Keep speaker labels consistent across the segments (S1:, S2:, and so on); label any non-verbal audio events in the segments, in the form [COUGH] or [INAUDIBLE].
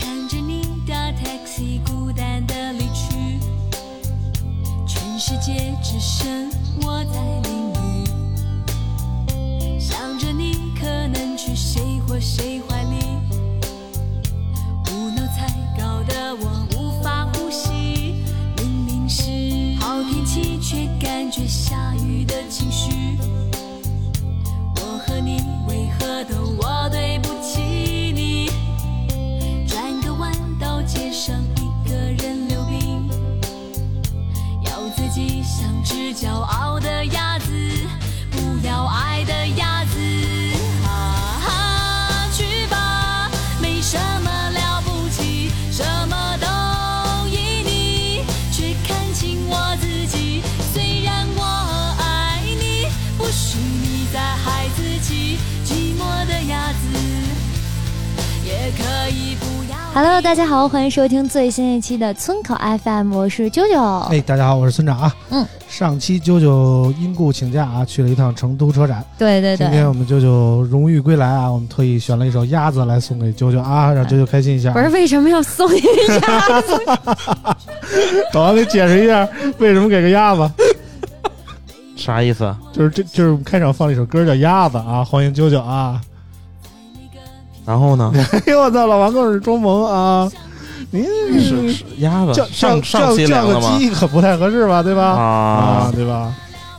S1: 看着你的 taxi 孤单的离去，全世界只剩我在淋雨。想着你可能去谁或谁怀里，无脑才搞得我无法呼吸。明明是好天气，却感觉下雨的情绪。我和你为何都我对不起你？转个弯到街上一个人溜冰，要自己像只骄傲的鸭子，不要爱的鸭子。啊，去吧，没什么了不起，什么都依你，却看清我自己。虽然我爱你，不许你再害自己，寂寞的鸭子。也可以不要。
S2: Hello，大家好，欢迎收听最新一期的村口 FM，我是啾啾。
S3: 哎，大家好，我是村长啊。
S2: 啊嗯，
S3: 上期啾啾因故请假啊，去了一趟成都车展。
S2: 对对
S3: 今天
S2: 对
S3: 我，们啾啾荣誉归来啊，我们特意选了一首《鸭子》来送给啾啾啊，让啾啾开心一下。
S2: 不是为什么要送
S3: [LAUGHS]
S2: 你？
S3: 导航给解释一下为什么给个鸭子，
S4: 啥意思？
S3: 就是这就是我们开场放了一首歌叫《鸭子》啊，欢迎啾啾啊！
S4: 然
S3: [LAUGHS]
S4: 后呢？
S3: 哎呦我操，老王更是装萌啊！您
S4: 是是鸭子
S3: 叫
S4: 上
S3: 叫
S4: 上期
S3: 叫
S4: 聊
S3: 个
S4: 了吗？
S3: 鸡可不太合适吧，对吧？
S4: 啊，
S3: 对吧？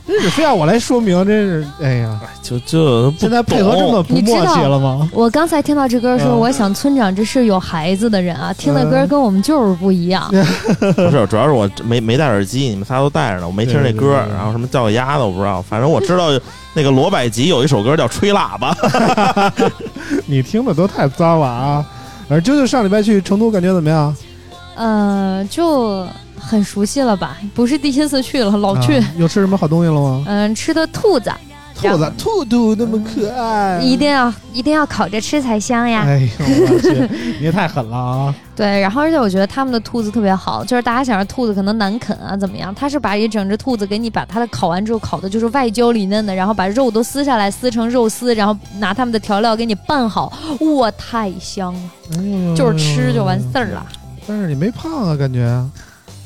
S3: 真是非要我来说明，真是哎呀！
S4: 就就不
S3: 现在配合这么不默契了吗？
S2: 我刚才听到这歌的时候，
S3: 嗯
S2: 我想村长这是有孩子的人啊，听的歌
S3: 嗯
S2: 跟我们就是不一样。
S4: 不是，主要是我没没戴耳机，你们仨都戴着呢，我没听
S3: 对
S4: 这
S3: 对
S4: 歌
S3: 对，对
S4: 然后什么叫鸭子我不知道，反正我知道那个罗百吉有一首歌叫《吹喇叭》， [LAUGHS]
S3: 你听的都太脏了啊！而啾啾上礼拜去成都，感觉怎么样？
S2: 呃，就很熟悉了吧？不是第一次去了，老去。
S3: 啊有吃什么好东西了
S2: [LAUGHS]
S3: 吗？
S2: 嗯、吃的兔子
S3: 兔子，兔兔那么可爱，
S2: 一定要一定要烤着吃才香呀。
S3: 哎呦我去，你也太狠了啊！
S2: 对，然后而且我觉得他们的兔子特别好，就是大家想着兔子可能难啃啊，怎么样？他是把一整只兔子给你把它的烤完之后，烤的就是外焦里嫩的，然后把肉都撕下来，撕成肉丝，然后拿他们的调料给你拌好，哇，太香了，
S3: 哎呦
S2: [LAUGHS] 就是吃就完事儿了。
S3: 哎但是你没胖啊，感觉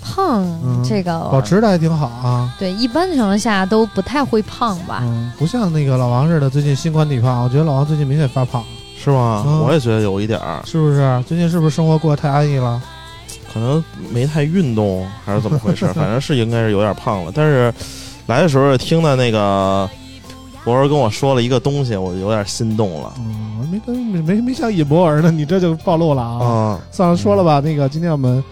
S2: 胖、
S3: 嗯
S2: 这个
S3: 保持的还挺好啊。
S2: 对，一般情况下都不太会胖吧？
S3: 嗯，不像那个老王似的，最近新官体胖。我觉得老王最近明显发胖，
S4: 是吗
S3: 嗯？
S4: 啊我也觉得有一点儿，
S3: 是不是？最近是不是生活过得太安逸了？
S4: 可能没太运动还是怎么
S3: [LAUGHS]
S4: 回事，反正是应该是有点胖了。但是来的时候听的那个博儿跟我说了一个东西，我就有点心动了。
S3: 嗯，我没跟没没没想引博文呢，你这就暴露了啊！
S4: 啊，
S3: 算了，说了
S5: 嗯
S3: 吧。那个今天我们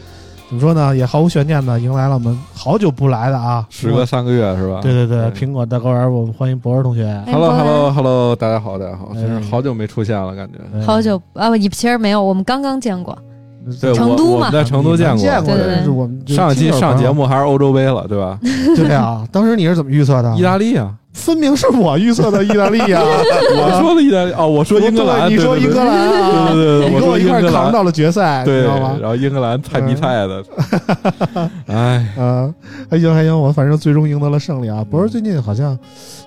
S3: 怎么说呢？也毫无悬念的迎来了我们好久不来的啊，
S5: 时隔三个月是吧？
S3: 对对对，
S5: 嗯
S3: 苹果大高玩，我们欢迎博文同学。
S2: 哎
S5: Hello
S2: 波兰
S5: Hello Hello，大家好，大家好，
S3: 哎
S5: 真是哦好久没出现了，感觉。
S3: 哎
S2: 好久啊，不，你其实没有，我们刚刚见过。
S5: 对，
S2: 成
S5: 我
S2: 都
S5: 我
S2: 嘛
S5: 们在成都见
S3: 过，见
S2: 对对
S3: 这
S2: 对
S3: 是我们
S5: 上一期上节
S3: 目。
S5: 目还是欧洲杯了，对吧？
S3: [LAUGHS] 对啊，当时你是怎么预测的？
S5: 意大利啊，
S3: 分明是我预测的意大利
S6: 哎
S3: 呀、
S2: 啊
S5: 我说了意大利哦，我说 [LAUGHS] 英格
S3: 对
S5: 兰，
S3: 你
S5: 对
S3: 说英格，兰啊，
S5: 对对对对对
S3: 你
S5: 我
S3: 跟我
S5: 说
S3: 一块儿
S5: 英格兰
S3: 扛到了决赛，你
S5: 对
S3: 知
S5: 对，对
S3: 道吗
S5: 然？后英格兰菜逼菜
S3: [LAUGHS]
S5: 的，哎，
S3: 嗯啊，还行还行，我反正最终赢得了胜利啊！博
S5: 嗯
S3: 儿最近好像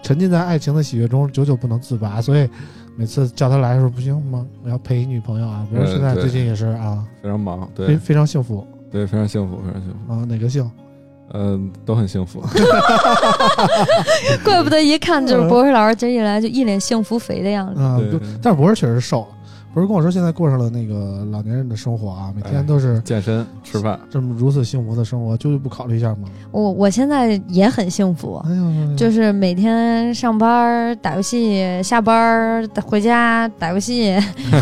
S3: 沉浸在爱情的喜悦中，久久不能自拔，所以每次叫他来的时候，不行吗？我要陪女朋友啊！博儿
S5: 嗯
S3: 现在
S5: 对
S3: 最近也是啊，
S5: 非常忙，
S3: 非
S5: 对
S3: 非常幸福
S5: 对，非常幸福，非常幸福，
S3: 啊，哪个幸？
S5: 嗯，都很幸福，
S2: 怪不得一看就是博士老师，这一来就一脸幸福肥的样子。
S3: 啊
S5: 对，
S3: 但是博儿确实瘦了。
S6: 不是跟我说现在过上了那个老年人的生活啊，每
S5: 哎
S6: 天都是
S5: 健身、
S6: [LAUGHS]
S5: 吃饭，
S6: 这么如此幸福的生活，就不考虑一下吗？
S2: 我我现在也很幸福，
S6: 哎呀，
S2: 哦就是每天上班儿打游戏，下班儿回家打游戏，
S6: 反正
S5: 也哎很快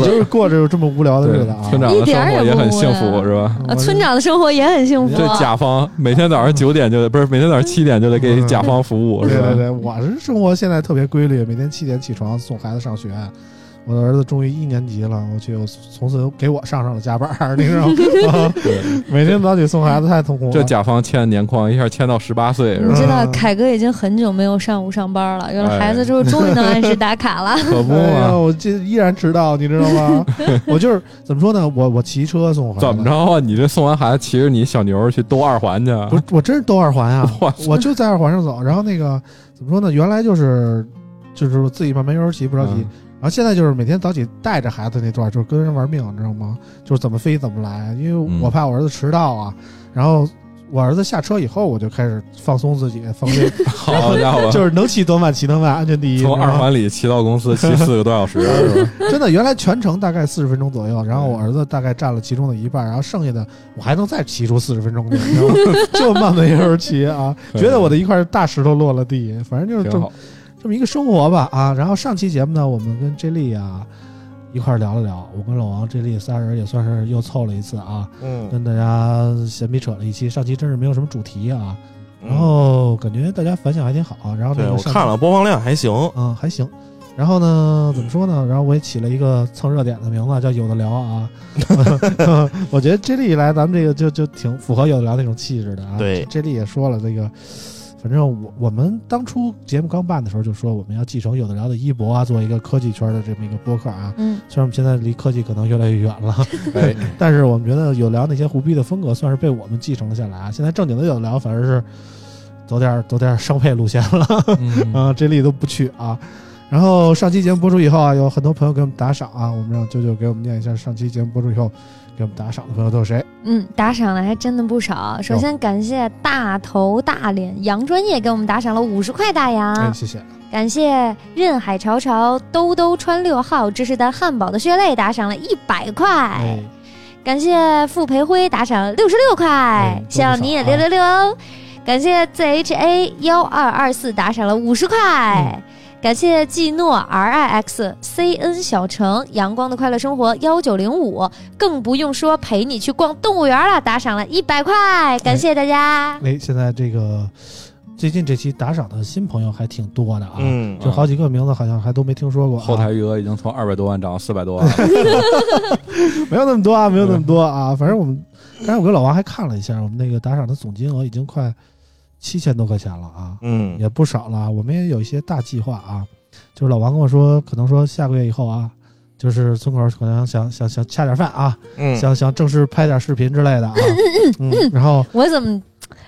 S6: 你就
S5: 乐。
S6: 是过着这么无聊的日子啊。
S5: 村长的
S2: 一点
S5: 生
S2: 儿
S5: 活
S2: 也
S5: 也
S2: 不
S5: 很
S2: 无
S5: 幸
S2: 聊
S5: 福，是吧？
S6: 我
S2: 啊，村长的生活也很幸福。
S5: 这甲方每天早上九点就得不是每天早上七点就得给甲方服务，
S6: 对
S5: 是吧
S6: 对？对，我是生活现在特别规律，每天七点起床送孩子上学。我的儿子终于一年级了，我去，我从此给我上上了加班
S5: [LAUGHS]
S6: 儿，你知道吗？每天早起送孩子太痛苦了。
S5: 这甲方签年框一下签到十八岁，是
S2: 你
S6: [LAUGHS]
S5: 吧？
S2: 知道
S6: 嗯
S2: 凯哥已经很久没有上午上班了，有了
S5: 哎
S2: 孩子之后终于能按时打卡
S6: [LAUGHS]
S2: 了。
S5: 可不
S6: 哎呀，
S5: 嘛，
S6: 我这依然迟到，你知道吗？ [LAUGHS] 我就是怎么说呢？我我骑车送孩子，
S5: 怎么着？啊？你这送完孩子骑着你小牛儿去兜二环去啊？
S6: 不是，我真是兜二环
S5: [LAUGHS]
S6: 啊
S5: 哇！
S6: 我就在二环上走。然后那个怎么说呢？原来就是就是我自己慢慢悠悠骑，不着急。 [LAUGHS]
S5: 嗯
S6: 然后现在就是每天早起带着孩子那段，就是跟人玩命，你知道吗？就是怎么飞怎么来，因为
S5: 嗯
S6: 我怕我儿子迟到啊。然后我儿子下车以后，我就开始放松自己，放
S5: [LAUGHS]
S6: 飞，
S5: 好家伙，
S6: 就是能骑多慢骑多慢，安全第一。
S5: 从
S6: 你知道
S5: 二
S6: 吗
S5: 环里骑到公司，骑四个多小时，
S6: [LAUGHS]
S5: 是吧？
S6: 真的，原来全程大概四十分钟左右，然后我儿子大概占了其中的一半，然后剩下的我还能再骑出四十分钟去，你知道吗
S5: [LAUGHS]
S6: 就慢慢悠悠骑啊，
S5: 对
S6: 觉得我的一块大石头落了地，反正就是这
S5: 挺
S6: 么
S5: 好。
S6: 这么一个生活吧啊。然后上期节目呢，我们跟 J 莉啊一块儿聊了聊，我跟老王、J 莉仨人也算是又凑了一次啊，
S4: 嗯，
S6: 跟大家闲逼扯了一期。上期真是没有什么主题啊，
S4: 嗯
S6: 然后感觉大家反响还挺好啊，然后那
S4: 对
S6: 个
S4: 我
S6: 上期
S4: 看了播放量还行，
S6: 嗯，还行。然后呢，怎么说呢？然后我也起了一个蹭热点的名字，叫“有的聊”啊。 [LAUGHS] 我觉得 J 莉一来，咱们这个就就挺符合“有的聊”那种气质的啊。
S4: 对
S6: ，J 莉也说了，这个反正我我们当初节目刚办的时候就说我们要继承“有的聊”的衣钵啊，做一个科技圈的这么一个播客啊。
S2: 嗯，
S6: 虽然我们现在离科技可能越来越远了， [LAUGHS]
S5: 哎，
S6: 但是我们觉得有聊那些胡逼的风格，算是被我们继承了下来啊。现在正经的有聊反而是走点走点商配路线了。
S5: 嗯
S6: 啊，这里都不去啊。然后上期节目播出以后啊，有很多朋友给我们打赏啊，我们让啾啾给我们念一下上期节目播出以后给我们打赏的朋友都是谁？
S2: 嗯，打赏的还真的不
S6: 哦
S2: 少。首先感谢大头大脸杨专业给我们打赏了五十块大
S6: 哎，
S2: 洋，
S6: 谢谢。
S2: 感谢任海潮潮兜兜穿六号芝士蛋汉堡的血泪打赏了一百块，
S6: 哎，
S2: 感谢傅培辉打赏六十六块
S6: 哎，
S2: 希望你也
S6: 多
S2: 六
S6: 不少哎
S2: 六六哦。感谢 ZHA 幺二二四打赏了五十块
S6: 嗯，
S2: 感谢季诺 RIX CN 小城阳光的快乐生活幺九零五，更不用说陪你去逛动物园了，打赏了一百块，感谢大家。
S6: 哎，现在这个最近这期打赏的新朋友还挺多的啊，
S4: 嗯，
S6: 就好几个名字好像还都没听说过、啊。
S5: 后台余额已经从二百多万涨到四百多万了，
S6: 没有那么多啊，没有那
S5: 嗯
S6: 么多啊。反正我们刚才我跟老王还看了一下，我们那个打赏的总金额已经快七千多块钱了啊。
S4: 嗯，
S6: 也不少了。我们也有一些大计划啊，就是老王跟我说，可能说下个月以后啊，就是村口可能想想想恰点饭啊，
S4: 嗯，
S6: 想想正式拍点视频之
S4: [LAUGHS]
S6: 类的啊。嗯，然后、
S2: 我怎么，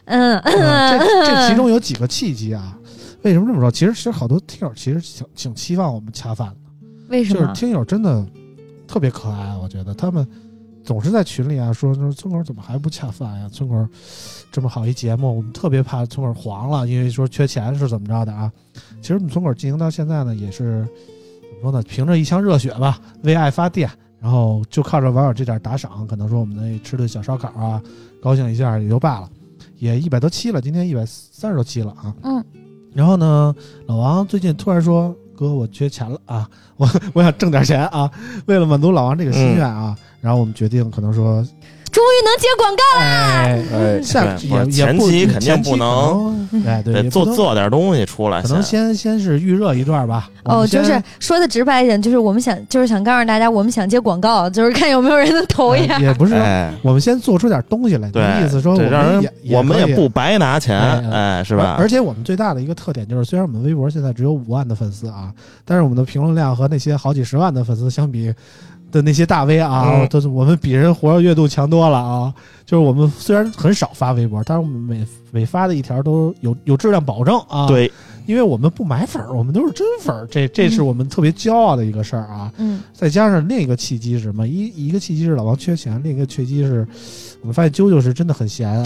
S2: 嗯，
S6: 嗯、这这其中有几个契机啊。为什么这么说？其实其实好多听友其实挺挺期望我们恰饭的，
S2: [LAUGHS] 为什
S6: 就是
S2: 么？
S6: 听友真的特别可爱，啊我觉得他们总是在群里啊说说村口怎么还不恰饭呀？村口这么好一节目，我们特别怕村口黄了，因为说缺钱是怎么着的啊？其实我们村口进行到现在呢，也是怎么说呢？凭着一腔热血吧，为爱发电，然后就靠着网友这点打赏，可能说我们那吃顿小烧烤啊，高兴一下也就罢了。也一百多期了，今天一百三十多期了啊。
S2: 嗯。
S6: 然后呢，老王最近突然说：“哥，我缺钱了啊，我我想挣点钱啊。”为了满足老王这个心愿啊，
S2: 嗯
S6: 然后我们决定可能说，
S2: 终于能接广告了，
S6: 哎，
S4: 哎
S6: 下
S4: 对
S6: 也
S4: 不是
S6: 也
S4: 前
S6: 不
S4: 期
S6: 前
S4: 肯定
S6: 期
S4: 不能，
S6: 可能哎，对，
S4: 得
S6: 也
S4: 做
S6: 不能
S4: 做点东西出来
S6: 可
S4: 先，
S6: 能先先是预热一段吧。我
S2: 哦，
S6: 们先
S2: 就是说的直白一点，就是我们想，就是想告诉大家，我们想接广告，就是看有没有人能投一下
S6: 哎。也不是说，
S4: 哎，
S6: 我们先做出点东西来，
S4: 对
S6: 那意思说我
S4: 这让
S6: 们
S4: 人
S6: 也
S4: 我们
S6: 可以
S4: 也不白拿钱，
S6: 哎
S4: 哎，是吧
S6: 而？而且我们最大的一个特点就是，虽然我们微博现在只有五万的粉丝啊，但是我们的评论量和那些好几十万的粉丝相比的那些大 V 啊，
S4: 嗯
S6: 都是我们比人活跃度强多了啊。就是我们虽然很少发微博，但是我们每每发的一条都有有质量保证啊。，
S4: 对，
S6: 因为我们不买粉儿，我们都是真粉儿，这这是我们特别骄傲的一个事儿啊。
S2: 嗯，
S6: 再加上另一个契机是什么？一一个契机是老 [LAUGHS] 王缺钱，另一个契机是我们发现啾啾是真的很闲啊。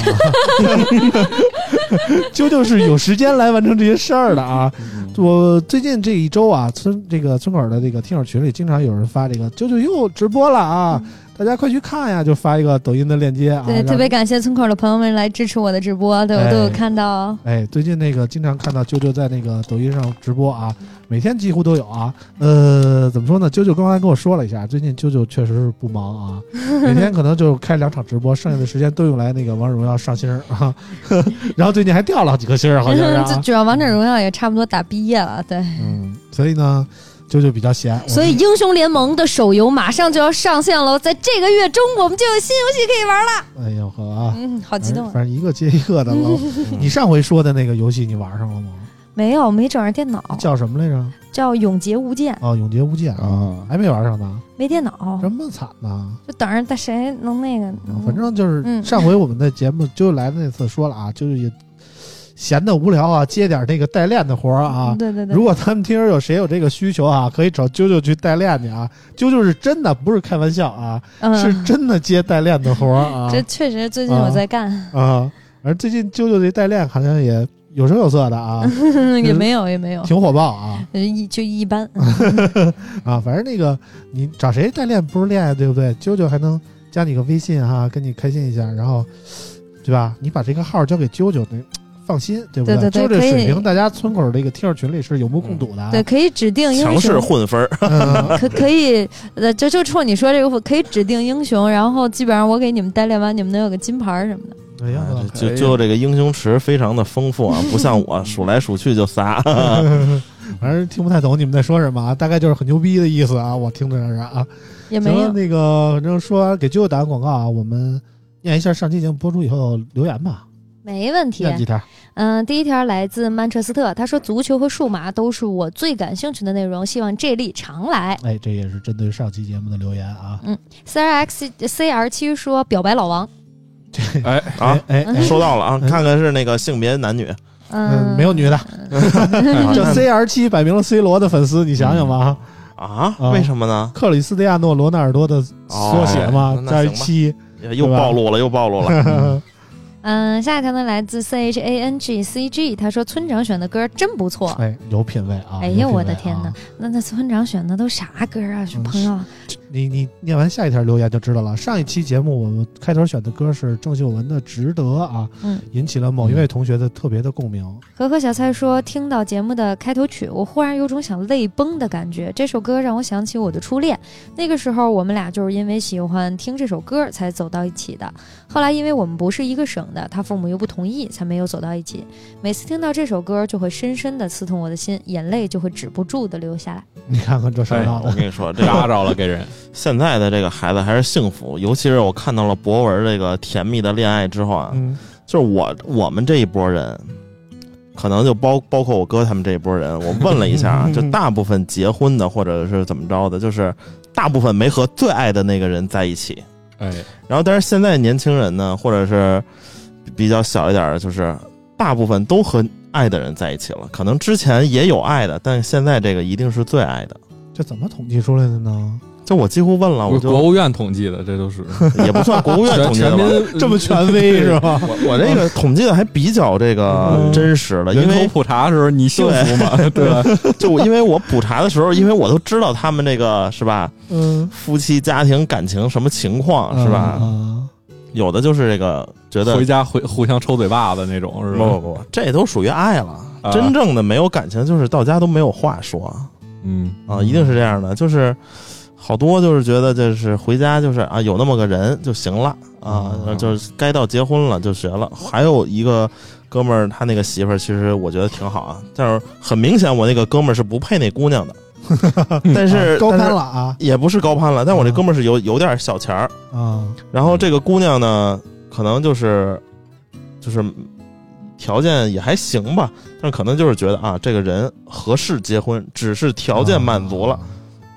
S6: 究竟是有时间来完成这些事儿的啊。我最近这一周啊，村这个村口的这个听友群里，经常有人发这个“九九又直播了啊，大家快去看呀！”就发一个抖音的链接啊。
S2: 对，
S6: 让
S2: 特别感谢村口的朋友们来支持我的直播，对我都有
S6: 哎
S2: 看到。
S6: 哎，最近那个经常看到啾啾在那个抖音上直播啊，每天几乎都有啊。呃，怎么说呢？啾啾刚才跟我说了一下，最近啾啾确实是不
S2: [LAUGHS]
S6: 忙啊，每天可能就开两场直播，剩下的时间都用来那个王者荣耀上星儿啊。 [LAUGHS] 然后最近还掉了好几颗星儿，好像是
S2: [LAUGHS] 就
S6: 啊。
S2: 主要王者荣耀也差不多打毕业了，对。
S6: 嗯，所以呢，啾啾比较闲，我
S2: 所以英雄联盟的手游马上就要上线喽，在这个月中我们就有新游戏可以玩了。
S6: 哎呦呵啊，
S2: 嗯，好激动
S6: 反正
S2: 啊！
S6: 反正一个接一个
S2: [LAUGHS]
S6: 的了。你上回说的那个游戏你玩上了吗？
S2: 没有，没整上电脑，
S6: 叫什么来着？
S2: 叫永劫无间，
S6: 哦，永劫无间 [LAUGHS] 啊
S5: 啊，
S6: 还没玩上呢，
S2: 没电脑
S6: 这，么惨呢？
S2: 就等着他谁能那个。
S6: 啊反正就是
S2: 嗯
S6: 上回我们的节目就来的那次说了啊，就是也闲的无聊啊，接点那个代练的活儿啊
S2: 嗯。对对对
S6: 如，果他们听友有谁有这个需求啊，可以找啾啾去代练去啊。啾啾是真的，不是开玩笑啊，是
S2: 嗯，
S6: 真的接代练的活儿啊
S2: 这确实最近我在干，
S6: 啊。而最近啾啾这代练好像也有声有色的啊，
S2: [LAUGHS] 也没有也没有，
S6: 挺火爆啊
S2: 呃一就一般。
S6: 啊！反正那个你找谁代练不是恋爱，对不对？啾啾还能加你个微信哈、跟你开心一下，然后对吧？你把这个号交给啾啾，那放心，对不
S2: 对对对
S6: 啾啾
S2: 可以
S6: 水平，大家村口这个听友群里是有目共睹的啊。
S2: 对，可以指定英
S4: 强势
S2: 雄，
S4: 混分儿，
S2: [LAUGHS]
S6: 嗯，
S2: 可可以，呃，就就冲你说这个可以指定英雄，然后基本上我给你们代练完，你们能有个金牌儿什么的。
S6: 哎呀，
S4: 哎就就这个英雄池非常的丰富啊，不像我数来数去就仨。啊
S6: 反正听不太懂你们在说什么啊，大概就是很牛逼的意思啊，我听着是啊。
S2: 也没
S6: 行了，
S2: 有，
S6: 那个反正说完给啾啾打个广告啊，我们念一下上期节目播出以后留言吧，
S2: 没问题。
S6: 念几条。
S2: 嗯，第一条来自曼彻斯特，他说足球和数码都是我最感兴趣的内容，希望这例常来。
S6: 哎，这也是针对上期节目的留言啊。
S2: C R X C R 七说表白老王，
S5: 哎，
S4: 啊
S6: 哎，哎
S4: 收到了啊，
S6: 嗯
S4: 看看是那个性别男女，啊
S2: 嗯，
S6: 嗯，没有女的，
S4: 好
S6: 这
S4: 那
S6: C R 七摆明了 C 罗的粉丝，你想想吧啊，
S4: 啊
S6: 啊？
S4: 为什么呢？
S6: 克里斯蒂亚诺·罗纳尔多的缩写嘛
S4: 哦，那
S6: 加一
S4: 行吧
S6: 七，
S4: 又
S6: 对吧
S4: 暴露了，又暴露了。
S6: [LAUGHS]
S2: 嗯，下一条呢来自 C H A N G C G，他说村长选的歌真不错。
S6: 哎，有品位啊！
S2: 哎
S6: 有品
S2: 呀，
S6: 位
S2: 我的天哪
S6: 啊！！
S2: 那那村长选的都啥歌啊，
S6: 嗯
S2: 朋友？
S6: 你你念完下一条留言就知道了。上一期节目我们开头选的歌是郑秀文的《值得》啊，
S2: 嗯
S6: 引起了某一位同学的特别的共鸣。
S2: 和和小蔡说，听到节目的开头曲，我忽然有种想泪崩的感觉。这首歌让我想起我的初恋，那个时候我们俩就是因为喜欢听这首歌才走到一起的。后来因为我们不是一个省的，他父母又不同意，才没有走到一起。每次听到这首歌，就会深深的刺痛我的心，眼泪就会止不住的流下来。
S4: 嗯
S6: 你看看这事儿啊闹
S4: 哎我
S6: 的，
S4: 跟你说，这
S5: 扎
S4: 个
S5: 着了给人，
S4: 现在的这个孩子还是幸福，尤其是我看到了博文这个甜蜜的恋爱之后啊，
S6: 嗯，
S4: 就是我我们这一波人，可能就包包括我哥他们这一波人，我问了一下啊，就大部分结婚的或者是怎么着的，就是大部分没和最爱的那个人在一起。
S5: 哎，
S4: 然后，但是现在年轻人呢，或者是比较小一点儿的，就是大部分都和爱的人在一起了。可能之前也有爱的，但是现在这个一定是最爱的。
S6: 这怎么统计出来的呢？
S4: 就我几乎问啊了，我
S5: 国
S4: 就
S5: 务院统计的，这都是
S4: 也不 [LAUGHS] 算国务院
S5: 全
S4: 统计
S5: 全
S4: 的吧。
S5: 民
S4: [LAUGHS]
S6: 这么权威是吧？
S4: 我这个统计的还比较这个
S5: 嗯
S4: 真实啊了，因
S5: 人
S4: 为 [LAUGHS]
S5: 口普查的时候，你幸福吗？ [LAUGHS] 对吧？
S4: 就因为我补查的时候，因为我都知道他们这个是吧，
S6: 嗯，
S4: 夫妻家庭感情什么情况啊是
S6: 嗯
S4: 吧？
S6: 嗯
S4: 有的就是这个觉得
S5: 回家回互相抽嘴巴子那种
S4: 不
S5: 是
S4: 不
S5: 吧？
S4: 不，这都属于爱了。
S5: 啊
S4: 真正的没有感情，就是到家都没有话说
S5: 嗯
S4: 啊，一定是这样的。就是好多就是觉得就是回家就是啊，有那么个人就行了啊，
S5: 嗯
S4: 就是该到结婚了就学了。还有一个哥们儿，他那个媳妇儿其实我觉得挺好啊，但是很明显我那个哥们儿是不配那姑
S6: [LAUGHS]
S4: 娘的，但是
S6: 啊高
S4: 但
S6: 攀
S4: 是
S6: 了啊
S4: 也不是高攀了，但我这哥们儿是有有点小钱儿。
S6: 啊！
S4: 然后这个姑娘呢，可能就是就是条件也还行吧，但是可能就是觉得啊，这个人合适结婚，只是条件满足了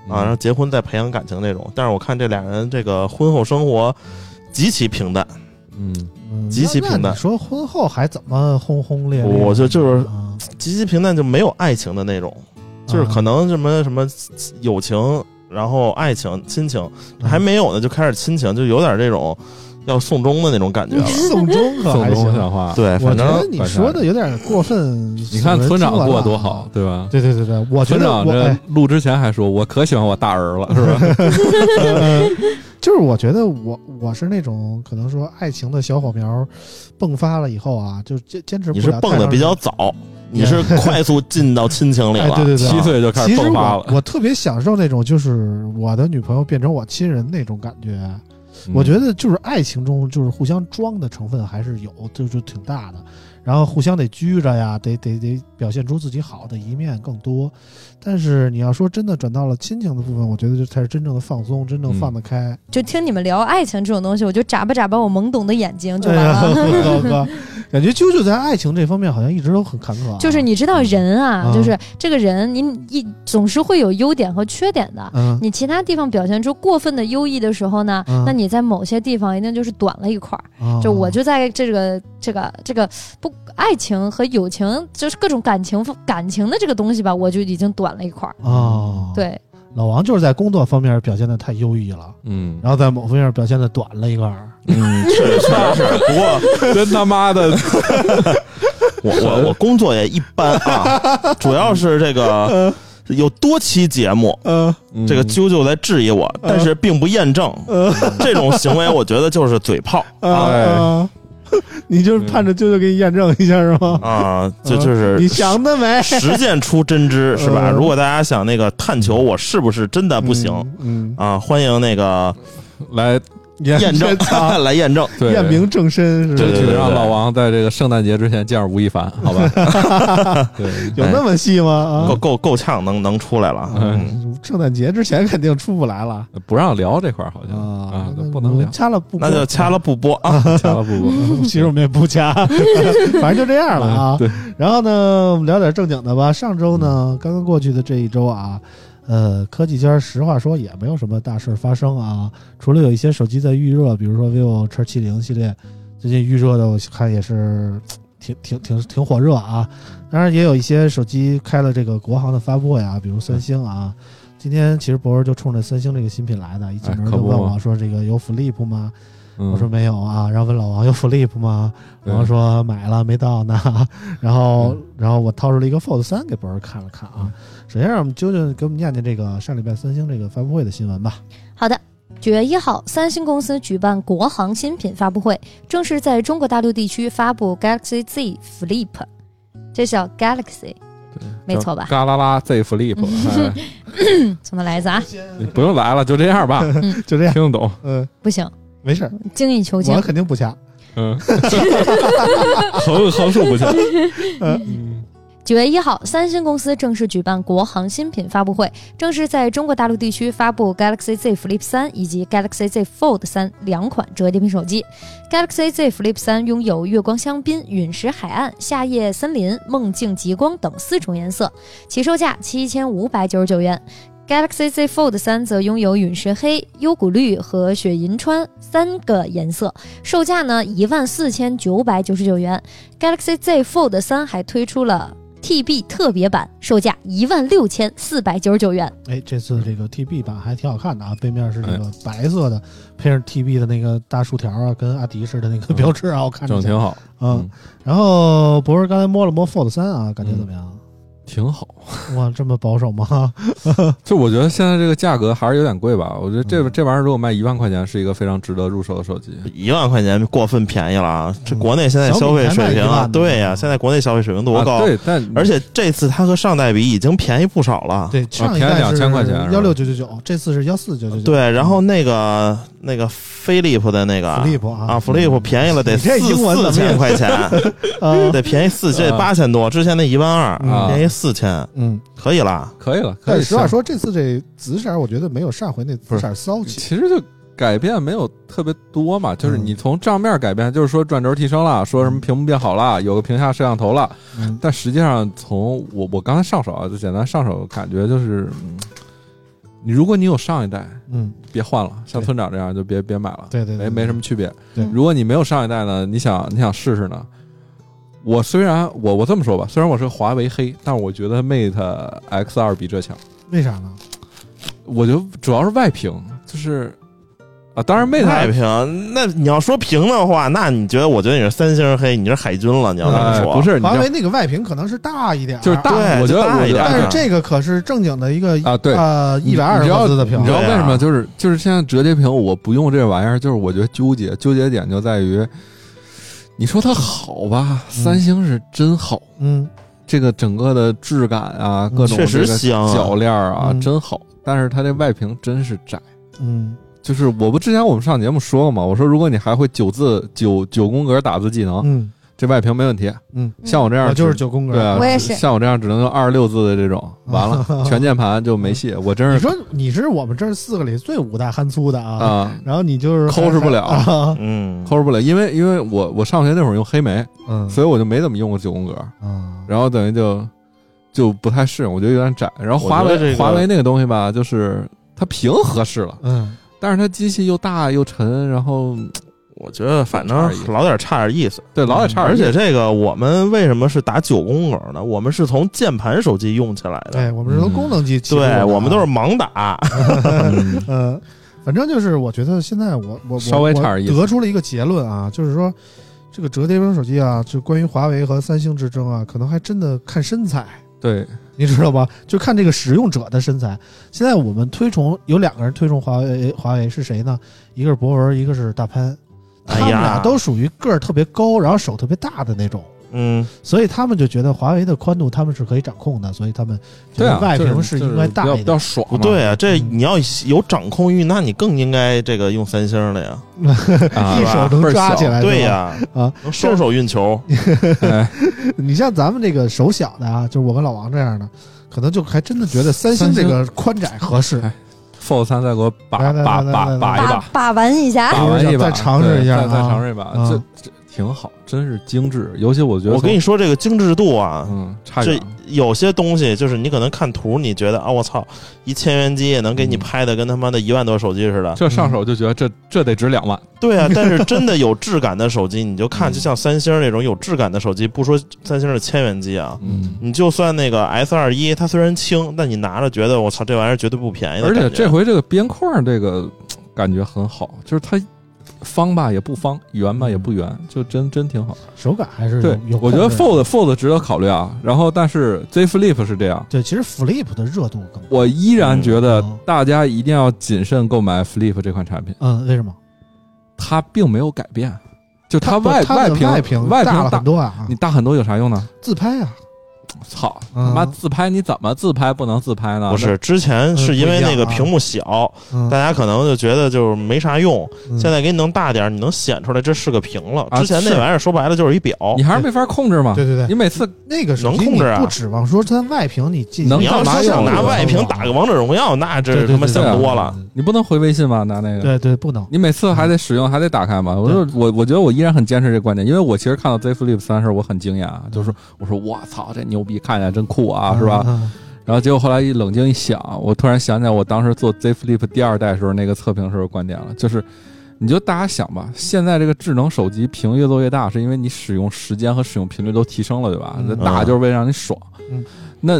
S4: 啊，然后结婚再培养感情这种。但是我看这俩人这个婚后生活极其平淡，
S5: 嗯，
S6: 嗯
S4: 极其
S6: 那
S4: 平
S6: 那
S4: 淡
S6: 你说婚后还怎么轰轰烈烈？
S4: 我就就是
S6: 啊
S4: 极其平淡就没有爱情的那种，就是可能什么什么
S6: 啊嗯
S4: 友情，然后爱情、亲情还没有呢，就开始亲情，就有点这种要送终的那种感觉了。
S6: 送终可
S5: 嗯送
S6: 还
S5: 中
S6: 行。
S5: 像话。
S4: 对，
S6: 我
S4: 反
S6: 觉得
S4: 正
S6: 你说的有点过分。
S5: 你看村长
S6: 有人听了
S5: 过
S6: 啊
S5: 得多好，。对吧？
S6: 对对对对，我觉
S5: 村
S6: 得
S5: 长
S6: 我
S5: 这
S6: 哎，
S5: 录之前还说，我可喜欢我大儿了，是
S4: 啊
S5: 吧？
S6: 哎
S5: [LAUGHS]
S6: 呃就是我觉得我我是那种可能说爱情的小火苗迸发了以后啊，就坚坚持不
S4: 你
S6: 了
S4: 是
S6: 太
S4: 蹦的
S6: 长
S4: 比较
S6: 时
S4: 早，你是快速进到亲情里
S6: 间，哎
S4: 了。啊
S6: 对对对，
S5: 七岁就开
S6: 其
S5: 始
S6: 实
S5: 迸发
S6: 我
S5: 了。
S6: 我特别享受那种，就是我的女朋友变成我亲人那种感觉。
S5: 嗯
S6: 我觉得就是爱情中就是互相装的成分还是有，就是挺大的。然后互相得拘着呀，得得得表现出自己好的一面更多。但是你要说真的转到了亲情的部分，我觉得这才是真正的放松，真正
S5: 嗯
S6: 放得开。
S2: 就听你们聊爱情这种东西，我就眨巴眨巴我懵懂的眼睛就完
S6: 哎
S2: 了。
S6: 呀 [LAUGHS] 高哥，感觉啾啾在爱情这方面好像一直都很坎坷啊、
S2: [LAUGHS] 就是你知道人啊，
S6: 嗯
S2: 就是这个人，您一总是会有优点和缺点的。
S6: 嗯，
S2: 你其他地方表现出过分的优异的时候呢，
S6: 嗯
S2: 那你在某些地方一定就是短了一块儿。
S6: 啊
S2: 就我就在这个这个这个不爱情和友情，就是各种感情感情的这个东西吧，我就已经短了一块儿。
S6: 哦，，
S2: 对，
S6: 老王就是在工作方面表现的太优异了。
S5: 嗯，
S6: 然后在某方面表现的短了一块儿，
S4: 嗯，确实是。不过
S5: 真他妈的，
S4: 我我我工作也一般啊，主要是这
S6: 嗯
S4: 个有多期节目，
S6: 呃，
S4: [LAUGHS] 这
S5: 嗯
S4: 个啾啾在质疑我，
S6: 嗯
S4: 但是并不验证这种行为，我觉得就是嘴炮
S5: 哎
S6: 啊， [LAUGHS] 你就是盼着舅舅给你验证一下是吗？
S4: 啊，就
S6: 嗯
S4: 就是
S6: 你想得美，
S4: 实践出真知是吧？
S6: 嗯
S4: 如果大家想那个探求我是不是真的不行
S6: 嗯，
S4: 啊，欢迎那个
S5: 来
S6: 验
S4: 验证 [LAUGHS]
S6: 啊
S4: 来验证。
S5: 对
S6: 验明正身是吧
S4: 对
S5: 争
S4: 对
S5: 取
S4: 对
S5: 让
S4: 对
S5: 老王在这个圣诞节之前见着吴亦凡，好吧？
S4: [LAUGHS]
S5: 对，
S6: 有那么细吗？啊
S4: 够，够够呛，能能出来了。嗯，
S6: 圣诞节之前肯定出不来了
S5: 不让聊这块儿好像
S6: 啊
S5: 啊，，
S6: 那
S5: 不能聊，
S6: 掐了不播，
S4: 那就掐了不播啊。
S5: 掐了不播。
S6: 嗯。其实我们也不
S4: [LAUGHS]
S6: 掐，反正就这样了 [LAUGHS] 啊。
S5: 对，
S6: 然后呢，我们聊点正经的吧。上周
S5: 嗯
S6: 呢，刚刚过去的这一周啊，呃，科技圈儿实话说也没有什么大事儿发生啊，除了有一些手机在预热，比如说 vivo X 7 0系列，最近预热的我看也是挺挺挺挺火热啊。当然也有一些手机开了这个国行的发布会啊，比如三星啊。
S5: 嗯
S6: 今天其实博文就冲着三星这个新品来的，一进
S5: 哎
S6: 门
S5: 可
S6: 就
S5: 不
S6: 问
S5: 嘛
S6: 我说：“这个有 Flip 吗？”
S5: 我
S6: 我说没有啊，然后问老王有 Flip 吗？老王说买了没到呢， [LAUGHS] 然后
S5: 嗯
S6: 然后我掏出了一个 Fold 三给博儿看了看啊。首先让我们究竟给我们念念这个上礼拜三星这个发布会的新闻吧。
S2: 好的。九月一号，三星公司举办国行新品发布会，正式在中国大陆地区发布 Galaxy Z Flip，这叫 Galaxy，没错吧？
S5: 嘎啦啦 Z Flip，哎
S2: [LAUGHS] 从头来一次啊！
S5: 你哎不用来了， [LAUGHS] 就这样吧，
S6: 就这样，
S5: 听得懂。
S6: 嗯，
S2: 不行，
S6: 没事儿，
S2: 精益求精
S6: 我。肯定不掐。
S5: 嗯，横横竖不行。嗯
S2: 九月一号，三星公司正式举办国行新品发布会，正式在中国大陆地区发布 Galaxy Z Flip 3以及 Galaxy Z Fold 3两款折叠屏手机。Galaxy Z Flip 3拥有月光香槟、陨石海岸、夏夜森林、梦境极光等四种颜色，起售价七千五百九十九元。Galaxy Z Fold 3则拥有陨石黑、幽谷绿和雪银川三个颜色，售价呢一万四千九百九十九元。Galaxy Z Fold 3还推出了 TB 特别版，售价一万六千四百九十九元。
S5: 嗯
S6: 哎，这次这个 TB 版还挺好看的啊，背面是这个白色的，配上 TB 的那个大竖条啊，跟阿迪似的那个
S5: 嗯
S6: 标志啊，我看着
S5: 整挺好，
S6: 嗯。然后博儿刚才摸了摸 Fold 三啊，
S5: 嗯
S6: 感觉怎么样？
S5: 挺好。
S6: 哇，这么保守
S5: [LAUGHS]
S6: 吗？
S5: 就我觉得现在这个价格还是有点贵吧。我觉得这
S6: 嗯
S5: 这玩意儿如果卖一万块钱，是一个非常值得入手的手机。
S4: 一万块钱过分便宜了啊！这国内现在
S6: 小米
S4: 消费
S6: 才卖
S4: 水平
S6: 一万
S4: 啊，
S6: 呢
S4: 对呀，现在国内消费水平多
S5: 啊
S4: 高？
S5: 对，但
S4: 而且这次它和上代比已经便宜不少了。
S6: 对，上一
S5: 啊便宜
S6: 代
S5: 两
S6: 是
S5: 千块钱是吧
S6: 幺六九九九，这次是幺四九九九。
S4: 对，然后那个那个飞利浦的那
S3: 嗯
S4: 个
S6: 福利部啊
S4: 啊，福利浦便宜了得
S6: 你这
S4: 四
S6: 英文怎
S4: 四
S6: 么也
S4: 千块钱，
S6: 啊，
S4: 得便宜四这
S5: 啊
S4: 八千多，之前那一万
S6: 嗯
S4: 二，便宜四千，
S6: 嗯，
S4: 可以啦。
S5: 可以了，可
S6: 但
S5: 以。
S6: 实话，说，这次这紫色儿我觉得没有上回那紫色儿骚
S3: 嗯
S6: 气。
S5: 其实就改变没有特别多
S6: 嗯
S5: 嘛，就是你从账面改变，就是说转轴提升了，说什么屏幕变好了，有个屏下摄像头了，
S6: 嗯，
S5: 但实际上，从我我刚才上手啊，就简单上手，感觉就是，嗯你如果你有上一代，
S6: 嗯，
S5: 别换了，像
S6: 对
S5: 村长这样就别别买了，
S6: 对对对
S5: 没没什么区别。
S6: 对
S5: 如果你没有上一代呢，你想你想试试呢？我虽然我我这么说吧，虽然我是华为黑，但我觉得 Mate X 二比这强。
S6: 为啥呢？
S5: 我觉得主要是外屏，就是啊，当然 Mate
S4: 太平，那你要说平的话，那你觉得？我觉得你是三星黑，你是海军了。你要这么
S5: 哎
S4: 说，
S5: 不是你
S3: 华为
S5: 这
S3: 那个外屏可能是大一点儿，
S5: 就是大，
S4: 对
S5: 我觉
S4: 就
S5: 得
S4: 大
S5: 我
S4: 一
S5: 觉得
S4: 点
S3: 但是
S4: 啊
S3: 这个可是正经的一个
S5: 啊对
S3: 呃一百二
S5: 你
S3: 十
S5: 知道
S3: 赫兹的屏
S5: 你知道
S4: 对
S5: 为
S4: 啊
S5: 什么？就是就是现在折叠屏，我不用这玩意儿，就是我觉得纠结，纠结点就在于，你说它好吧，三星是真好，
S3: 嗯，
S5: 这个整个的质感啊，各种
S4: 确实
S5: 这个
S4: 香啊
S5: 铰链儿啊，
S3: 嗯
S5: 真好。但是它这外屏真是窄，
S3: 嗯，
S5: 就是我不之前我们上节目说过嘛，我说如果你还会九字九九宫格打字技能，
S3: 嗯
S5: 这外屏没问题。
S3: 嗯，
S5: 像啊我这样
S3: 我
S5: 只
S3: 就是九宫格。
S5: 对啊，
S2: 我也
S5: 只
S2: 是
S5: 像我这样只能用二十六字的这种，
S3: [LAUGHS]
S5: 完了全键盘就没戏。我真
S3: 你
S5: 是
S3: 说你是我们这儿四个里最五大憨粗的啊，
S5: 啊，
S3: 然后你就是
S5: 抠是不了
S3: [LAUGHS] 啊
S4: 嗯，
S5: 抠不了，因为因为我我上学那会儿用黑莓，
S3: 嗯
S5: 所以我就没怎么用过九宫格，
S3: 啊，
S5: 然后等于就就不太适应，我觉得有点窄。然后华
S4: 我
S5: 为、
S4: 觉得这个
S5: 华为那个东西吧，就是它屏合适了，
S3: 嗯，
S5: 但是它机器又大又沉，然后
S4: 我觉得反正
S5: 差点意思
S4: 老点差点意思。
S5: 对老得差
S4: 嗯
S5: 点
S4: 而
S5: 意思。
S4: 且这个我们为什么是打九宫格呢？我们是从键盘手机用起来的，
S3: 对，
S6: 哎
S3: 哎我们是从
S6: 嗯
S3: 功能机起步的啊，
S4: 对我们都是盲打。
S5: 嗯
S3: 嗯，反正就是我觉得现在我我我
S5: 稍微差点意思
S3: 我得出了一个结论啊，就是说这个折叠屏手机啊，就关于华为和三星之争啊，可能还真的看身材。
S5: 对，
S3: 你知道吧？就看这个使用者的身材。现在我们推崇有两个人推崇呃华为，华为是谁呢？一个是博文，一个是大潘。他们
S4: 哎呀
S3: 俩都属于个儿特别高，然后手特别大的那种，
S4: 嗯，
S3: 所以他们就觉得华为的宽度他们是可以掌控的，所以他们觉
S5: 对
S3: 得
S5: 啊，
S3: 外
S5: 就
S3: 屏
S5: 是
S3: 应该大
S5: 就
S3: 一
S5: 是比较比较
S3: 点。
S5: 爽
S4: 不
S5: 嘛，
S4: 对啊，这
S3: 嗯
S4: 你要有掌控欲，那你更应该这个用三星了呀。
S3: [LAUGHS]
S5: 啊
S3: 一
S4: 是吧
S3: 手能抓呃起来，
S4: 对
S3: 是吧，
S4: 呀，
S3: 啊，
S4: 能双手运球，
S5: 哎
S3: 你像咱们这个手小的啊，就是我跟老王这样的，可能就还真的觉得三星
S5: 三
S3: 这
S5: 星
S3: 个宽窄合适
S5: 哎。Fold 三再给我把
S3: 来来
S5: 把
S3: 来来
S5: 把
S3: 来
S5: 把
S6: 哎
S5: 一
S3: 来哎
S2: 把
S5: 把。
S2: 把玩一
S6: [LAUGHS]
S2: 下，
S5: 把完一把，
S3: 再尝试一下
S5: 对再再
S3: 啊
S5: 尝试一把，
S3: 啊
S5: 这这挺好，真是精致。尤其我觉得从，
S4: 我跟你说这个精致度啊，
S5: 嗯，差
S4: 这
S5: 远了
S4: 有些东西就是你可能看图，你觉得啊，我操，一千元机也能给你拍的跟他妈的一万多手机似的。嗯
S5: 嗯这上手就觉得这这得值两万，
S4: 对
S5: [LAUGHS]
S4: 啊，但是真的有质感的手机，你就看，
S5: 嗯
S4: 就像三星那种有质感的手机，不说三星的千元机啊，
S5: 嗯。
S4: 你就算那个 S 二一，它虽然轻，但你拿着觉得我操，这玩意儿绝对不便宜的
S5: 而
S4: 感觉。
S5: 且这回这个边框这个感觉很好，就是它方吧也不方，圆吧也不圆，就真真挺好。
S3: 手感还是有
S5: 对
S3: 有，
S5: 我觉得
S3: 控制的
S5: Fold Fold 值得考虑啊。然后，但是 Z Flip 是这样，
S3: 对，其实 Flip 的热度更高。
S5: 我依然觉得
S3: 嗯
S5: 大家一定要谨慎购买 Flip 这款产品，
S3: 嗯，为什么？
S5: 它并没有改变，就
S3: 它
S5: 外
S3: 它的
S5: 屏
S3: 外
S5: 外
S3: 屏
S5: 外
S3: 大了
S5: 屏
S3: 很
S5: 大，
S3: 多啊，
S5: 你大很多有啥用呢？
S3: 自拍啊，
S5: 操
S3: 嗯
S5: 他妈自拍你怎么自拍不能自
S3: 啊
S5: 拍呢？
S4: 不是之前是因为那个屏幕小，
S3: 嗯
S4: 大，家可能就觉得就是没啥用。
S3: 嗯
S4: 现在给你弄大点儿，你能显出来这是个屏了。
S5: 啊
S4: 之前那
S5: 是
S4: 玩意儿说白了就是一表。
S5: 那，你还是没法控制嘛？
S3: 对对
S5: 你
S3: 对，
S5: 每次
S3: 那个手
S4: 能
S3: 机
S4: 控
S3: 你
S4: 制啊
S3: 不指望说它外屏你进
S5: 能
S4: 你要
S5: 干嘛
S4: 说想
S5: 用
S4: 拿
S5: 这个
S4: 外屏啊打个王者荣耀，那
S3: 对
S4: 这他妈想多了。，
S5: 你不能回微信吗？拿那
S3: 对对
S5: 个
S3: 对对对对，不能，
S5: 你每次还得使用，还得打开嘛。我说我我觉得我依然很坚持这观点，因为我其实看到 Z Flip 三时候我很惊讶，啊就是说我说我操这牛逼，看起来真酷啊，是吧？
S3: 嗯？
S5: 然后结果后来一冷静一想，我突然想起来我当时做 Z Flip 第二代时候那个测评时候的观点了，就是你就大家想吧，现在这个智能手机屏越做越大，是因为你使用时间和使用频率都提升了，对吧
S3: 嗯？
S5: 那大就是为了让你爽
S3: 嗯。
S5: 那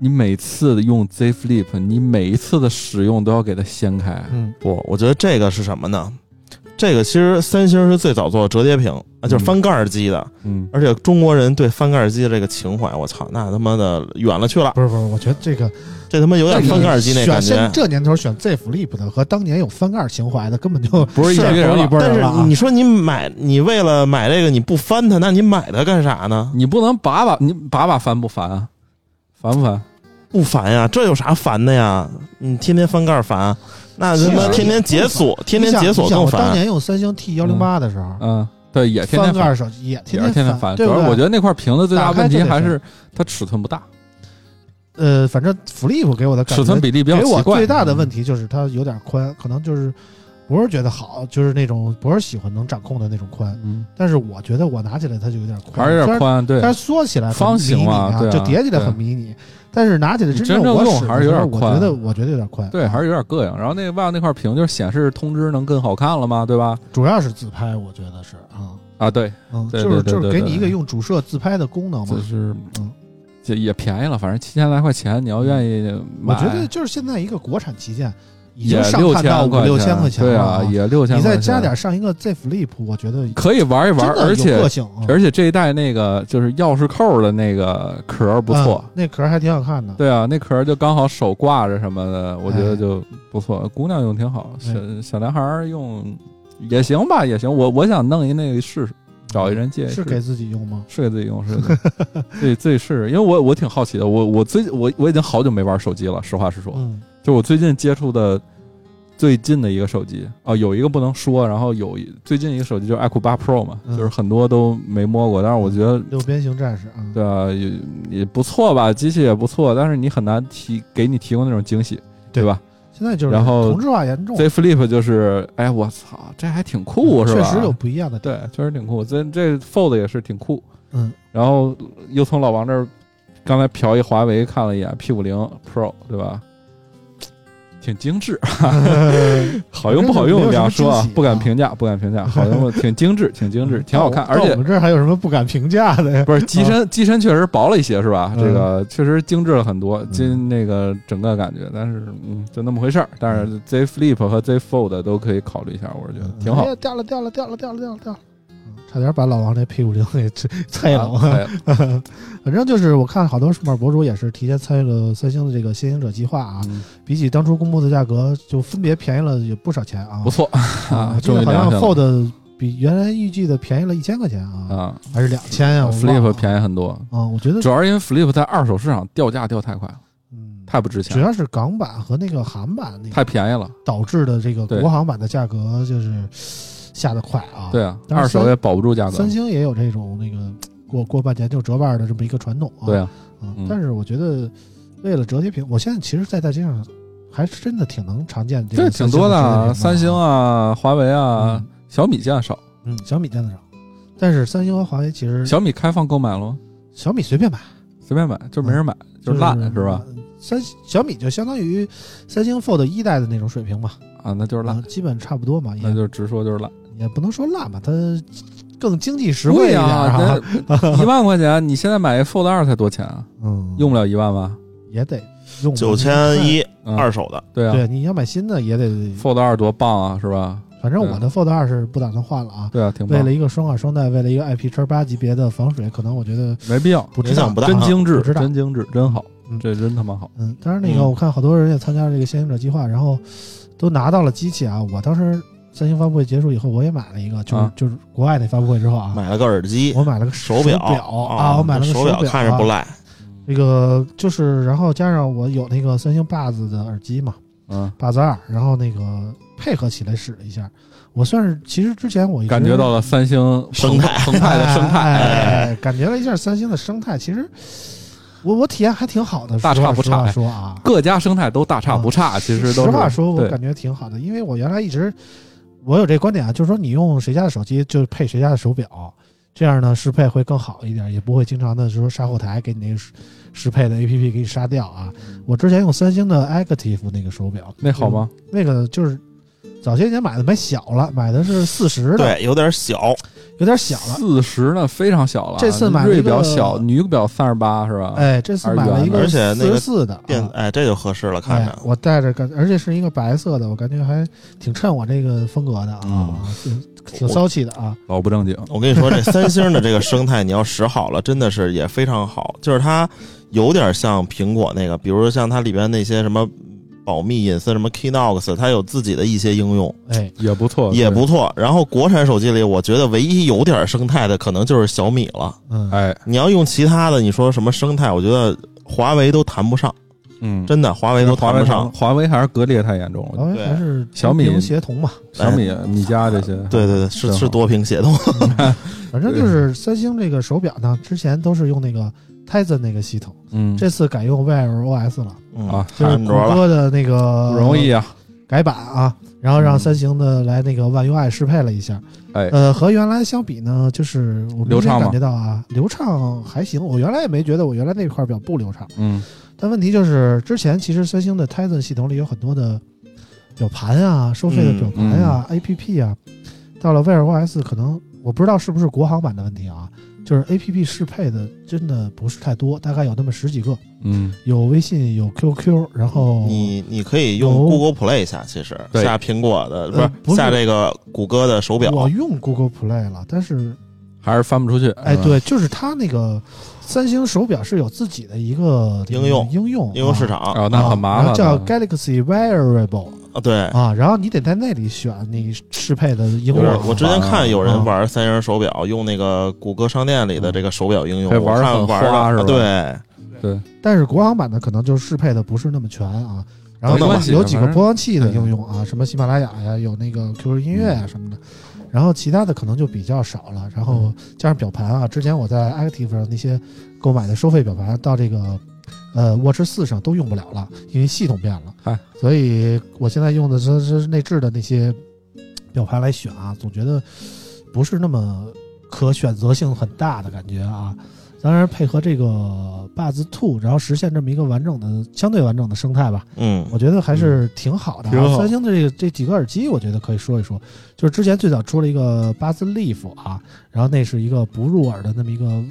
S5: 你每次用 Z Flip，你每一次的使用都要给它掀开，
S3: 嗯
S4: 不，我觉得这个是什么呢？这个其实三星是最早做折叠屏啊，就是翻盖儿机的，
S5: 嗯。
S4: 而且中国人对翻盖儿机的这个情怀，我操，那他妈的远了去了
S3: 不，是不是，我觉得这个
S4: 这他妈有点翻盖儿机那
S3: 选
S4: 感
S3: 现在
S4: 觉。
S3: 这年头选 Z Flip 的和当年有翻盖情怀的根本就
S5: 不是一
S3: 一
S5: 个人
S3: 波
S5: 了
S3: 一波
S4: 但
S3: 人
S4: 是
S3: 了啊
S4: 你。说你买，你为了买这个你不翻它，那你买它干啥呢？
S5: 你不能把把你把把烦不烦啊？烦不烦？
S4: 不烦呀，这有啥烦的呀？你天天翻盖儿烦，那他妈
S3: 其实
S4: 天天解锁，天天
S3: 你想
S4: 解锁
S3: 你想
S4: 更
S3: 我当
S4: 烦。
S3: 年用三星 T 幺零八的时候，
S5: 嗯，对，也天
S3: 翻
S5: 天
S3: 盖
S5: 烦，
S3: 手机也
S5: 也
S3: 天
S5: 是天天
S3: 翻，
S5: 烦。
S3: 对
S5: 主
S3: 不对？
S5: 要是我觉得那块屏的最大
S3: 打开
S5: 问题
S3: 就得
S5: 还是它尺寸不大，
S3: 呃，反正 Flip 给我的感觉
S5: 尺寸比例比较
S3: 给我
S5: 奇怪。
S3: 最大的问题就是它有点宽，可能就是博儿觉得好，就是那种博儿喜欢能掌控的那种宽。
S5: 嗯，
S3: 但是我觉得我拿起来它就有点宽，
S5: 还是有
S3: 虽
S5: 点
S3: 然，
S5: 宽，对
S3: 但，是缩起来很
S5: 方形
S3: 迷你
S5: 嘛
S3: 啊，
S5: 对啊
S3: 就叠起来很迷你。但是拿起来
S5: 你
S3: 正
S5: 真正
S3: 我
S5: 用
S3: 使
S5: 还是有
S3: 的时候我
S5: 点
S3: 觉得
S5: 宽
S3: 我觉得有点宽，
S5: 对，还是有点膈应。然后那外头那块屏就是显示通知能更好看了嘛，对吧？
S3: 主要是自拍，我觉得是啊。
S5: 啊，对，
S3: 嗯，
S5: 对
S3: 就是
S5: 对对
S3: 就是
S5: 对
S3: 给
S5: 对
S3: 你一个用主摄自拍的功能嘛
S5: 就。是
S3: 嗯
S5: 就也便宜了，反正七千来块钱，你要愿意
S6: 嗯
S3: 我
S5: 买，
S3: 觉得就是现在一个国产旗舰，
S6: 已经
S5: 也
S6: 上
S5: 六
S6: 看到
S5: 千
S6: 五
S5: 块
S6: 六
S5: 钱
S6: 千块钱
S5: 对
S6: 了
S5: 啊，也六千，
S6: 你再加点上一个 Z Flip，我觉得
S5: 可以玩一玩，
S6: 真的
S5: 而
S6: 有
S5: 且
S6: 个性
S3: 嗯
S6: 啊，
S5: 而且这一代那个就是钥匙扣的那个壳儿不错
S6: 嗯，那壳还挺好看的。
S5: 对啊，那壳儿就刚好手挂着什么的，我觉
S6: 哎
S5: 得就不错。姑娘用挺好，
S6: 哎
S5: 小小男孩儿用也行吧，也行。我我想弄一那个试试，找一人借一试
S6: 是给自己用吗？
S5: 是给自己用， [LAUGHS] 是给自己自己试试。因为我我挺好奇的，我我最我我已经好久没玩手机了，实话实说，
S6: 嗯，
S5: 就我最近接触的最近的一个手机啊、有一个不能说，然后有一最近一个手机就是 iQOO 八 Pro 嘛，
S6: 嗯
S5: 就是很多都没摸过，但是我觉得
S6: 六边形战士啊，
S5: 对啊，也也不错吧，机器也不错，但是你很难提给你提供那种惊喜，
S6: 对
S5: 对吧
S6: 现在就是
S5: 然后
S6: 同质化严重，
S5: ？Z Flip 就是，哎，我操，这还挺酷，是
S6: 确
S5: 吧？
S6: 实有不一
S4: [LAUGHS]
S6: 样的。
S5: 对，确实挺酷。这这 Fold 也是挺酷，
S6: 嗯，
S5: 然后又从老王这儿刚才瞟一华为看了一眼 P 五零 Pro，对吧？挺
S6: [LAUGHS]
S5: 精致，好用不好用两
S6: 没有什么惊
S5: 说啊
S6: 喜，嗯
S5: 不敢评价，不敢评
S6: [LAUGHS]
S5: 价，好用不挺精致，挺精致，挺好看，
S6: 到我
S5: 而且
S6: 到我们这儿还有什么不敢评价的呀？
S5: 不是机身，机身确实薄了一些，是吧？
S6: 嗯
S5: 这个确实精致了很多，今那个整个感觉，但是嗯，就那么回事儿。但
S6: 嗯
S5: 是 Z Flip 和 Z Fold 都可以考虑一下，我觉得挺好
S6: 哎。呀掉了掉了掉了掉了掉了掉了，嗯差点把老王这 P 五零给碎了。
S5: 啊哎
S6: 反正就是我看好多数码博主也是提前参与了三星的这个先行者计划啊，
S5: 嗯
S6: 比起当初公布的价格，就分别便宜了有不少钱啊。
S5: 不错啊
S6: 我，记
S5: 终
S6: 得
S5: 于
S6: 好
S5: 良
S6: 像
S5: 心了
S6: Fold 比原来预计的便宜了一千块钱啊，
S5: 啊
S6: 还是两千呀
S5: ，Flip
S6: 宜
S5: 便宜很多，
S6: 啊，我觉得
S5: 主要是因为 Flip 在二手市场掉价掉太快了，
S6: 嗯，
S5: 太不值
S6: 主
S5: 钱，
S6: 要是港版和那个韩版那个
S5: 太便宜了。
S6: 导致的这个
S5: 对
S6: 国行版的价格就是下的快啊。
S5: 对，啊，
S6: 但是
S5: 二手
S6: 三
S5: 也保不住价格
S6: 三。星也有这种那个过过半年就折半的这么一个传统啊。
S5: 对啊，
S6: 嗯
S5: 嗯
S6: 但是我觉觉得为了折叠屏，我现在其实在大街上还是真的挺能常见这
S5: 这
S6: 个
S5: 挺多的啊，
S6: 三
S5: 三
S6: 星
S5: 星
S6: 的折叠屏
S5: 啊，华为啊
S6: 嗯，
S5: 小米见的少，
S6: 啊，嗯，小米见的少。但是三星和华为其实
S5: 小米开放购买了吗？
S6: 小米随便买，
S5: 随便买，就没人买，
S6: 嗯就
S5: 就是烂是吧？？
S6: 三小米就相当于三星 Fold 一代的那种水平嘛，
S5: 啊，那就是烂
S6: 嗯，基本差不多嘛，
S5: 那
S6: 也
S5: 就直说就是烂，
S6: 也不能说烂吧，它更经济实惠一点
S5: 啊
S6: 啊。！
S5: 那一万块钱，你现在买一 Fold 二才多钱啊？
S6: 嗯，
S5: 用不了一万吧？
S6: 也得用吧
S4: 九千，一
S5: 嗯
S4: 二手的，
S5: 对啊
S6: 对，你要买新的也得，
S5: ，Fold 二多棒啊，是吧？
S6: 反正
S4: 嗯
S6: 我的 Fold 二是不打算换了啊。
S5: 对啊，挺
S6: 为
S5: 棒
S6: 了，一个双卡双待，为了一个 IP 叉八级别的防水，可能我觉得
S5: 没必要，
S6: 不值
S4: 影
S6: 当
S4: 响不大。
S5: 真精致，
S6: 不知道
S5: 真精致，真好
S6: 嗯，
S5: 这真他妈好。
S6: 嗯，当然那个
S4: 嗯
S6: 我看好多人也参加了这个先行者计划，然后都拿到了机器啊。我当时三星发布会结束以后，我也买了一个，就是
S5: 啊
S6: 就是国外那发布会之后啊，
S4: 买了个耳机、
S6: 我买了个
S4: 手
S6: 表
S4: 啊，
S6: 啊，我买了个
S4: 手
S6: 表啊，
S4: 看着不赖。
S6: 这个就是，然后加上我有那个三星把子的耳机嘛，
S5: 嗯，
S6: 把子二，然后那个配合起来使了一下，我算是其实之前我一直
S5: 感觉到了三星
S4: [LAUGHS] 生态
S5: 澎澎湃的生
S6: 哎
S5: 态，
S6: 哎哎感觉了一下三星的生态，其实我我体验还挺好的，
S5: 大差不差
S6: 实话说啊，嗯
S5: 各家生态都大差不差，其实都
S6: 实
S5: 是
S6: 话说，我
S5: 对
S6: 感觉挺好的，因为我原来一直我有这观点啊，就是说你用谁家的手机就配谁家的手表，这样呢适配会更好一点，也不会经常的就是说杀后台给你那个适适配的 APP 给你杀掉啊。我之前用三星的 Active 那个手表，
S5: 那好吗？
S6: 那个就是早些年买的买小了，买的是四十的，
S4: 对，有点小，
S6: 有点小了。
S5: 四十呢，非常小了。
S6: 这次买了一
S5: 瑞
S6: 个
S5: 表小，女表三十八啊是吧？
S6: 哎，这次买了一
S4: 而
S6: 个
S4: 且
S6: 四
S4: 那个
S6: 十四的啊
S4: 电哎，这就合适了，看
S6: 哎
S4: 着，。
S6: 我戴着感，而且是一个白色的，我感觉还挺衬我这个风格的
S5: 嗯
S6: 啊，挺挺骚气的啊。
S5: 老不正经，
S4: 我跟你说，这三星的这个生态，你要使好了，真的是也非常好。就是它有点像苹果那个，比如说像它里边那些什么保密隐私，什么 Keynox，它有自己的一些应用，
S6: 哎，
S5: 也不错，
S4: 也
S5: 哦对
S4: 不错。然后国产手机里，我觉得唯一有点生态的，可能就是小米了。
S6: 嗯，
S5: 哎，
S4: 你要用其他的，你说什么生态，我觉得华为都谈不上，
S5: 嗯，
S4: 真的，华为都
S5: 华
S4: 谈
S5: 为
S4: 不上。哎
S5: 华为还是割裂太严重
S6: 华
S5: 了。
S6: 为
S4: 对
S6: 还是
S5: 小米
S6: 屏协
S5: [LAUGHS]
S6: 同嘛，
S5: 小米、啊米家这些，
S4: 对对对，是
S5: 真好
S4: 是多屏协同，
S6: 嗯反正就是三星这个手表呢，之前都是用那个 Tizen 那个系统，
S5: 嗯，
S6: 这次改用 Wear OS 了，
S4: 嗯 [LAUGHS]
S5: 啊
S6: 就是
S4: 安
S6: 谷
S4: 卓了。
S6: 歌的那个
S5: 不容易啊。
S6: 改版啊，然后让
S5: 嗯
S6: 三星的来那个 One UI 适配了一下。
S5: 哎
S6: 呃，和原来相比呢，就是我明
S5: 流
S6: 显
S5: 畅吗
S6: 感觉到啊，流畅还行。我原来也没觉得我原来那块表不流畅，
S5: 嗯，
S6: 但问题就是之前其实三星的 Tizen 系统里有很多的表盘啊，收费的表盘啊、APP 啊，到了 Wear OS 可能我不知道是不是国行版的问题啊，就是 A P P 适配的真的不是太多，大概有那么十几个，
S5: 嗯，
S6: 有微信，有 Q Q，然后
S4: 你你可以用
S6: 有
S4: Google Play 一下，其实
S5: 对
S4: 下苹果的
S6: 呃
S4: 不
S6: 不
S4: 是
S6: 是
S4: 下这个谷歌的手表，
S5: 啊
S6: 我用 Google Play 了，但是
S5: 还是翻不出去。
S6: 哎，
S5: 是
S4: 嗯
S5: 吧，
S6: 对，就是它那个三星手表是有自己的一个
S4: 应用
S6: 应用啊
S4: 应用市场
S5: 哦，那很麻
S6: 啊然
S5: 烦
S6: 后
S5: 了。
S6: 叫 Galaxy Wearable
S4: 啊，对，
S6: 啊，然后你得在那里选你适配的应
S4: 有
S6: 用
S4: 点
S5: 我
S4: 儿。我之前看有人
S6: 啊
S4: 玩三星手表，用那个谷歌商店里的这个手表应
S5: 哎
S4: 用，我
S5: 玩得
S4: 看
S5: 很
S4: 玩
S5: 花
S4: 的
S5: 是吧
S4: 对，
S5: 对，
S6: 但是国行版的可能就适配的不是那么全啊。然后
S4: 没关
S5: 系
S6: 有有几个
S5: 反正
S6: 播放器的应用啊，什么喜马拉雅呀，有那个 QQ 音乐啊呀什么的，然后其他的可能就比较少了。然后加上表盘啊，之前我在 Active 上那些购买的收费表盘到这个呃 Watch 四上都用不了了，因为系统变了。
S5: 嗨
S6: 所以我现在用的是是内置的那些表盘来选啊，总觉得不是那么可选择性很大的感觉啊。当然，配合这个 Buzz Two，然后实现这么一个完整的、相对完整的生态吧，
S4: 嗯，
S6: 我觉得还是挺好的、
S5: 挺
S6: 啊。
S5: 好
S6: 三星的这个这几个耳机，我觉得可以说一说。就是之前最早出了一个 Buzz Leaf 啊，然后那是一个不入耳的那么一个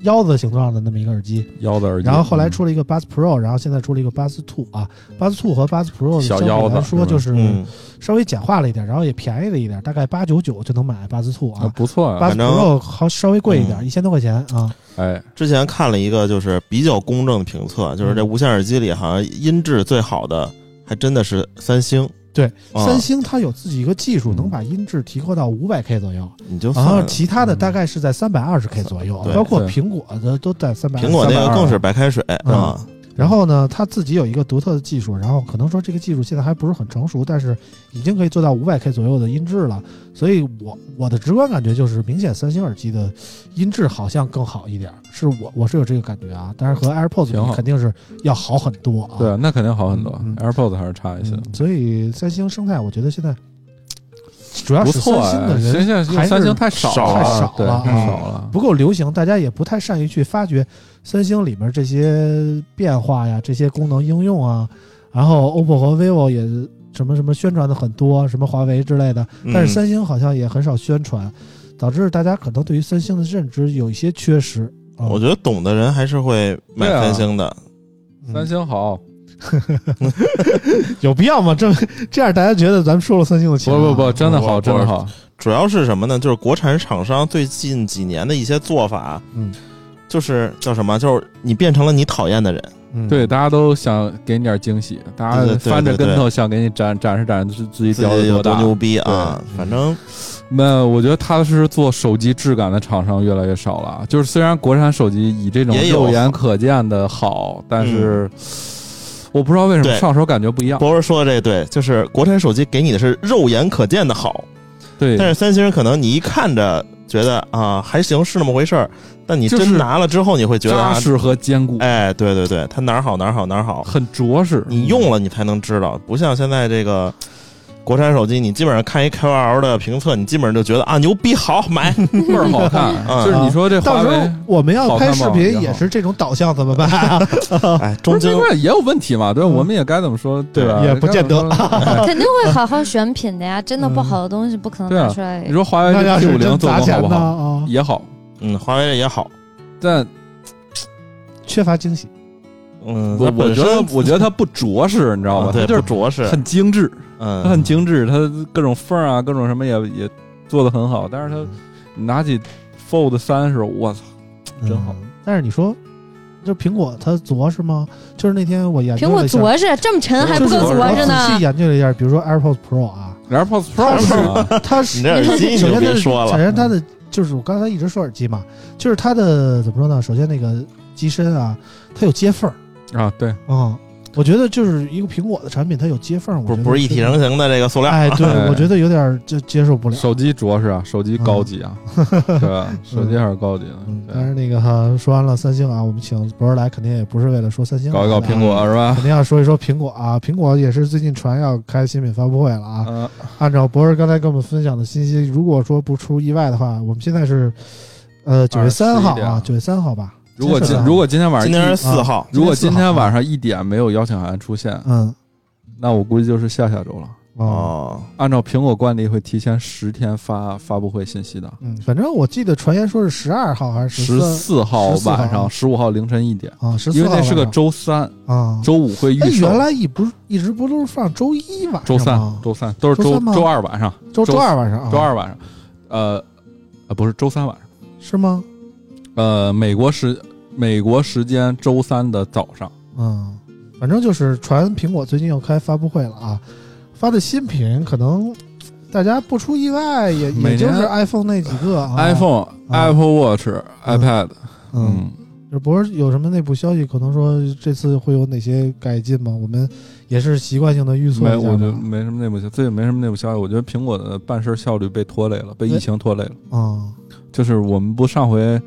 S6: 腰子形状的那么一个耳机，
S5: 腰子耳机。嗯
S6: 然后后来出了一个 Buzz Pro，然后现在出了一个 Buzz Two 啊，Buzz Two 和 Buzz Pro 的
S5: 小
S6: 相
S5: 腰
S6: 比
S5: 子
S6: 来
S5: 是吧
S6: 说就是
S4: 嗯，
S6: 稍微简化了一点，然后也便宜了一点，大概八九九就能买 Buzz Two
S5: 啊，
S6: 啊
S5: 不错啊，
S6: ，Buzz
S4: 反正
S6: Pro 好稍微贵一点，
S4: 嗯
S6: 一千多块钱啊。
S5: 哎，
S4: 之前看了一个就是比较公正的评测，就是
S6: 嗯
S4: 这无线耳机里好像音质最好的还真的是三星，
S6: 对
S4: 啊，
S6: 三星它有自己一个技术，
S5: 嗯
S6: 能把音质提高到五百 K 左右，
S4: 你就
S6: 然后
S4: 算
S6: 啊其他的大概是在三百二十 K 左右
S4: 对，
S6: 包括
S5: 对
S6: 苹果的都在三百。
S4: 苹果那个更是白开水
S6: 嗯
S4: 啊，
S6: 然后呢，它自己有一个独特的技术，然后可能说这个技术现在还不是很成熟，但是已经可以做到五百 K 左右的音质了。所以我我的直观感觉就是，明显三星耳机的音质好像更好一点，是我我是有这个感觉啊。但是和 AirPods
S5: 挺好
S6: 比肯定是要好很多啊。
S5: 对，那肯定好很多
S6: 嗯。
S5: AirPods 还是差一些
S6: 嗯，，所以三星生态，我觉得现在主要
S5: 不
S6: 是三
S5: 错
S6: 星
S5: 哎
S6: 的。人
S5: 现在
S6: 还
S5: 用
S6: 是
S5: 三星太少
S4: 少
S6: 了嗯
S5: 了，对，
S6: 少了
S5: 太少了。
S6: 不够流行，大家也不太善于去发掘三星里面这些变化呀、这些功能应用啊。然后 OPPO 和 vivo 也什么什么宣传的很多，什么华为之类的，
S4: 嗯
S6: 但是三星好像也很少宣传，导致大家可能对于三星的认知有一些缺失。啊
S4: 我觉得懂的人还是会买
S5: 对啊
S4: 三星的，
S6: 嗯
S5: 三星好，
S6: 有必要吗？这这样大家觉得咱们收了三星的钱
S5: 不
S6: 啊、
S5: 不不，真的好，
S4: 我
S5: 真的好，
S4: 主要是什么呢？就是国产厂商最近几年的一些做法，
S6: 嗯，
S4: 就是叫什么？就是你变成了你讨厌的人，
S6: 嗯
S5: 对，大家都想给你点惊喜，大
S4: 对对
S5: 家
S4: 对
S5: 翻着
S4: 对
S5: 跟
S4: 对
S5: 头想给你展展示展示自自己
S4: 自
S5: 屌
S4: 己
S5: 有
S4: 有
S5: 多
S4: 多
S5: 大。
S4: 牛逼啊！反正
S5: 那我觉得踏踏实实做手机质感的厂商越来越少了。就是虽然国产手机以这种
S4: 也有嗯
S5: 肉眼可见的好，但是我不知道为什么
S4: 对
S5: 上手感觉不一样。
S4: 博士说的这对，就是国产手机给你的是肉眼可见的好，
S5: 对，
S4: 但是三星可能你一看着觉得啊还行是那么回事儿，但你
S5: 就是
S4: 真拿了之后你会觉得
S5: 扎
S4: 啊，
S5: 实和坚固，
S4: 哎，对对对，它哪儿好哪儿好哪儿好，
S5: 很着实。
S4: 你用了你才能知道，不像现在这个。国产手机，你基本上看一 QL 的评测，你基本上就觉得啊牛逼好
S5: [LAUGHS]
S4: 买，
S5: 倍儿好 [LAUGHS] 看
S4: 嗯，
S5: 就是你说这华
S6: 到时
S5: 为
S6: 候。我们要拍视
S5: 好看吗
S6: 频也是这种导向，怎么办、啊？
S4: 哎，
S5: 不
S4: 中
S5: 是
S4: 间
S5: 这块也有问题嘛？对吧，
S6: 嗯
S5: 我们也该怎么说，对吧？
S6: 也不见得
S5: 该怎么说
S2: 肯定
S6: 嗯
S2: 会好好选品的呀，真的不好的东西不可能拿出来
S5: 你。说华为
S6: 那要
S5: 这 P
S6: 是
S5: 五零
S6: 真 [LAUGHS]
S5: 做
S6: 砸
S5: 工好
S6: 钱
S5: 不
S6: 呢
S5: 好？
S6: 啊，
S5: 也好，
S4: 嗯，华为这也好，
S5: 但
S6: 缺乏惊喜。
S4: 嗯，它
S5: 我我
S4: 本
S5: 觉
S4: 身
S5: 得，我觉得它不着实，你知道
S4: 啊
S5: 吗？
S4: 对，
S5: 它
S4: 不
S5: 就是
S4: 着实，
S5: 很精致，它
S4: 嗯
S5: 很精致，它各种缝儿啊，各种什么也也做的很好。但是它拿起 Fold 三时候，我操，真好
S6: 嗯但是你说，就苹果它着实吗？就是那天我研究
S2: 苹果
S6: 了一下
S2: 着实，啊这么沉还不够啊着
S6: 就是
S2: 实
S6: 我仔细
S2: 呢。
S6: 研究了一下，比如说 AirPods Pro
S4: [LAUGHS]
S6: 啊，
S5: [LAUGHS] AirPods
S6: 它
S5: [LAUGHS] Pro
S6: 是
S5: 嘛
S6: 它
S4: 你
S6: 是
S4: 这耳机你
S6: 首
S4: 就
S6: 先它
S4: 别
S6: 是
S4: 说
S6: 首
S4: 了，嗯
S6: 先它的就是我刚才一直说耳机嘛，就是它的怎么说呢？首先那个机身啊，它有接缝儿
S5: 啊，对，
S6: 啊、嗯我觉得就是一个苹果的产品，它有接缝儿，我
S4: 不
S6: 觉得
S4: 不是一
S6: 真
S4: 体成型的啊这个塑料，
S6: 哎，对
S5: 哎，
S6: 我觉得有点儿就接受不了。
S5: 手机着实啊，手机高级啊，对 [LAUGHS] 吧？手机还是高级的
S6: 嗯，，但
S5: 对
S6: 是那个哈，说完了三星啊，我们请博士来，肯定也不是为了说三星，
S5: 搞一搞
S6: 来的啊
S5: 苹果是吧？
S6: 肯定要说一说苹果啊，苹果也是最近传要开新品发布会了啊。
S5: 嗯，
S6: 按照博士刚才给我们分享的信息，如果说不出意外的话，我们现在是呃九月三号
S5: 11点
S6: 啊，九月三号吧。
S5: 如果
S6: 今
S5: 今
S6: 天是
S5: 如果今天晚
S4: 今
S5: 上
S4: 天是
S5: 一。
S4: 四号，
S5: 如果
S6: 今
S5: 今
S6: 天是四
S5: 天
S6: 号
S5: 晚上一点没有邀请函出现，
S6: 嗯
S5: 那我估计就是下下周了。
S3: 哦，
S4: 啊，
S5: 按照苹果惯例会提前十天发发布会信息的，
S6: 嗯，反正我记得传言说是十二号还是
S5: 十
S6: 四
S5: 四号
S6: 14号
S5: 晚上，十五号凌晨一点，
S6: 啊，十四
S5: 因为
S6: 号
S5: 那是个
S6: 晚上
S5: 周三，
S6: 啊。
S5: 周五会预
S6: 哎，
S5: 售。
S6: 原来一不是一直不都是放周一晚上
S5: 周三
S6: 吗，
S5: 周三都是
S6: 周
S5: 周
S6: 三吗
S5: 周二晚上，
S6: 周
S5: 周
S6: 周二晚上啊，
S5: 周二晚上，呃，呃，不是周三晚上，
S6: 是吗？
S5: 呃，美国时美国时间周三的早上，
S6: 嗯，反正就是传苹果最近要开发布会了啊，发的新品可能大家不出意外也
S5: 每
S6: 也就
S5: 年
S6: 是 iPhone 那几个啊
S5: iPhone、
S6: 啊
S5: Apple Watch、iPad，
S6: 嗯，
S5: 嗯，
S6: 就不是有什么内部消息，可能说这次会有哪些改进吗？我们也是习惯性的预测
S5: 没，
S6: 一下
S5: 我就
S6: 吧。
S5: 没什么内部消，最近没什么内部消息，我觉得苹果的办事效率被拖累了，被疫情拖累了。
S6: 啊，
S5: 就是我们不上回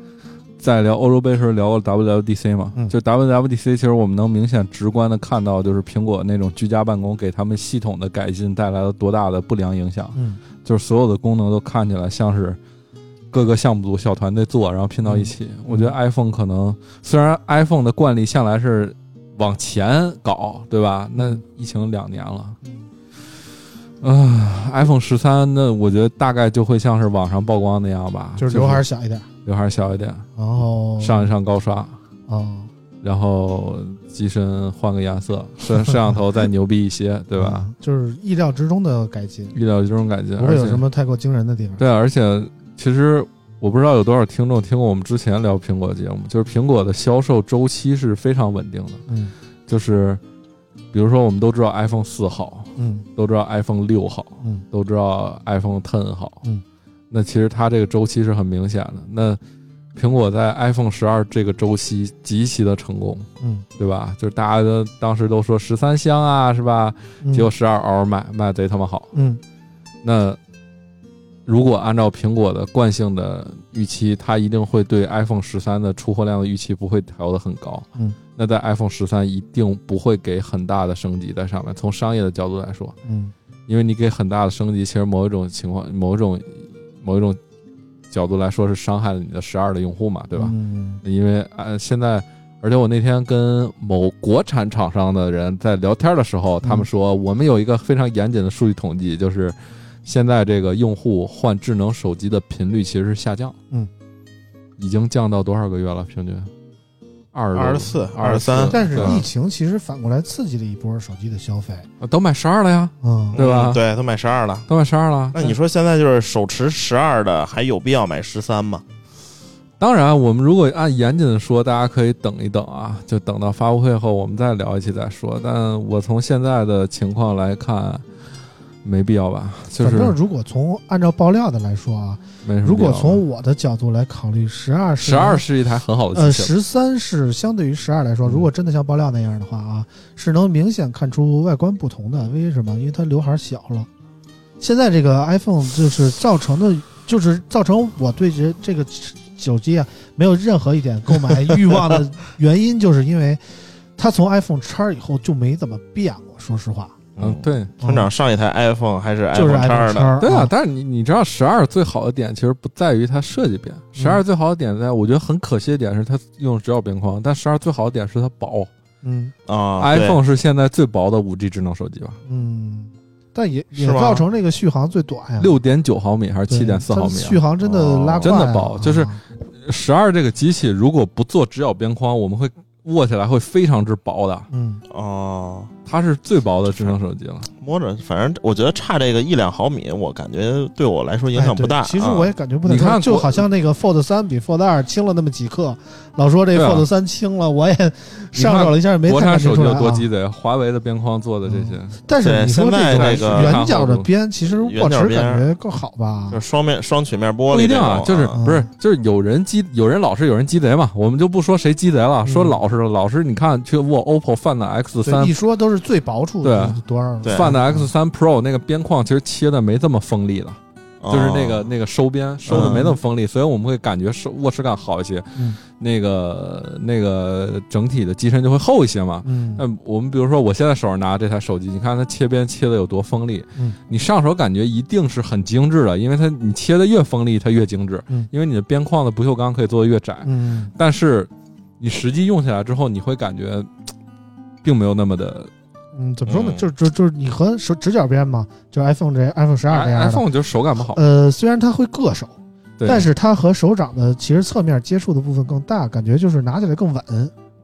S5: 在聊欧洲杯时候聊过 WWDC 嘛，
S6: 嗯
S5: 就 WWDC 其实我们能明显直观的看到，就是苹果那种居家办公给他们系统的改进带来了多大的不良影响，
S6: 嗯，
S5: 就是所有的功能都看起来像是。各个项目组小团队做，然后拼到一起。
S6: 嗯
S5: 我觉得 iPhone 可能虽然 iPhone 的惯例向来是往前搞，对吧？那疫情两年了，
S6: 嗯
S5: 啊、i p h o n e 十三，那我觉得大概就会像是网上曝光那样吧，
S6: 就是刘海小一点，
S5: 刘海小一点，
S6: 然后
S5: 啊上一上高刷，
S6: 啊，
S5: 然后机身换个颜色，
S6: [LAUGHS]
S5: 摄摄像头再牛逼一些，对吧？
S6: 嗯？就是意料之中的改进，
S5: 遇到这种感觉，
S6: 不
S5: 而
S6: 会
S5: 且
S6: 有什么太过惊人的地方。
S5: 对，啊而且其实我不知道有多少听众听过我们之前聊苹果的节目，就是苹果的销售周期是非常稳定的，
S6: 嗯
S5: 就是比如说我们都知道 iPhone 四好，
S6: 嗯
S5: 都知道 iPhone 六好，
S6: 嗯，
S5: 都知道 iPhone Ten 好，
S6: 嗯，
S5: 那其实它这个周期是很明显的。那苹果在 iPhone 十二这个周期极其的成功，
S6: 嗯
S5: 对吧？就是大家都当时都说十三香啊，是吧？
S6: 嗯，
S5: 结果十二嗷卖卖贼他妈好。
S6: 嗯
S5: 那如果按照苹果的惯性的预期，它一定会对 iPhone 十三的出货量的预期不会调得很高。
S6: 嗯，
S5: 那在 iPhone 十三一定不会给很大的升级在上面。从商业的角度来说，
S6: 嗯
S5: 因为你给很大的升级，其实某一种情况、某一种、某一种角度来说是伤害了你的十二的用户嘛，对吧？
S6: 嗯
S5: 因为呃，现在，而且我那天跟某国产厂商的人在聊天的时候，他
S6: 嗯
S5: 们说我们有一个非常严谨的数据统计，就是现在这个用户换智能手机的频率其实是下降，
S6: 嗯，
S5: 已经降到多少个月了？平均二十多
S4: 二十四、
S5: 二
S4: 二
S5: 十
S4: 十三，
S6: 但是
S5: 对吧
S6: 疫情其实反过来刺激了一波手机的消费，
S5: 啊都买十二了呀，
S6: 嗯，
S5: 对吧
S4: 嗯对，都买十二了。
S5: 都买十二了。
S4: 那你说现在就是手持十二的，还有必要买十三吗？
S5: 当然，我们如果按严谨的说，大家可以等一等啊，就等到发布会后我们再聊一期再说。但我从现在的情况来看，没必要吧？就
S6: 反
S5: 是
S6: 正如果从按照爆料的来说啊，
S5: 没什么必要吧。
S6: 如果从我的角度来考虑，十二
S5: 十二是一台很好的
S6: 呃，
S5: 机器了，
S6: 十三是相对于十二来
S5: 嗯
S6: 说，如果真的像爆料那样的话啊，是能明显看出外观不同的。为什么？因为它刘海小了。现在这个 iPhone 就是造成的，就是造成我对这这个手机啊没有任何一点购
S5: [LAUGHS]
S6: 买欲望的原因，就是因为它从 iPhone 叉以后就没怎么变过。说实话，嗯
S5: 嗯，对。
S4: 村长上一台 iPhone 还是
S6: 就是
S4: iPhone 叉
S6: iPhone
S4: 的，
S6: 叉，
S5: 对啊，，但是你你知道十二最好的点其实不在于它设计变，十
S6: 嗯
S5: 二最好的点在我觉得很可惜的点是它用直角边框，但十二最好的点是它薄。
S6: 嗯
S4: 啊
S5: iPhone 是现在最薄的五 G 智能手机吧？
S6: 嗯，但也也
S4: 是吗
S6: 造成这个续航最短呀、
S5: 六点九毫米还是
S6: 对
S5: 七点四
S6: 它
S5: 毫米啊？
S6: 续航真的拉
S4: 哦
S6: 胯
S5: 真
S6: 呀、
S5: 的薄就是
S6: 啊
S5: 十二这个机器如果不做直角边框，我们会握起来会非常之薄的，
S6: 嗯
S4: 哦，
S5: 它是最薄的智能手机了。
S4: 摸着，反正我觉得差这个一两毫米，我感觉对我来说影响不大。
S6: 哎对其实我也感觉不太
S5: 你
S6: 大，
S5: 看
S6: 就
S5: 国
S6: 好像那个 Fold 三比 Fold 二轻了那么几克，老说这
S5: 对啊
S6: Fold 三轻了，我也 [LAUGHS] 上手了一下，没
S5: 国
S6: 太
S5: 产
S6: 感觉
S5: 手
S6: 出
S5: 机
S6: 来
S5: 有多
S6: 啊。嗯
S5: 鸡贼，华为的边框做的这些，
S6: 但是
S4: 对
S6: 你
S4: 现
S6: 说
S4: 在
S6: 种
S4: 这个
S6: 圆角的边，其实
S4: 圆
S6: 握
S4: 角
S6: 持
S4: 边
S6: 感觉更好吧
S4: 啊就？是双面双曲面玻
S5: 不
S4: 璃
S5: 一
S4: 这
S5: 定
S4: 种
S5: 啊，就是
S6: 嗯
S5: 不是就是有人鸡，有人老是有人鸡贼嘛，我们就不说谁鸡贼了，说
S6: 嗯
S5: 老实的，老实你看去握 OPPO Find X
S6: 对，
S5: 三
S6: 一。说都是最薄处的
S5: 对
S6: 多少？
S4: 对
S5: Find X 三 Pro 那个边框其实切的没这么锋利的，
S4: 哦嗯
S5: 就是那个那个收边收的没那么锋利，所以我们会感觉手握持感好一些，
S6: 嗯
S5: 那个那个整体的机身就会厚一些嘛。
S6: 嗯
S5: 那我们比如说，我现在手上拿这台手机，你看它切边切的有多锋利，
S6: 嗯
S5: 你上手感觉一定是很精致的，因为它你切的越锋利，它越精致，
S6: 嗯
S5: 因为你的边框的不锈钢可以做的越窄，
S6: 嗯
S5: 嗯但是你实际用起来之后，你会感觉嘖并没有那么的
S6: 嗯，怎么说呢？
S4: 嗯
S6: 就是就就是你和手指甲边嘛，就是 iPhone 这 iPhone 十二这样的
S5: iPhone 就手感不好，
S6: 呃，虽然它会硌手，
S5: 对
S6: 但是它和手掌的其实侧面接触的部分更大，感觉就是拿起来更稳。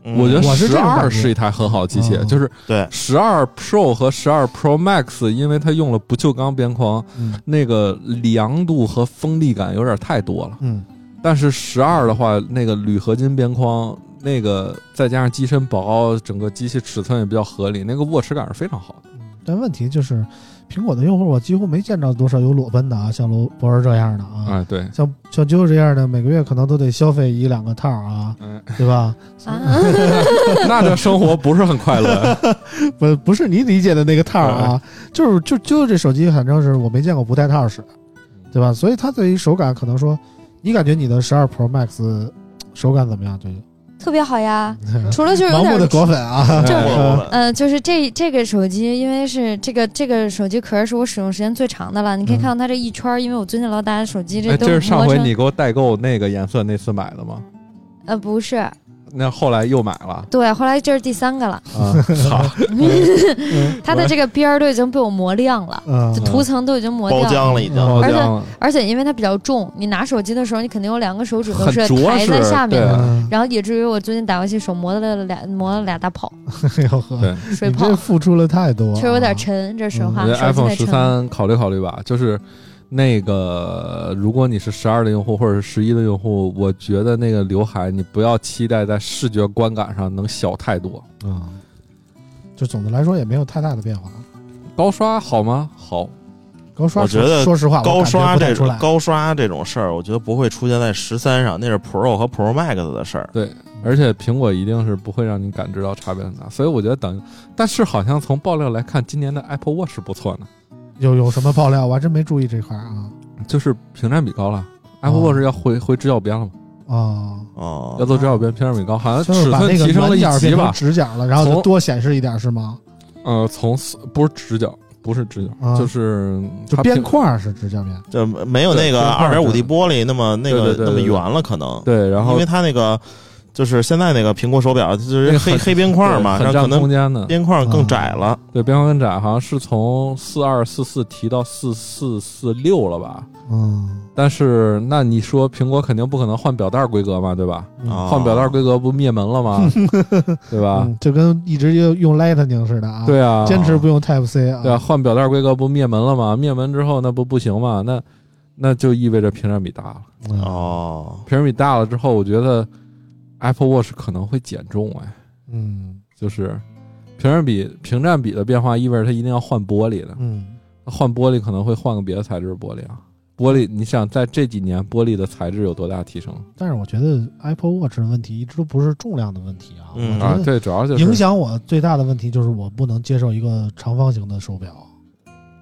S4: 嗯
S5: 我觉得
S6: 我是这
S5: 十
S6: 种感觉
S5: 二是一台很好的机械，
S6: 嗯
S5: 就是
S4: 对，
S5: 十二 Pro 和十二 Pro Max，因为它用了不锈钢边框，
S6: 嗯
S5: 那个凉度和锋利感有点太多了。
S6: 嗯，
S5: 但是十二的话，那个铝合金边框，那个再加上机身薄，整个机器尺寸也比较合理，那个握持感是非常好的。
S6: 但问题就是，苹果的用户我几乎没见着多少有裸奔的啊，像罗博尔这样的啊，
S5: 哎，对， [LAUGHS]
S6: 像像啾啾这样的，每个月可能都得消费一两个套啊，
S5: 嗯，
S6: 对吧？
S2: 啊， [LAUGHS]
S5: 那这生活不是很快 [LAUGHS] 乐。
S6: 不不是你理解的那个套啊，
S5: 嗯
S6: 就是就就这手机，反正是我没见过不带套使的，
S5: 嗯
S6: 对吧？所以它对于手感可能说，你感觉你的十二 Pro Max 手感怎么样？对，
S2: 特别好呀。除了就是有
S6: 嗯盲目
S2: 点
S6: 的果粉啊，
S2: 就是
S4: 我我
S2: 呃，就是这这个手机，因为是这个这个手机壳是我使用时间最长的了，你可以
S6: 嗯
S2: 看到它这一圈儿，因为我最近老打手机
S5: 哎，
S2: 都
S5: 这是上
S2: 磨
S5: 回
S2: 成
S5: 你给我代购那个颜色那次买的吗？
S2: 呃不是，
S5: 那后来又买了
S2: 对，后来这是第三个了，
S5: 啊，好，
S6: 嗯
S2: [LAUGHS] 它的这个边儿都已经被我磨亮了，
S6: 嗯
S2: 就
S5: 嗯
S2: 涂层都已经磨
S4: 包
S2: 掉了。
S4: 浆了已经。
S5: 包
S2: 而且
S5: 浆
S2: 而且因为它比较重，你拿手机的时候，你肯定有两个手指头
S5: 很
S2: 是
S5: 着
S2: 抬在
S5: 实
S2: 下面
S5: 对
S2: 的，
S6: 嗯，
S2: 然后以至于我最近打游戏手磨了俩磨了俩大泡
S6: 哎呦呵，
S5: 对
S2: 水
S6: 你
S2: 泡
S6: 这，付出了太多啊，
S2: 确实有点沉，这
S6: 嗯
S2: 实话。
S5: 我觉
S2: 手机
S5: 得 iPhone
S2: 太
S5: 十
S2: 沉了。
S5: 三考虑考虑吧，就是那个，如果你是十二的用户或者是十一的用户，我觉得那个刘海你不要期待在视觉观感上能小太多。
S6: 啊。就总的来说也没有太大的变化。
S5: 高刷好吗？好，
S6: 高刷
S4: 我
S6: 说，
S4: 觉得
S6: 说实话，
S4: 高刷
S6: 我感觉
S4: 这
S6: 不太出
S4: 种
S6: 来
S4: 高刷这种事儿，我觉得不会出现在十三上，那是 Pro 和 Pro Max 的事儿。
S5: 而且苹果一定是不会让你感知到差别很大，所以我觉得等，但是好像从爆料来看，今年的 Apple Watch 不错呢，
S6: 有有什么爆料，我还真没注意这块儿啊。
S5: 就是屏占比高了。Apple
S6: 哦
S5: Watch 要回回直角边了嘛？
S6: 哦，
S4: 哦
S5: 要，做直角边，屏占比高，好像
S6: 就是
S5: 啊尺
S6: 把
S5: 寸
S6: 那个
S5: 提升了
S6: 软
S5: 一
S6: 角
S5: 级
S6: 变成
S5: 吧？
S6: 直角了，然后就
S5: 从
S6: 多显示一点是吗？
S5: 呃，从四不是直角，不是直角，
S6: 啊
S5: 就是
S6: 就
S5: 它
S6: 边
S5: 屏
S6: 框是直角边，
S4: 就没有
S5: 对
S4: 那个
S5: 这块
S4: 二
S5: 儿
S4: 点五
S5: 是
S4: D 玻璃那么那个
S5: 对对对
S4: 那么
S5: 对对
S4: 圆了，可能
S5: 对，然后
S4: 因为它那个就是现在那个苹果手表就是
S5: 那个
S4: 黑
S5: 很
S4: 黑边框嘛，
S5: 对
S4: 然
S5: 很
S4: 后可
S5: 占空嗯
S4: 能
S5: 间的。
S4: 边框更窄了。
S5: 对，边框更窄，好像是从四二四四提到四四四六了吧？
S6: 嗯，
S5: 但是那你说苹果肯定不可能换表带规格嘛，对吧？
S4: 啊
S5: 嗯换表带规格不灭门
S6: [LAUGHS]
S5: 了吗？对
S6: 哦
S5: 吧？
S6: 嗯就跟一直用用 Lightning 似的啊，
S5: 啊对啊，
S6: 坚持不用 Type C
S5: 对啊，
S6: 啊，
S5: 换表带规格不灭门了吗？灭门之后那不不行吗？那那就意味着屏占比大了，
S6: 嗯，
S4: 哦，
S5: 屏占比大了之后，我觉得 Apple Watch 可能会减重哎。
S6: 嗯
S5: 就是屏占比屏占比的变化意味着它一定要换玻璃的，
S6: 嗯，
S5: 换玻璃可能会换个别的材质玻璃啊。玻璃，你想在这几年玻璃的材质有多大提升
S6: 但是我觉得 Apple Watch 的问题一直都不是重量的问题啊，
S4: 嗯
S6: 我
S5: 啊？
S6: 觉得
S5: 对，主要就是
S6: 影响我最大的问题就是我不能接受一个长方形的手表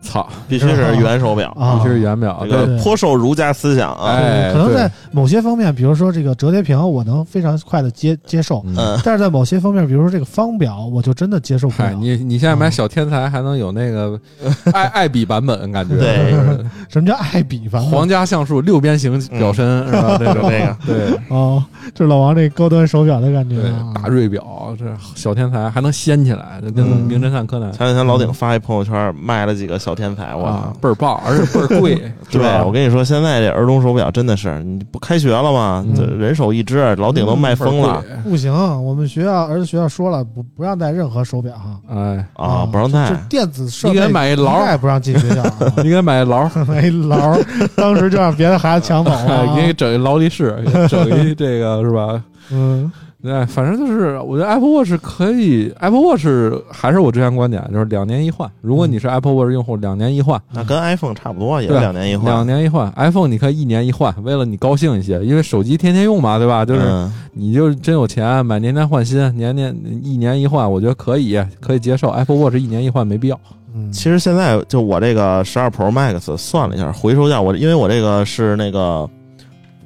S5: 操，
S4: 嗯必须是圆手表，
S6: 啊，
S5: 必须是圆表
S4: 这，
S5: 对
S4: 个颇受儒家思想啊。
S5: 哎，
S6: 可能
S5: 对
S6: 在某些方面，比如说这个折叠屏，我能非常快的接接受，
S5: 嗯，
S4: [LAUGHS] 嗯，
S6: 但是在某些方面，比如说这个方表，我就真的接受不
S5: 嗨，
S6: 了。
S5: 哎你你现在买小天才还能有那个
S6: 嗯
S5: 爱 [LAUGHS] 爱彼版本，感觉
S4: 对嗯
S5: 就是
S6: 什么叫爱比方？
S5: [LAUGHS] 皇家橡树六边形表身是吧？那种
S4: 那个
S5: 对
S6: 哦，这是老王这高端手表的感觉
S5: 对
S6: 啊，
S5: 大瑞表，这小天才还能掀起来，就跟
S6: 嗯
S5: 名侦探柯南
S4: 前两天老顶发一朋友圈，卖了几个小天才，我
S5: 嗯啊
S4: 操！
S5: 倍儿棒，而且倍儿贵，
S4: [LAUGHS]
S5: 是
S4: 对
S5: 吧？，
S4: 我跟你说，现在这儿童手表真的是，你不开学了吗？
S5: 嗯
S4: 这人手一只，老顶都卖疯了
S5: 倍儿贵。
S6: 不行，我们学校儿子学校说了，不不让带任何手表哈
S5: 哎，
S4: 啊，不让
S6: 就
S4: 带
S6: 就。电子设
S5: 你给他
S6: 备
S5: 买一
S6: 一
S5: 劳，
S6: 概不让进学
S5: [LAUGHS]
S6: 校啊，
S5: 你给他买一
S6: [LAUGHS]
S5: 劳，
S6: 买一劳儿，当时就让别的孩子抢走了
S5: 哎， [LAUGHS]
S6: 啊
S5: 你。给整一劳力士，给整一这个是吧？
S6: 嗯
S5: 哎，反正就是，我觉得 Apple Watch 可以，Apple Watch 还是我之前观点，就是两年一换。
S4: 嗯
S5: 如果你是 Apple Watch 用户，两年一换，
S4: 那跟 iPhone 差不多，也是
S5: 对啊
S4: 两年一换。
S5: 两年一换。iPhone 你可以一年一换，为了你高兴一些，因为手机天天用嘛，对吧？就是
S4: 嗯
S5: 你就是真有钱，买年年换新，年年一年一换，我觉得可以，可以接受。Apple Watch 一年一换没必要。
S6: 嗯，
S4: 其实现在就我这个十二 Pro Max 算了一下，回收价我因为我这个是那个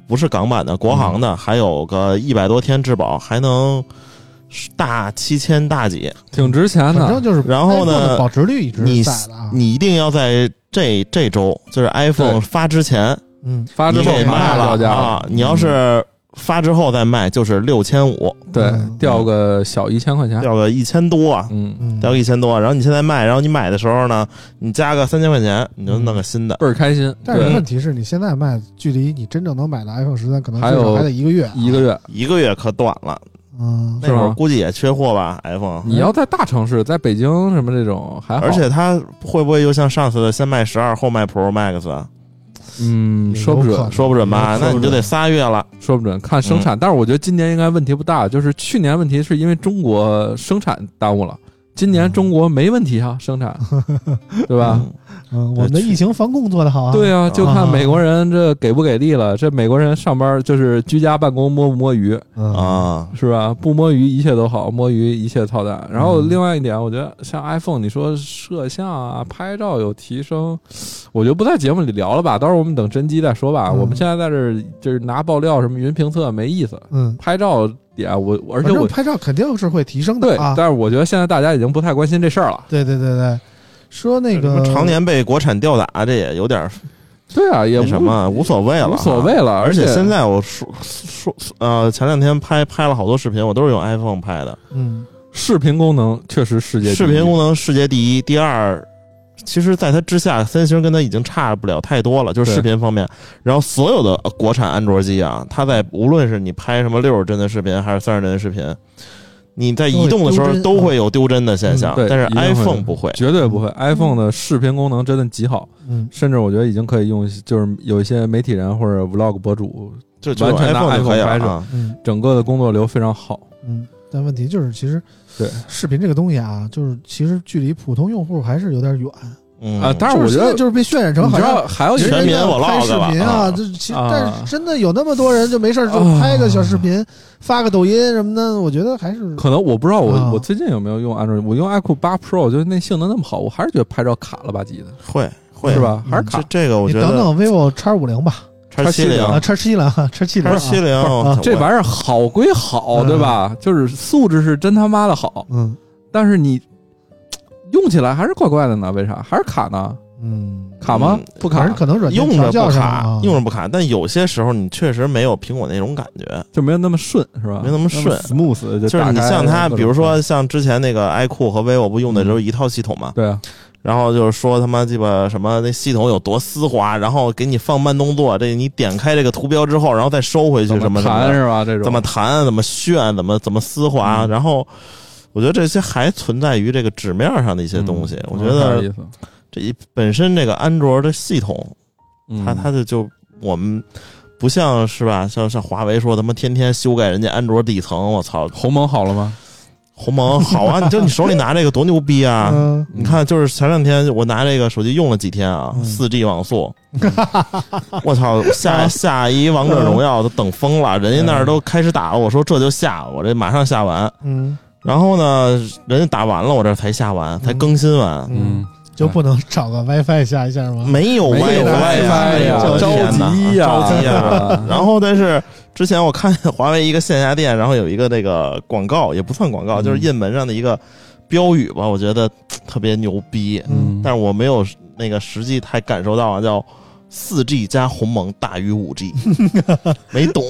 S4: 不是港版的，国行
S5: 嗯
S4: 的，还有个一百多天质保，还能大七千大几。
S5: 挺值钱
S6: 反
S5: 的
S6: 正，就是 iPhone 的
S4: 然后呢
S6: 保值率一直
S4: 你
S6: 是在的啊。
S4: 你一定要在这这周，就是 iPhone
S5: 对
S4: 发之前，
S6: 嗯
S5: 发之后
S4: 你给
S5: 马
S4: 卖
S5: 上
S4: 了
S5: 掉价
S4: 啊！你要是发之后再卖就是六千五，
S5: 对
S6: 嗯，
S5: 掉个小一千块钱，
S4: 掉个一千多啊，
S5: 嗯，
S6: 嗯
S4: 掉个一千多。然后你现在卖，然后你买的时候呢，你加个三千块钱，你就弄个新的。
S5: 倍儿开心。
S6: 但是
S5: 对
S6: 问题是你现在卖，距离你真正能买的 iPhone 十三，可能
S5: 还
S6: 最少
S5: 有
S6: 还得一个月。
S5: 一个月，
S4: 一个月可短了，
S6: 嗯，
S4: 那会
S5: 是
S4: 儿
S5: 吗
S4: 估计也缺货吧，iPhone。
S5: 你要在大城市，在北京什么这种还好，
S4: 而且它会不会又像上次的先卖十二后卖 Pro Max 啊？
S5: 嗯，说不
S6: 有可
S5: 准
S6: 能，
S4: 说不准吧，
S6: 嗯
S4: 那你就得仨月了。
S5: 说不准看生产。但是我觉得今年应该问题不大，就是去年问题是因为中国生产耽误了，今年中国没问题啊，生产，对吧？
S4: 嗯
S6: 嗯，我们的疫情防控做得好啊。
S5: 对
S6: 啊，
S5: 啊，就看美国人这给不给力了。这美国人上班就是居家办公摸不摸鱼，
S6: 嗯
S4: 啊，
S5: 是嗯吧？不摸鱼一切都好，摸鱼一切操蛋。然后另外一点，我觉得像 iPhone，你说摄像啊、拍照有提升，我就不在节目里聊了吧。到时候我们等真机再说吧。
S6: 嗯
S5: 我们现在在这儿就是拿爆料什么云评测没意思，
S6: 嗯，
S5: 拍照点我，而
S6: 而
S5: 且我
S6: 拍照肯定是会提升
S5: 对
S6: 的，啊。
S5: 但是我觉得现在大家已经不太关心这事儿了。
S6: 对对对对，说那
S4: 什
S6: 个
S4: 么常年被国产吊打，这也有点
S5: 对啊，也
S4: 那
S5: 无
S4: 什么，无所谓了，啊
S5: 无所谓。了，
S4: 而
S5: 且
S4: 现在我说说呃，前两天拍拍了好多视频，我都是用 iPhone 拍的。
S6: 嗯
S5: 视频功能确实世界第一
S4: 视频功能世界第一，第二，其实在它之下，三星跟它已经差不了太多了，就是
S5: 对
S4: 视频方面。然后所有的呃国产安卓机啊，它在无论是你拍什么六十帧的视频还是三十帧的视频，你在移动的时候
S6: 都
S4: 都
S6: 会
S4: 会有丢帧的现象，
S5: 对
S4: 但是
S5: 一定会
S4: iPhone 不会。
S5: 绝对不会。iPhone 的视频功能真的极好，
S6: 嗯，
S5: 甚至我觉得已经可以用，就是有一些媒体人或者 vlog 博主，
S4: 就就
S5: 完全拿
S4: iPhone 就可以
S5: iPhone 拍
S4: 了、
S5: 着
S4: 啊。
S6: 嗯
S5: 整个的工作流非常好。
S6: 嗯，但问题就是，其实
S5: 对
S6: 视频这个东西啊，就是其实距离普通用户还是有点远
S4: 嗯
S5: 啊当然
S6: 就是
S5: 我觉得
S6: 现在就是被渲染成好
S5: 你知
S6: 像
S5: 道还有一
S4: 全
S5: 个
S4: 民
S6: 我
S4: vlog
S6: 拍视频
S4: 吧啊
S6: 啊，这其实
S5: 啊
S6: 但是真的有那么多人就没事儿就
S5: 啊
S6: 拍个小视频，发个抖音什么的，我觉得还是
S5: 可能我不知道我、
S6: 啊
S5: 我最近有没有用安卓，我用 iQOO 八 Pro，就是那性能那么好，我还是觉得拍照卡了吧唧的，
S4: 会会
S5: 是？吧？
S6: 嗯
S5: 还是卡
S4: 这。这个我
S6: 你
S4: 觉
S6: 等
S4: 得
S6: 等 vivo X 五零吧，
S4: 叉七零
S6: 啊，X 七零啊，X 七零
S4: 叉七
S6: 啊，
S4: 零
S6: 啊，
S5: 这玩意儿好归好，
S6: 嗯
S5: 对吧？就是素质是真他妈的好，
S6: 嗯
S5: 但是你嘖用起来还是怪怪的呢。为啥？还是卡呢？
S6: 嗯，
S5: 卡吗
S4: 嗯？
S5: 不
S6: 反
S5: 卡
S6: 正可能软件
S4: 用着不
S6: 调教上
S4: 卡
S6: 啊，
S4: 用着不卡，但有些时候你确实没有苹果那种感觉。
S5: 就没有那么顺，是吧？
S4: 没那么顺
S5: smooth 就
S4: 就是你
S5: 打开
S4: 像它，
S5: 各种嗯
S4: 比如说像之前那个 iQOO 和 vivo 不用的都是一套系统嘛，
S5: 对啊，
S4: 然后就是说他妈鸡巴什么那系统有多丝滑，然后给你放慢动作，这你点开这个图标之后，然后再收回去
S5: 怎
S4: 什么什么
S5: 弹
S4: 的，
S5: 是吧？这种
S4: 怎么弹，怎么炫，怎么怎么丝滑，
S5: 嗯
S4: 然后。我觉得这些还存在于这个纸面上的一些东西，
S5: 嗯
S4: 我觉
S5: 有
S4: 得
S5: 点意思，
S4: 这一本身这个安卓的系统，
S5: 嗯
S4: 它它的就我们不像是吧，像像华为说他妈天天修改人家安卓底层，我
S5: [LAUGHS]
S4: 操，
S5: 鸿蒙好了吗？
S4: 鸿蒙好啊，你就你手里拿这个多牛逼
S5: [LAUGHS]
S4: 啊！
S6: 嗯，
S4: 你看，就是前两天我拿这个手机用了几天啊，
S6: 嗯
S4: 四 G 网
S5: [LAUGHS]
S4: 速，我操，下下一王者荣耀都等疯了，人家那儿都开始打了，我说这就下，我这马上下完。
S6: 嗯
S4: 然后呢，人家打完了，我这才下完，才更新完，
S5: 嗯，
S6: 就不能找个 WiFi 下一下吗？
S4: 没有
S5: 没有
S4: WiFi 呀，
S5: 呀，
S4: 我的
S5: 着
S4: 天哪
S5: 急呀，
S4: 着急呀！
S5: 呀，
S4: 然后，但是之前我看华为一个线下店，然后有一个那个广告，也不算广告，
S5: 嗯
S4: 就是印门上的一个标语吧，我觉得嘖特别牛逼，
S5: 嗯，
S4: 但是我没有那个实际太感受到啊，叫四 G 加鸿蒙大于五
S5: [LAUGHS]
S4: G，没懂，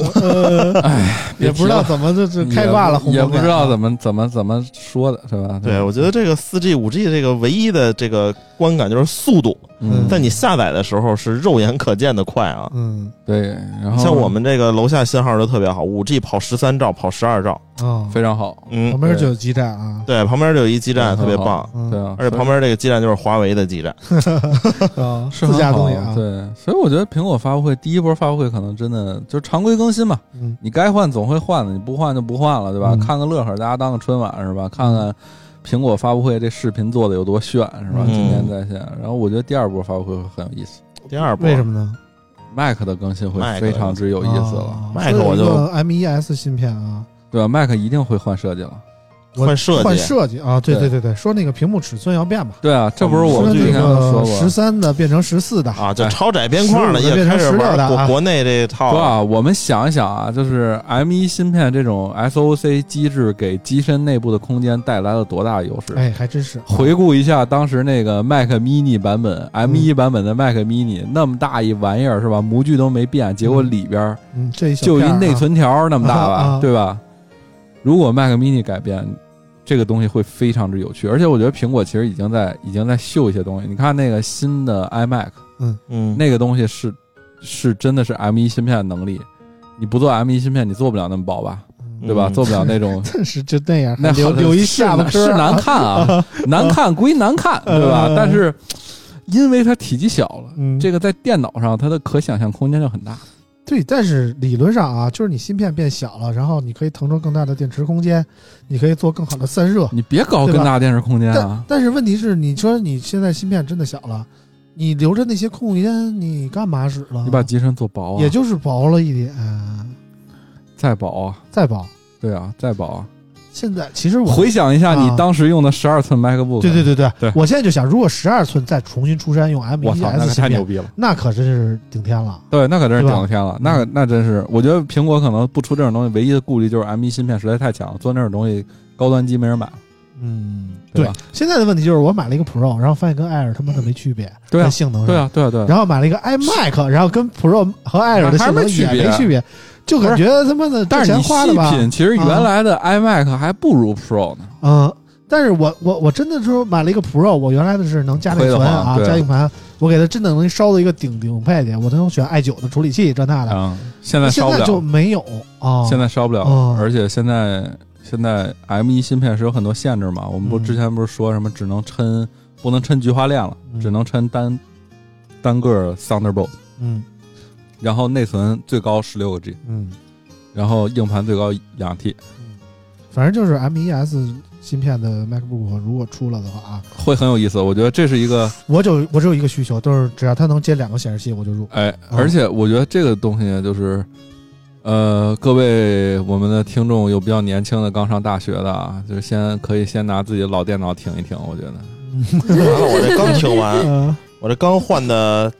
S6: 也不知道
S5: 别提了
S6: 怎么就就开挂了，
S5: 也不知道
S6: 么。
S5: 怎么怎么怎么说的，是吧？
S4: 对我觉得这个四 G、五 G 这个唯一的这个观感就是速度，
S5: 嗯，
S4: 在你下载的时候是肉眼可见的快啊。
S6: 嗯
S5: 对，然后
S4: 像我们这个楼下信号就特别好，五 G 跑十三兆，跑十二兆，
S6: 啊，
S5: 非常好，
S4: 嗯
S6: 旁，边就有基站啊，
S4: 对，旁边就有一基站
S5: 哦嗯
S4: 特别
S5: 很
S4: 棒
S5: 好，
S6: 嗯
S5: 对啊，
S4: 而且旁
S5: 边。
S4: 边这个基站就是华为的基站，
S6: 啊，
S5: 是
S6: 自
S5: 很
S6: 驾
S5: 好
S6: 东西啊，
S5: 对，所以我觉得苹果发布会第一波发布会可能真的就是常规更新嘛，
S6: 嗯
S5: 你该换总会换的，你不换就不换了，对吧？
S6: 嗯
S5: 看个乐呵，大家当个春晚是吧？看看苹果发布会这视频做的有多炫是吧？
S6: 嗯
S5: 今天在线，然后我觉得第二波发布会会很有意思
S4: 第二波
S6: 为什么呢？
S5: ，Mac 的更新会
S4: Mac
S5: 非常之有意思了，
S6: 啊
S4: 麦克我就
S6: M 1 S 芯片啊，
S5: 对吧？Mac 一定会换设计了，
S6: 我
S4: 换设计
S6: 换设计啊，对对
S5: 对
S6: 对对，说那个屏幕尺寸要变嘛，
S5: 对啊，这不是
S6: 嗯说
S5: 我
S6: 那
S5: 之前都说
S6: 个
S5: 过
S6: 十三的变成十四的，
S4: 啊，就超窄边框的
S6: 15的
S4: 也开始
S6: 变成16的
S4: 玩
S6: 啊
S4: 国国内这套
S5: 说
S4: 了，
S5: 啊，我们想一想啊，就是 M 1芯片这种 SOC 机制给机身内部的空间带来了多大的优势？
S6: 哎，还真是。
S5: 回顾一下当时那个 Mac Mini 版本、M
S6: 嗯
S5: 1版本的 Mac Mini，那么大一玩意儿是吧？模具都没变，结果里边儿
S6: 嗯，这一小
S5: 就一
S6: 片儿啊
S5: 内存条儿那么大吧，
S6: 啊啊
S5: 对吧？如果 Mac Mini 改变，这个东西会非常之有趣。而且我觉得苹果其实已经在已经在秀一些东西。你看那个新的 iMac，
S4: 嗯，
S5: 那个东西是是真的是 M 1芯片的能力。你不做 M 1芯片，你做不了那么薄吧，对吧？
S4: 嗯 [LAUGHS]
S5: 做不了那种
S6: [LAUGHS] 但是就那样，
S5: 那
S6: 留
S5: 好
S6: 留一
S5: 是
S6: 下巴颏
S5: 难是
S6: 儿啊
S5: 难看
S6: [LAUGHS]
S5: 啊，难看归难看，对吧？
S6: 呃
S5: 但是因为它体积小了，
S6: 嗯
S5: 这个在电脑上它的可想象空间就很大。
S6: 对，但是理论上啊，就是你芯片变小了，然后你可以腾出更大的电池空间，你可以做更好的散热。
S5: 你别搞
S6: 对吧
S5: 更大电视空间
S6: 但
S5: 啊！
S6: 但是问题是，你说你现在芯片真的小了，你留着那些空间，你干嘛使了？
S5: 你把机身做薄啊，
S6: 也就是薄了一点，
S5: 再薄啊，
S6: 再薄。
S5: 对啊，再薄啊。
S6: 现在其实我
S5: 回想一下你
S6: 啊
S5: 当时用的十二寸 MacBook，
S6: 对对对对，
S5: 对
S6: 我现在就想，如果十二寸再重新出山用 M
S5: 我
S6: 1
S5: 操，那
S6: S
S5: 个
S6: 芯
S5: 太牛
S6: 片，
S5: 逼了！
S6: 那可真是顶天了。嗯
S5: 对，那可真是
S6: 对吧
S5: 顶天了，那那真是，我觉得苹果可能不出这种东西，唯一的顾虑就是 M 1芯片实在太强了，做那种东西高端机没人买。
S6: 嗯，对
S5: 对吧。
S6: 现在的问题就是，我买了一个 Pro，然后发现跟 Air 他妈的没区别，
S5: 对啊
S6: 在性能上
S5: 对。啊，对啊，对啊。
S6: 然后买了一个 iMac，然后跟 Pro 和 Air 的性能也
S5: 还是没区别啊
S6: 没区别，就感觉他妈的
S5: 但
S6: 这钱
S5: 是你
S6: 花的
S5: 细
S6: 吧。
S5: 品，其实
S6: 啊
S5: 原来的 iMac 还不如 Pro 呢。
S6: 嗯，但是我我我真的说买了一个 Pro，我原来的是能加内
S5: 亏得
S6: 存
S5: 慌
S6: 啊，
S5: 对
S6: 加硬盘，我给它真的能烧到一个顶顶配去，我能选 i 九的处理器这那的，
S5: 啊，现在
S6: 现
S5: 烧不
S6: 在就
S5: 了，
S6: 没有啊。
S5: 现在烧不了
S6: 哦，
S5: 而且现在现在 M 1芯片是有很多限制嘛。我们不
S6: 嗯
S5: 之前不是说什么只能抻，不能抻菊花链了，
S6: 嗯
S5: 只能抻单单个 Thunderbolt，
S6: 嗯
S5: 然后内存最高十六个 G，
S6: 嗯，
S5: 然后硬盘最高两 T，
S6: 反正就是 M 1 S 芯片的 MacBook 如果出了的话啊，
S5: 会很有意思。我觉得这是一个
S6: 我就我只有一个需求，就是只要它能接两个显示器我就入。
S5: 哎，
S6: 嗯
S5: 而且我觉得这个东西就是，呃，各位我们的听众有比较年轻的刚上大学的啊，就是先可以先拿自己的老电脑挺一挺，我觉得
S4: 完了，我这刚听完，
S6: 嗯，
S4: 我这刚换的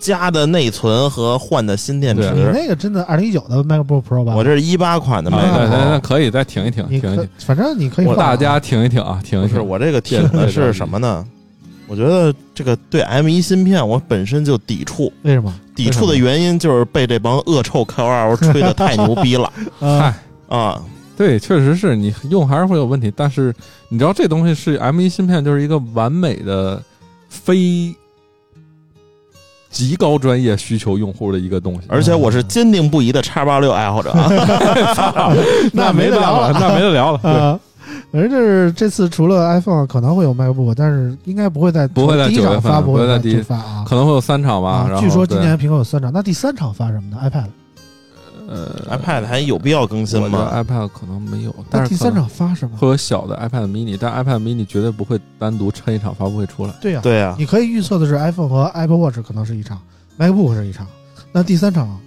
S4: 加的内存和换的新电
S6: 你
S4: 池，
S6: 那个真的二零一九的 MacBook Pro 吧？
S4: 我这是一八款的
S5: 哎
S4: 麦
S6: 啊
S5: 那
S4: 克
S5: 那那
S4: 风，
S5: 可以再挺一挺，
S6: 你
S5: 挺一
S6: 可
S5: 挺，
S6: 反正你可以
S4: 我
S6: 换啊
S5: 大家挺一挺啊，挺
S4: 不
S5: 一
S4: 是
S5: 挺。
S4: 我这个挺的是什么呢？我觉得这个对 M 1芯片我本身就抵触，
S6: 为什么？
S4: 抵触的原因就是被这帮恶臭 KOL 吹的太牛逼
S6: [LAUGHS]
S4: 了
S6: 呃，
S4: 啊！
S5: 对，确实是你用还是会有问题，但是你知道这东西是哎 M 1芯片，就是一个完美的非极高专业需求用户的一个东西。
S4: 而且我是坚定不移的叉八六爱好者啊！
S5: 嗯
S4: [LAUGHS]
S6: 那没
S5: 没
S6: 得
S5: 办
S6: 聊
S5: 法
S6: 了，
S5: [LAUGHS] 那没得聊了。对
S6: 啊，反正就是这次除了 iPhone 可能会有 MacBook，但是应该不会在
S5: 不会在
S6: 第一
S5: 九月
S6: 场
S5: 份
S6: 发，
S5: 不会
S6: 会
S5: 在
S6: 在
S5: 第一
S6: 就发啊。
S5: 可能会有三场吧。
S6: 啊
S5: 然后
S6: 据说今
S5: 对
S6: 年苹果有三场，那第三场发什么呢？iPad。
S5: 呃
S4: iPad 还有必要更新
S5: 我觉
S4: 吗？
S5: 得 iPad 可能没有，
S6: 那
S5: 但是
S6: 第三
S5: 可能
S6: 场发什么？
S5: 会有小的 iPad mini，但 iPad mini 绝对不会单独抻一场发布会出来。
S6: 对呀，
S4: 对
S5: 啊
S4: 啊呀、
S6: 你可以预测的是 iPhone 和 Apple Watch 可能是一场，MacBook 是一场。那第三场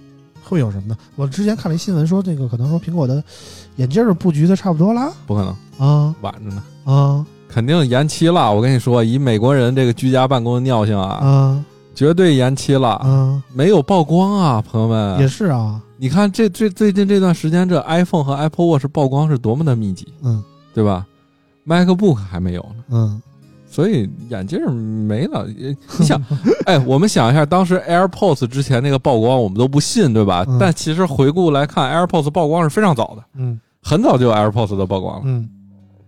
S6: 会有什么呢？我之前看了一新闻说，这个可能说苹果的眼镜儿布局的差不多啦。
S5: 不可能，
S6: 啊
S5: 晚着呢，
S6: 啊
S5: 肯定延期了。我跟你说，以美国人这个居家办公的尿性啊，
S6: 啊
S5: 绝对延期了。
S6: 啊！
S5: 没有曝光啊，朋友
S6: 也
S5: 们！
S6: 是啊，
S5: 你看这这最近这段时间，这 iPhone 和 Apple Watch 曝光是多么的密集，
S6: 嗯
S5: 对吧？MacBook 还没有呢，
S6: 嗯，
S5: 所以眼镜儿没了。也你想，哎，我们想一下，当时 AirPods 之前那个曝光，我们都不信，对吧？
S6: 嗯
S5: 但其实回顾来看，AirPods 曝光是非常早的，
S6: 嗯
S5: 很早就有 AirPods 的曝光了，
S6: 嗯，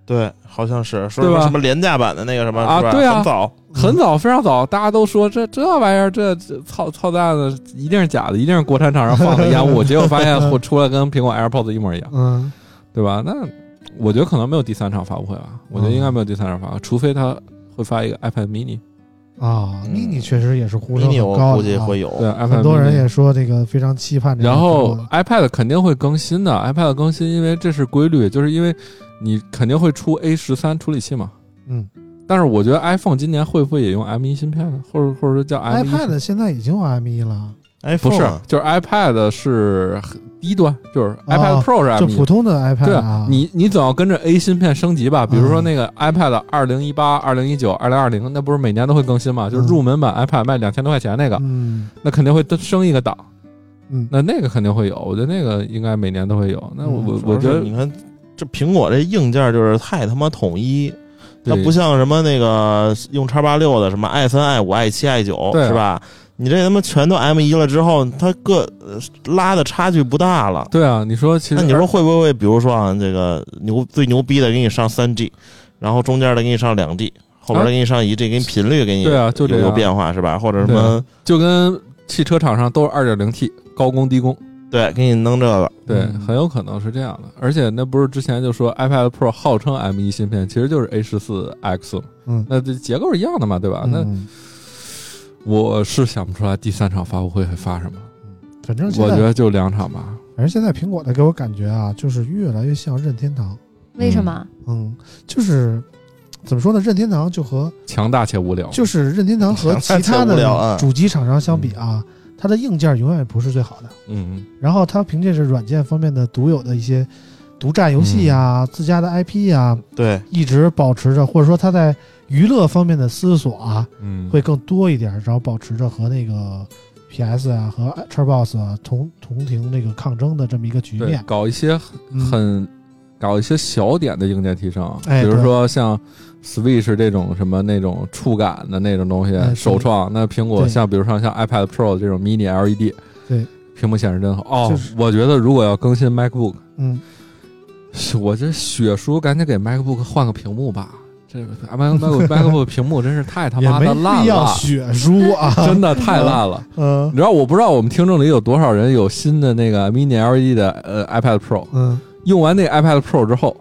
S4: 对，好像是说
S5: 对
S4: 什
S5: 吧
S4: 么什么廉价版的那个什么
S5: 啊
S4: 是吧
S5: 对啊
S4: 很早，
S6: 嗯
S5: 很早，非常早，大家都说这这玩意儿，这这操操蛋的，一定是假的，一定是国产厂商放的烟雾。结果发现
S6: [LAUGHS]
S5: 我出来跟苹果 AirPods 一模一样，
S6: 嗯
S5: 对吧？那我觉得可能没有第三场发布会吧，我觉得应该没有第三场发布会，除非他会发一个 iPad mini，
S6: 啊
S4: 嗯
S6: ，mini 确实也是呼声
S4: mini
S6: 很
S4: 我
S6: 高
S4: 估计
S6: 的啊
S4: 会有，
S5: 对 iPad mini。
S6: 很多人也说这个非常期盼这个
S5: 然
S6: 苹
S5: 后
S4: 嗯
S6: 果。
S5: iPad 肯定会更新的，iPad 更新，因为这是规律，就是因为你肯定会出 A 十三处理器嘛。
S6: 嗯，
S5: 但是我觉得 iPhone 今年会不会也用 M 1芯片呢？或者或者说叫 M 1
S6: iPad 现在已经有 M 1了，
S5: 不是
S4: iPhone 啊，
S5: 就是 iPad 是低端，就是 iPad
S6: 哦
S5: Pro 是 M
S6: 就
S5: 一、
S6: 普通的
S5: 对
S6: iPad 啊
S5: 啊，，你你总要跟着 A 芯片升级吧，比如说那个
S4: 嗯
S5: iPad 二零一八、二零一九、二零二零，那不是每年都会更新
S4: 嗯
S5: 嘛？就是入门版 iPad 卖两千多块钱那个，
S6: 嗯
S5: 那肯定会多升一个档，
S6: 嗯，
S5: 那那个肯定会有，我觉得那个应该每年都会有。那我
S4: 嗯
S5: 我
S4: 主要
S5: 我觉
S4: 是
S5: 得
S4: 你看这苹果这硬件就是太他妈统一，它
S5: 对
S4: 不像什么那个用叉八六的什么 i 三、i 五、i 七、i 九
S5: 对啊
S4: 是吧？你这他妈全都 M 一了之后，它各呃拉的差距不大了。
S5: 对啊，你说其
S4: 那
S5: 实
S4: 你说会不会，比如说啊，这个牛最牛逼的给你上三 G，然后中间的给你上两 G，后边的给你上一 G，给你频率给你
S5: 对啊就这
S4: 有有
S5: 样
S4: 变化是吧？或者什
S5: 对啊
S4: 么
S5: 就跟汽车厂商都是二点零 T 高功低功，
S4: 对，给你弄这个，
S5: 对，
S6: 嗯
S5: 很有可能是这样的。而且那不是之前就说 iPad Pro 号称 M 一芯片，其实就是 A 十四 X，
S6: 嗯
S5: 那这结构是一样的嘛，对吧？那
S6: 嗯
S5: 我是想不出来第三场发布会会发什么，
S6: 反正现
S5: 我
S6: 在
S5: 觉得就两场吧。
S6: 反正现在苹果的给我感觉啊，就是越来越像任天堂。
S2: 为什么？
S6: 嗯，就是怎么说呢？任天堂就和
S5: 强大且无聊，
S6: 就是任
S4: [LAUGHS]
S6: 天堂和其他
S4: 哦太无聊啊嗯
S6: 的主机厂商相比啊，它的硬件永远不是最好的。
S5: 嗯，
S6: 然后它凭借着软件方面的独有的一些独占游戏
S5: 嗯
S6: 啊、自家的 IP 啊，
S4: 对，
S6: 一直保持着，或者说它在娱乐方面的思索啊
S5: 嗯
S6: 会更多一点，然后保持着和那个 PS 啊和 Xbox 啊同同庭那个抗争的这么一个局
S5: 对
S6: 面。
S5: 搞一些
S6: 嗯
S5: 很搞一些小点的硬件提升，
S6: 哎
S5: 比如
S6: 对
S5: 说像 Switch 这种什么那种触感的那种东西，
S6: 哎对
S5: 首创。那苹果
S6: 对
S5: 像比如说像 iPad Pro 这种 Mini LED，
S6: 对，
S5: E 屏幕显示真好。哦，
S6: 就是
S5: 我觉得如果要更新 MacBook，
S6: 嗯，
S5: 我这血叔赶紧给 MacBook 换个屏幕吧。这 Mac Mac MacBook 屏幕真是太他
S6: 也
S5: 妈
S6: 没
S5: 的烂
S6: 必要
S5: 了，
S6: 血书啊，
S5: [LAUGHS] 真的太
S6: [LAUGHS]
S5: 烂了。
S6: 嗯
S5: 你知道我不知道我们听众里有多少人有新的那个 Mini LED 的呃 iPad Pro，
S6: 嗯，
S5: 用完那 iPad Pro 之后，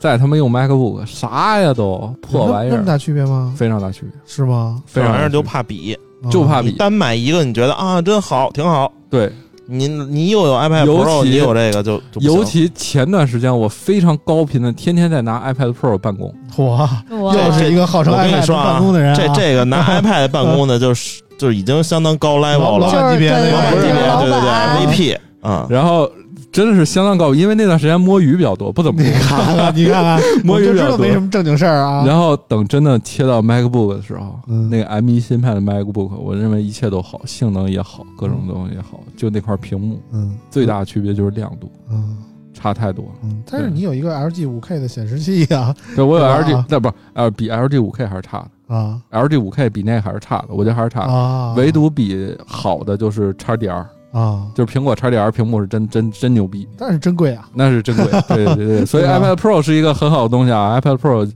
S5: 再他妈用 MacBook，啥呀都破玩意
S6: 有那那么
S5: 儿，
S6: 大区别吗？
S5: 非常大区别，
S6: 是吗？
S4: 这
S5: 非常
S4: 玩意
S5: 大
S4: 儿
S5: 区别
S4: 就怕比，
S6: 啊
S5: 就怕
S4: 你
S5: 比，
S4: 单买一个，你觉得啊真好，挺好，
S5: 对，
S4: 你你又有 iPad
S5: 尤
S4: Pro，
S5: 其
S4: 你有这个就就不行
S5: 尤其前段时间我非常高频的天天在拿 iPad Pro 办公，
S6: 火，
S2: 我
S6: 嗯又是一个号称
S4: 我跟你
S6: iPad
S4: 说啊
S6: 办公的人啊，
S4: 这这个拿 iPad 办公的，就是就是已经相当高 level
S6: 老
S4: 了，
S6: 板级别
S2: 就是
S6: 老
S2: 对
S4: 不是
S6: 板级
S4: 你
S2: 就
S6: 别
S2: 是老
S4: 对对
S2: 板
S4: 对 VP 啊，
S5: 然后真的是相当高，因为那段时间摸鱼比较多，不怎么
S6: 你
S5: 用。 [LAUGHS]
S6: 看看， [LAUGHS] 你看看，
S5: 摸
S6: 我
S5: 鱼
S6: 就知
S5: 比较
S6: 道
S5: 多
S6: 没什么正经事儿啊。
S5: 然后等真的切到 MacBook 的时候，
S6: 嗯
S5: 那个 M1 新派的 MacBook，我认为一切都好，性能也好，各种东西也好，就那块屏幕
S6: 嗯
S5: 最大的区别就是亮度，
S6: 嗯
S5: 差
S6: [LAUGHS]
S5: 太多了。
S6: 嗯，但是你有一个 LG 五 K 的显示器啊
S5: 对，我有
S6: 对吧
S5: LG，那不是呃，比 LG 五 K 还是差的。
S6: 啊
S5: LG 五 K 比那个还是差的，我觉得还是差的。
S6: 啊，
S5: 唯独比好的就是叉 DR，
S6: 啊，
S5: 就是苹果叉 DR 屏幕是真真真牛逼，
S6: 但是真贵啊。
S5: 那是真贵。对对对
S6: [LAUGHS]
S5: 对，所以
S6: 对啊
S5: iPad Pro 是一个很好的东西啊，iPad Pro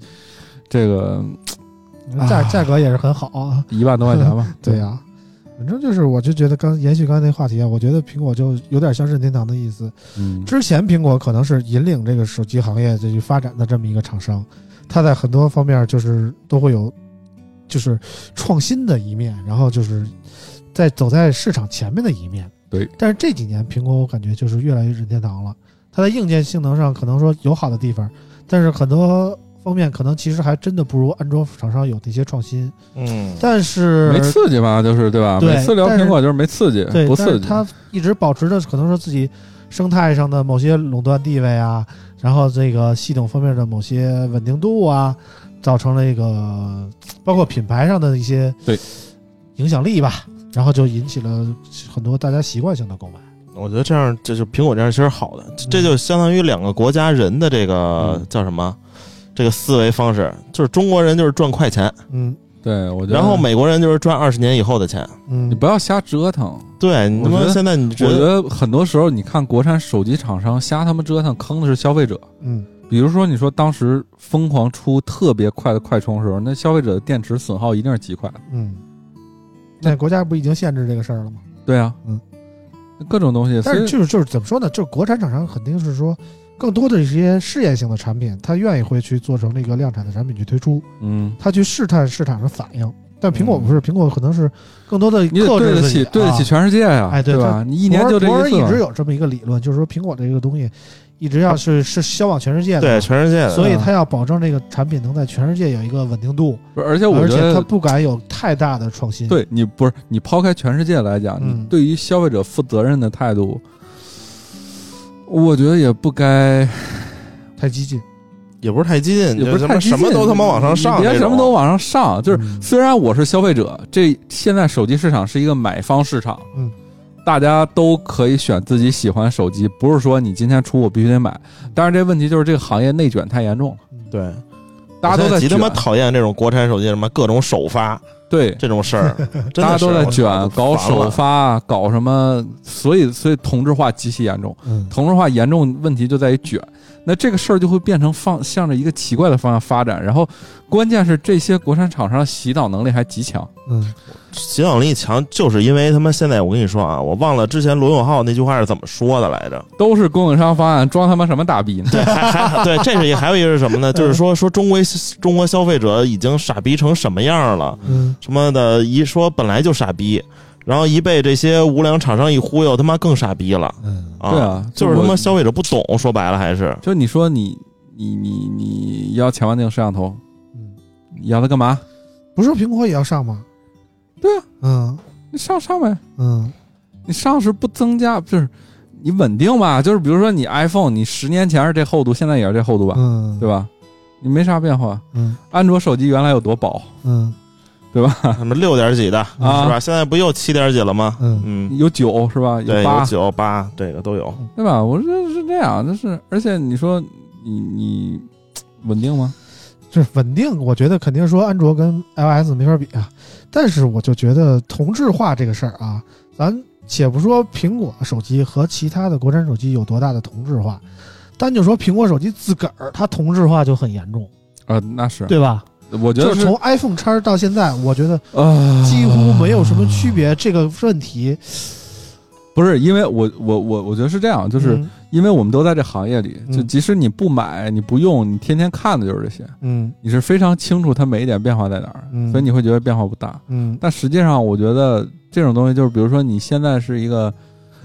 S5: 这个
S6: 价
S5: 啊
S6: 价格也是很好啊。。
S5: 一万多块钱吧
S6: [LAUGHS] 对啊呀、反正就是，我就觉得刚延续刚才那话题啊，我觉得苹果就有点像任天堂的意思。
S5: 嗯，
S6: 之前苹果可能是引领这个手机行业这去发展的这么一个厂商，它在很多方面就是都会有，就是创新的一面，然后就是在走在市场前面的一面。
S5: 对，
S6: 但是这几年苹果我感觉就是越来越任天堂了，它在硬件性能上可能说有好的地方，但是很多方面可能其实还真的不如安卓厂商有那些创新。
S4: 嗯，
S6: 但是
S5: 没刺激嘛，就是对吧？
S6: 对
S5: 每次聊
S6: 但是
S5: 苹果就是没刺激，
S6: 对，
S5: 不
S6: 但是
S5: 刺激。
S6: 他一直保持着可能说自己生态上的某些垄断地位啊，然后这个系统方面的某些稳定度啊，造成了一个包括品牌上的一些
S5: 对
S6: 影响力吧，然后就引起了很多大家习惯性的购买。
S4: 我觉得这样这就苹果这样其实好的，这这就相当于两个国家人的这个
S5: 嗯
S4: 叫什么？这个思维方式就是中国人就是赚快钱，
S6: 嗯
S5: 对，我觉得。
S4: 然后美国人就是赚二十年以后的钱。
S5: 你
S6: 嗯
S5: 不要瞎折腾。
S4: 对，你他
S5: 我觉
S4: 妈
S5: 得
S4: 现在你
S5: 我
S4: 觉
S5: 觉
S4: 得
S5: 得很多时候，你看国产手机厂商瞎他妈折腾，坑的是消费者。
S6: 嗯，
S5: 比如说，你说当时疯狂出特别快的快充时候，那消费者的电池损耗一定是极快的。
S6: 嗯，那国家不已经限制这个事儿了吗？
S5: 对啊，
S6: 嗯，
S5: 各种东西。
S6: 但
S5: 所
S6: 是
S5: 以
S6: 就是就是怎么说呢？就是国产厂商肯定是说。更多的一些试验性的产品，他愿意会去做成那个量产的产品去推出。
S5: 嗯，
S6: 他去试探市场上反应。但苹果不是，苹果可能是更多的
S5: 你得
S6: 克
S5: 对
S6: 制
S5: 得
S6: 自己
S5: 起，
S6: 啊
S5: 对得起全世界呀、
S6: 哎对
S5: 吧？你一年就这
S6: 博尔
S5: 一
S6: 博尔一
S5: 次啊
S6: 直
S5: 嘛，
S6: 有这么一个理论，就是说苹果这个东西一直要是是销往全世界的，
S4: 对，全世界的，
S5: 啊
S4: 嗯
S6: 所以它要保证这个产品能在全世界有一个稳定度，
S5: 不是而且我
S6: 而
S5: 觉
S6: 且它
S5: 得，
S6: 不敢有太大的创新。，
S5: 对你不是你抛开全世界来讲，
S6: 嗯
S5: 你对于消费者负责任的态度，我觉得也不该，
S6: 太激进。
S4: 也不是太激进，
S5: 也不
S4: 就是他
S5: 太
S4: 妈
S5: 激
S4: 什么
S5: 进
S4: 都他妈往上
S5: 你
S4: 上这种，
S5: 别什么都往上上，就是
S6: 嗯
S5: 虽然我是消费者，这现在手机市场是一个买方市场，
S6: 嗯，
S5: 大家都可以选自己喜欢手机，不是说你今天出我必须得买。当然，这问题就是这个行业内卷太严重了，
S4: 对，
S5: 大家都在
S4: 极他
S5: 卷，
S4: 妈讨厌这种国产手机什么各种首发
S5: 对，
S4: 这种事
S5: [LAUGHS]
S4: 儿，真
S5: 大
S4: 的
S5: 家
S4: 是
S5: 都在
S4: 我
S5: 卷，搞
S4: 烦了
S5: 首发，搞什么，所以所以同质化极其严重，
S6: 嗯，
S5: 同质化严重问题就在于卷。那这个事儿就会变成放向着一个奇怪的方向发展，然后关键是这些国产厂商洗脑能力还极强，
S6: 嗯，
S4: 洗脑力强，就是因为他妈现在我跟你说啊，我忘了之前罗永浩那句话是怎么说的来着。
S5: 都是供应商方案，装他妈什么大逼呢？
S4: 对，还还对，这是一个还有一个是什么
S6: [LAUGHS]
S4: 呢？
S6: 嗯
S4: 就是说说中国中国消费者已经傻逼成什么样了，
S6: 嗯，
S4: 什么的，一说本来就傻逼，然后一被这些无良厂商一忽悠，他妈更傻逼了。
S6: 嗯，
S4: 啊
S5: 对啊
S4: 就是他
S5: 就
S4: 妈
S5: 我
S4: 消费者不懂，说白了还是
S5: 就你说你你你你要强望镜摄像头，
S6: 嗯，
S5: 你要它干嘛？
S6: 不是苹果也要上吗？
S5: 对啊，
S6: 嗯
S5: 你上上呗，
S6: 嗯
S5: 你上是不增加，就是你稳定吧，就是比如说你 iPhone，你十年前是这厚度，现在也是这厚度吧，
S6: 嗯，
S5: 对吧？你没啥变化。
S6: 嗯
S5: 安卓手机原来有多薄，
S6: 嗯
S5: 对吧？
S4: 什么六点几的，
S5: 啊
S4: 是吧？现在不又七点几了吗？
S6: 嗯
S4: 嗯，
S5: 有九是吧？
S4: 对，有
S5: 八，
S4: 九八，这个都有。
S5: 对吧？我说是这样，就是而且你说你你稳定吗？
S6: 就是稳定，我觉得肯定说安卓跟 iOS 没法比啊。但是我就觉得同质化这个事儿啊，咱且不说苹果手机和其他的国产手机有多大的同质化，单就说苹果手机自个儿，它同质化就很严重，
S4: 呃
S5: 啊，那是，
S6: 对吧？
S5: 我觉
S6: 就
S5: 得
S6: 是
S5: 是
S6: 从 iPhone 叉到现在，我觉得
S5: 啊，
S6: 几乎没有什么区别。这个问题
S5: 不是因为我我我我觉得是这样，就是。
S6: 嗯
S5: 因为我们都在这行业里，
S6: 嗯
S5: 就即使你不买、你不用、你天天看的就是这些，
S6: 嗯
S5: 你是非常清楚它每一点变化在哪儿，
S6: 嗯
S5: 所以你会觉得变化不大。
S6: 嗯
S5: 但实际上，我觉得这种东西就是，比如说你现在是一个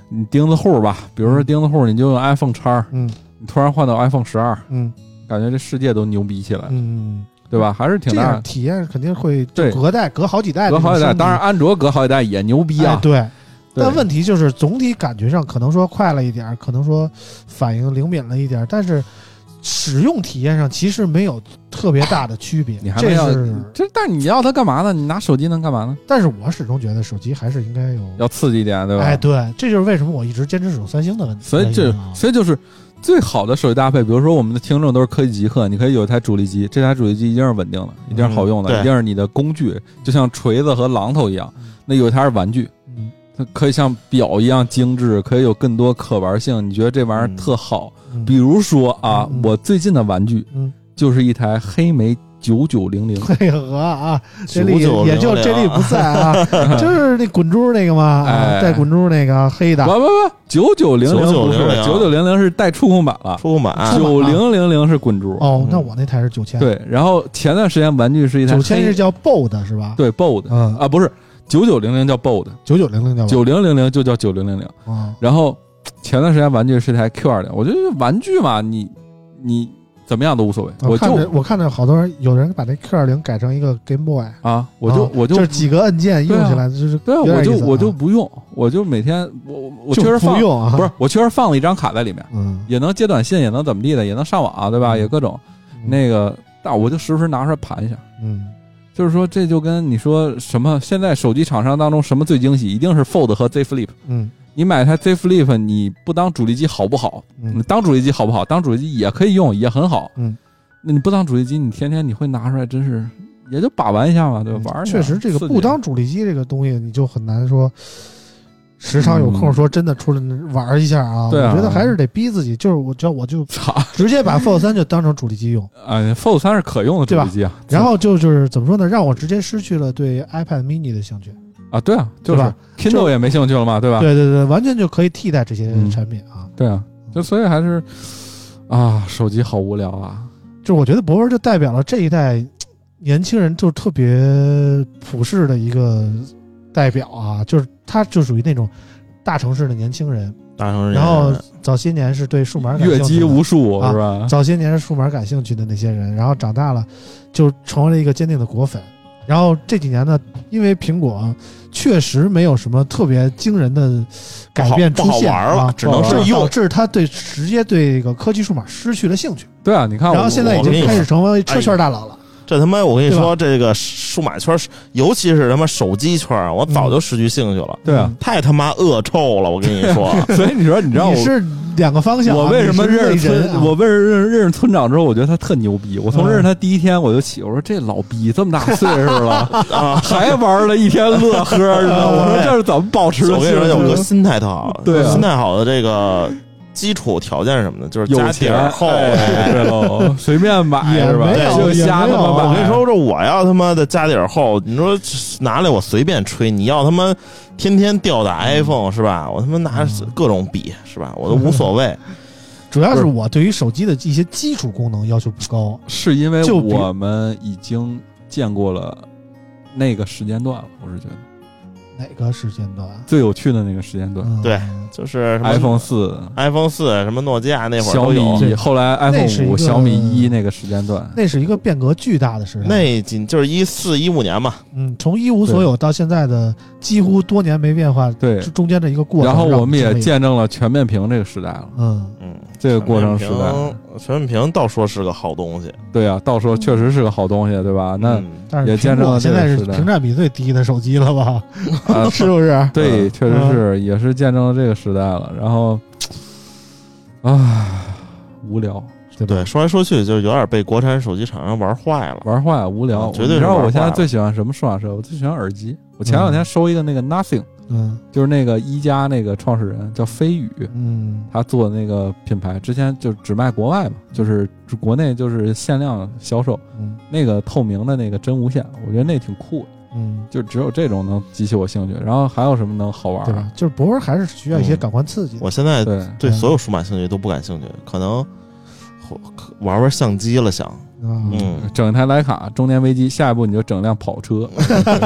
S5: 你钉子户吧，比如说钉子户，你就用 iPhone 叉，
S6: 嗯
S5: 你突然换到 iPhone 十二，
S6: 嗯
S5: 感觉这世界都牛逼起来，
S6: 嗯，
S5: 对吧？还是挺
S6: 这
S5: 大
S6: 样，体验肯定会就
S5: 对
S6: 隔代隔好几代这种
S5: 隔
S6: 升
S5: 好
S6: 级，
S5: 几代，当然安卓隔好几代也牛逼
S6: 哎
S5: 啊。
S6: 对。
S5: 对
S6: 但问题就是，总体感觉上可能说快了一点儿，可能说反应灵敏了一点儿，但是使用体验上其实没有特别大的区别。
S5: 你还
S6: 这
S5: 没嗯要
S6: 是，
S5: 这，但你要它干嘛呢？你拿手机能干嘛呢？
S6: 但是我始终觉得手机还是应该有。
S5: 要刺激一点，对吧？
S6: 哎，对，这就是为什么我一直坚持使用三星的问题。哎
S5: 所以这，所以就是最好的手机搭配，比如说我们的听众都是科技极客，你可以有一台主力机，这台主力机一定是稳定的，
S6: 嗯
S5: 一定是好用的，
S4: 对
S5: 一定是你的工具，就像锤子和榔头一样。那有一台是玩具，
S6: 嗯
S5: 它可以像表一样精致，可以有更多可玩性。你觉得这玩意儿
S4: 嗯
S5: 特好？
S6: 嗯
S5: 比如说啊，
S6: 嗯
S5: 我最近的玩具
S6: 嗯，
S5: 就是一台黑莓九九
S6: [LAUGHS]
S5: 零零，
S6: 配合啊，这里
S4: 9900
S6: 也就这里不在
S5: [LAUGHS]
S6: 啊，就是那滚珠那个嘛，啊
S5: 哎
S6: 带滚珠那个黑的
S5: 不，不不，九九零零不是
S4: 9900
S5: 九九零零是带触控板了，
S4: 触控板，
S6: 触
S5: 九
S6: 控板
S5: 零零零是滚珠。
S6: 哦
S4: 嗯，
S6: 那我那台是九千，，
S5: 对，然后前段时间玩具是一台
S6: 九千
S5: 黑
S6: 是叫 BOLD 是吧？，
S5: 对 bold，
S6: 嗯
S5: 啊，不是九九零零叫 bold，
S6: 九九零零叫
S5: 九零零零就叫九零零零。
S6: 啊，
S5: 然后前段时间玩具是台 Q 二零，我觉得玩具嘛，你你怎么样都无所谓，我
S6: 哦看着
S5: 就
S6: 我看着好多人，有人把那 Q 二零改成一个 Game Boy，
S5: 啊，我就
S6: 啊
S5: 我
S6: 这
S5: 就
S6: 几个按键用起来就是
S5: 对啊，
S6: 有点
S5: 我就
S6: 意思啊
S5: 我就不用，我就每天我我确
S6: 就
S5: 实
S6: 不
S5: 放
S6: 用啊，
S5: 不是，我确实放了一张卡在里面，
S6: 嗯，
S5: 也能接短信，也能怎么地的，也能上网，啊对吧？也各种那个，但我就时不时拿出来盘一下。
S6: 嗯
S5: 就是说，这就跟你说什么，现在手机厂商当中什么最惊喜，一定是 Fold 和 Z Flip。
S6: 嗯
S5: 你买台 Z Flip，你不当主力机好不好？你
S6: 嗯
S5: 当主力机好不好？当主力机也可以用，也很好。
S6: 嗯，
S5: 那你不当主力机，你天天你会拿出来，真是也就把玩一下嘛，对吧？玩儿一
S6: 嗯
S5: 下
S6: 确实这个
S5: 刺激
S6: 不当主力机这个东西，你就很难说。时常有空
S5: 嗯
S6: 说真的出来玩一下啊，
S5: 对啊
S6: 我觉得还是得逼自己，就是我只要我就
S5: [LAUGHS] 操
S6: 直接
S5: [LAUGHS]
S6: 把 Fold 三就当成主力机用，
S5: 啊！Fold 三是可用的主力机啊，
S6: 然后就就是怎么说呢，让我直接失去了对 iPad mini 的兴趣。
S5: 啊，对啊，就
S6: 对
S5: 是
S6: 吧
S5: Kindle 也没兴趣了嘛，对吧？
S6: 对对对，完全就可以替代这些
S5: 嗯
S6: 产品啊。
S5: 对啊，就所以还是啊，手机好无聊啊。
S6: 就是我觉得博文就代表了这一代年轻人，就是特别普世的一个代表啊，就是他就属于那种大城市的年轻人，
S4: 大成人，
S6: 然后早些年是对数码感
S5: 越
S6: 兴趣
S5: 级
S6: 的
S5: 无数、
S6: 啊
S5: 是吧？
S6: 早些年是数码感兴趣的那些人，然后长大了就成为了一个坚定的果粉。然后这几年呢，因为苹果啊确实没有什么特别惊人的改变
S4: 不
S6: 出
S4: 好
S6: 现
S4: 玩了
S6: 啊，
S4: 只能
S6: 导致
S4: 是用
S6: 导致他对直接对这个科技数码失去了兴趣，
S5: 对啊，你看我，
S6: 然后现在已
S4: 我跟
S6: 经
S4: 你
S6: 开始成为
S4: 哎
S6: 车圈大佬了。
S4: 这他妈，我跟你
S6: 对吧
S4: 说，这个数码圈，尤其是他妈手机圈啊，我
S6: 嗯
S4: 早就失去兴趣了，
S5: 对啊，
S4: 太他妈恶臭了。我跟你说，
S5: 所以你说你知道我
S6: 你是两个方向啊、
S5: 我为什么
S6: 你是
S5: 认识
S6: 类人啊、
S5: 村？
S6: 嗯
S5: 我为什么认识认识村长之后，我觉得他特牛逼。我从认识他第一天我就起，我说这老逼这么大岁
S6: [LAUGHS]
S5: 数了，还玩了一天乐呵，你知道吗？我说 [LAUGHS] 这是怎么保持的
S4: 我跟你
S5: 兴
S4: 说，有个
S5: 趣？
S4: 心态特好，
S5: 对啊
S4: 心态好的这个基础条件是什么呢？就是
S5: 有
S4: 家底儿
S5: 钱
S4: 厚。
S5: 哎对喽，随便买
S6: 也
S5: 是吧？
S6: 没有
S5: 就
S6: 也
S5: 瞎
S6: 没
S5: 他
S6: 有啊
S5: 妈买。
S4: 我跟你说，这我要他妈的家底儿厚，你说拿来我随便吹，你要他妈天天吊打 iPhone 是吧？我他妈拿
S5: 嗯
S4: 各种比是吧？我都无所谓。
S6: 主要是我对于手机的一些基础功能要求不高，
S5: 是因为
S6: 就比
S5: 我们已经见过了那个时间段了，我是觉得
S6: 哪个时间段？
S5: 最有趣的那个时间段
S6: 嗯
S4: 对就是什么
S5: ，iPhone 四。
S4: iPhone 四什么诺基亚那会儿
S5: 小
S4: 都
S5: 米
S4: 有，
S5: 一，后来
S6: 那
S5: iPhone
S6: 是一
S5: 五、
S6: 个
S5: 小米一那个时间段，
S6: 那是一个变革巨大的时代。
S4: 那仅就是一四一五年嘛，
S6: 嗯，从一无所有到现在的几乎多年没变化，
S5: 对
S6: 这中间的一个过程。
S5: 然后我们也
S6: 见，
S5: 见证了全面屏这个时代了。
S6: 嗯，
S4: 嗯，
S5: 这个过程时代
S4: 代，全面屏倒说是个好东西，
S5: 对啊，到时候确实是个好东西，对吧？那、
S4: 嗯
S6: 但是
S5: 也见
S6: 苹
S5: 证了
S6: 果现在是
S5: 这个时代
S6: 屏占比最低的手机了吧？
S5: 啊
S6: 是不是？
S5: 对，确实
S6: 嗯
S5: 是、也是见证了这个时代了。然后，啊，无聊，对吧？
S4: 对，说来说去就是有点被国产手机厂商玩坏了。
S5: 玩坏无聊，
S4: 啊绝对是
S5: 你知道我现
S4: 玩坏
S5: 在
S4: 了
S5: 最喜欢什么数码设备？我最喜欢耳机。我前两天收一个那个 Nothing，、
S6: 嗯
S5: 就是那个一加那个创始人叫飞宇，
S6: 嗯
S5: 他做的那个品牌，之前就只卖国外嘛，就是国内就是限量销售。
S6: 嗯
S5: 那个透明的那个真无线，我觉得那挺酷的，
S6: 嗯，
S5: 就只有这种能激起我兴趣。然后还有什么能好玩
S6: 对
S5: 儿？
S6: 吧？就是博文还是需要一些
S4: 嗯
S6: 感官刺激的。
S4: 我现在
S5: 对，嗯
S4: 对所有数码兴趣都不感兴趣，可能我可玩玩相机了想。
S6: 啊，
S4: 嗯，
S5: 整一台徕卡，中年危机，下一步你就整辆跑车。 [LAUGHS]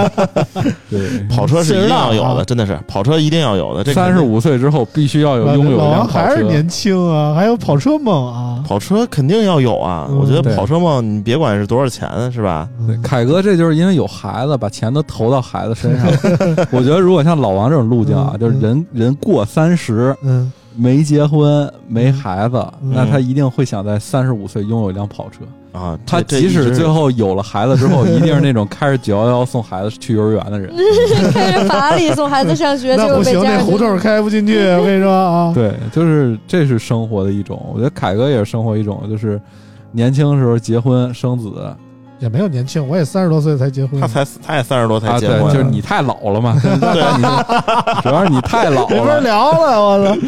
S5: 对，
S4: 跑车是一定要有
S6: 啊
S4: 的，真的是跑车一定要有的。这
S5: 三十五岁之后必须要有
S6: 老
S5: 拥有一
S6: 老
S5: 辆
S6: 王
S5: 跑
S6: 还是
S5: 车。
S6: 年轻啊，还有跑车梦啊。
S4: 跑车肯定要有啊！
S6: 嗯
S4: 我觉
S5: 对
S4: 得跑车嘛，你别管是多少钱是吧？
S5: 对
S6: 嗯
S5: 凯哥，这就是因为有孩子，把钱都投到孩子身上
S6: [LAUGHS]
S5: 了。我觉得，如果像老王这种路径啊
S6: 嗯，
S5: 就是人人过三十
S6: 嗯，
S5: 没结婚没孩子，
S6: 嗯
S5: 那他一定会想在三十五岁拥有一辆跑车。
S4: 啊，
S5: 他
S4: 这
S5: 即
S4: 这一
S5: 使
S4: 直
S5: 最后有了孩子之
S6: [LAUGHS]
S5: 后，一定是那种开着九幺幺送孩子去幼儿园的人。
S2: 啊 [LAUGHS] 开着法拉利送孩子上学，结
S6: [LAUGHS] 那
S2: 果
S6: 不
S2: 被
S6: 行，
S2: 家
S6: 那
S2: 人
S6: 胡同开不
S2: [LAUGHS]
S6: 进去。我跟你说
S5: [LAUGHS]
S6: 啊，
S5: 对，就是这是生活的一种。我觉得凯哥也是生活一种，就是年轻时候结婚生子啊
S6: 也没有年轻，我也三十多岁才结婚。
S4: 他才他也三十多才
S5: 啊，
S4: 结
S5: 对，
S4: 婚，
S5: 就是你太老了 [LAUGHS] 嘛，对，你主要是你太老
S6: 没法
S5: 了，
S6: 聊了，我操！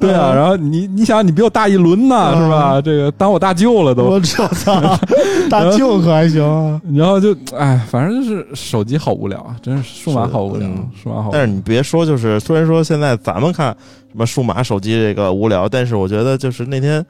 S5: 对啊。然后你你想，你比我大一轮呢，是吧？这个当我大舅了都。
S6: 我
S5: [LAUGHS]
S6: 操，大舅可还行啊？
S5: 然后就哎，反正就是手机好无聊啊，真是数码好无
S4: 是
S5: 聊
S4: 嗯，
S5: 数码好无聊。
S4: 但是你别说，就是虽然说现在咱们看什么数码手机这个无聊，但是我觉得就是那天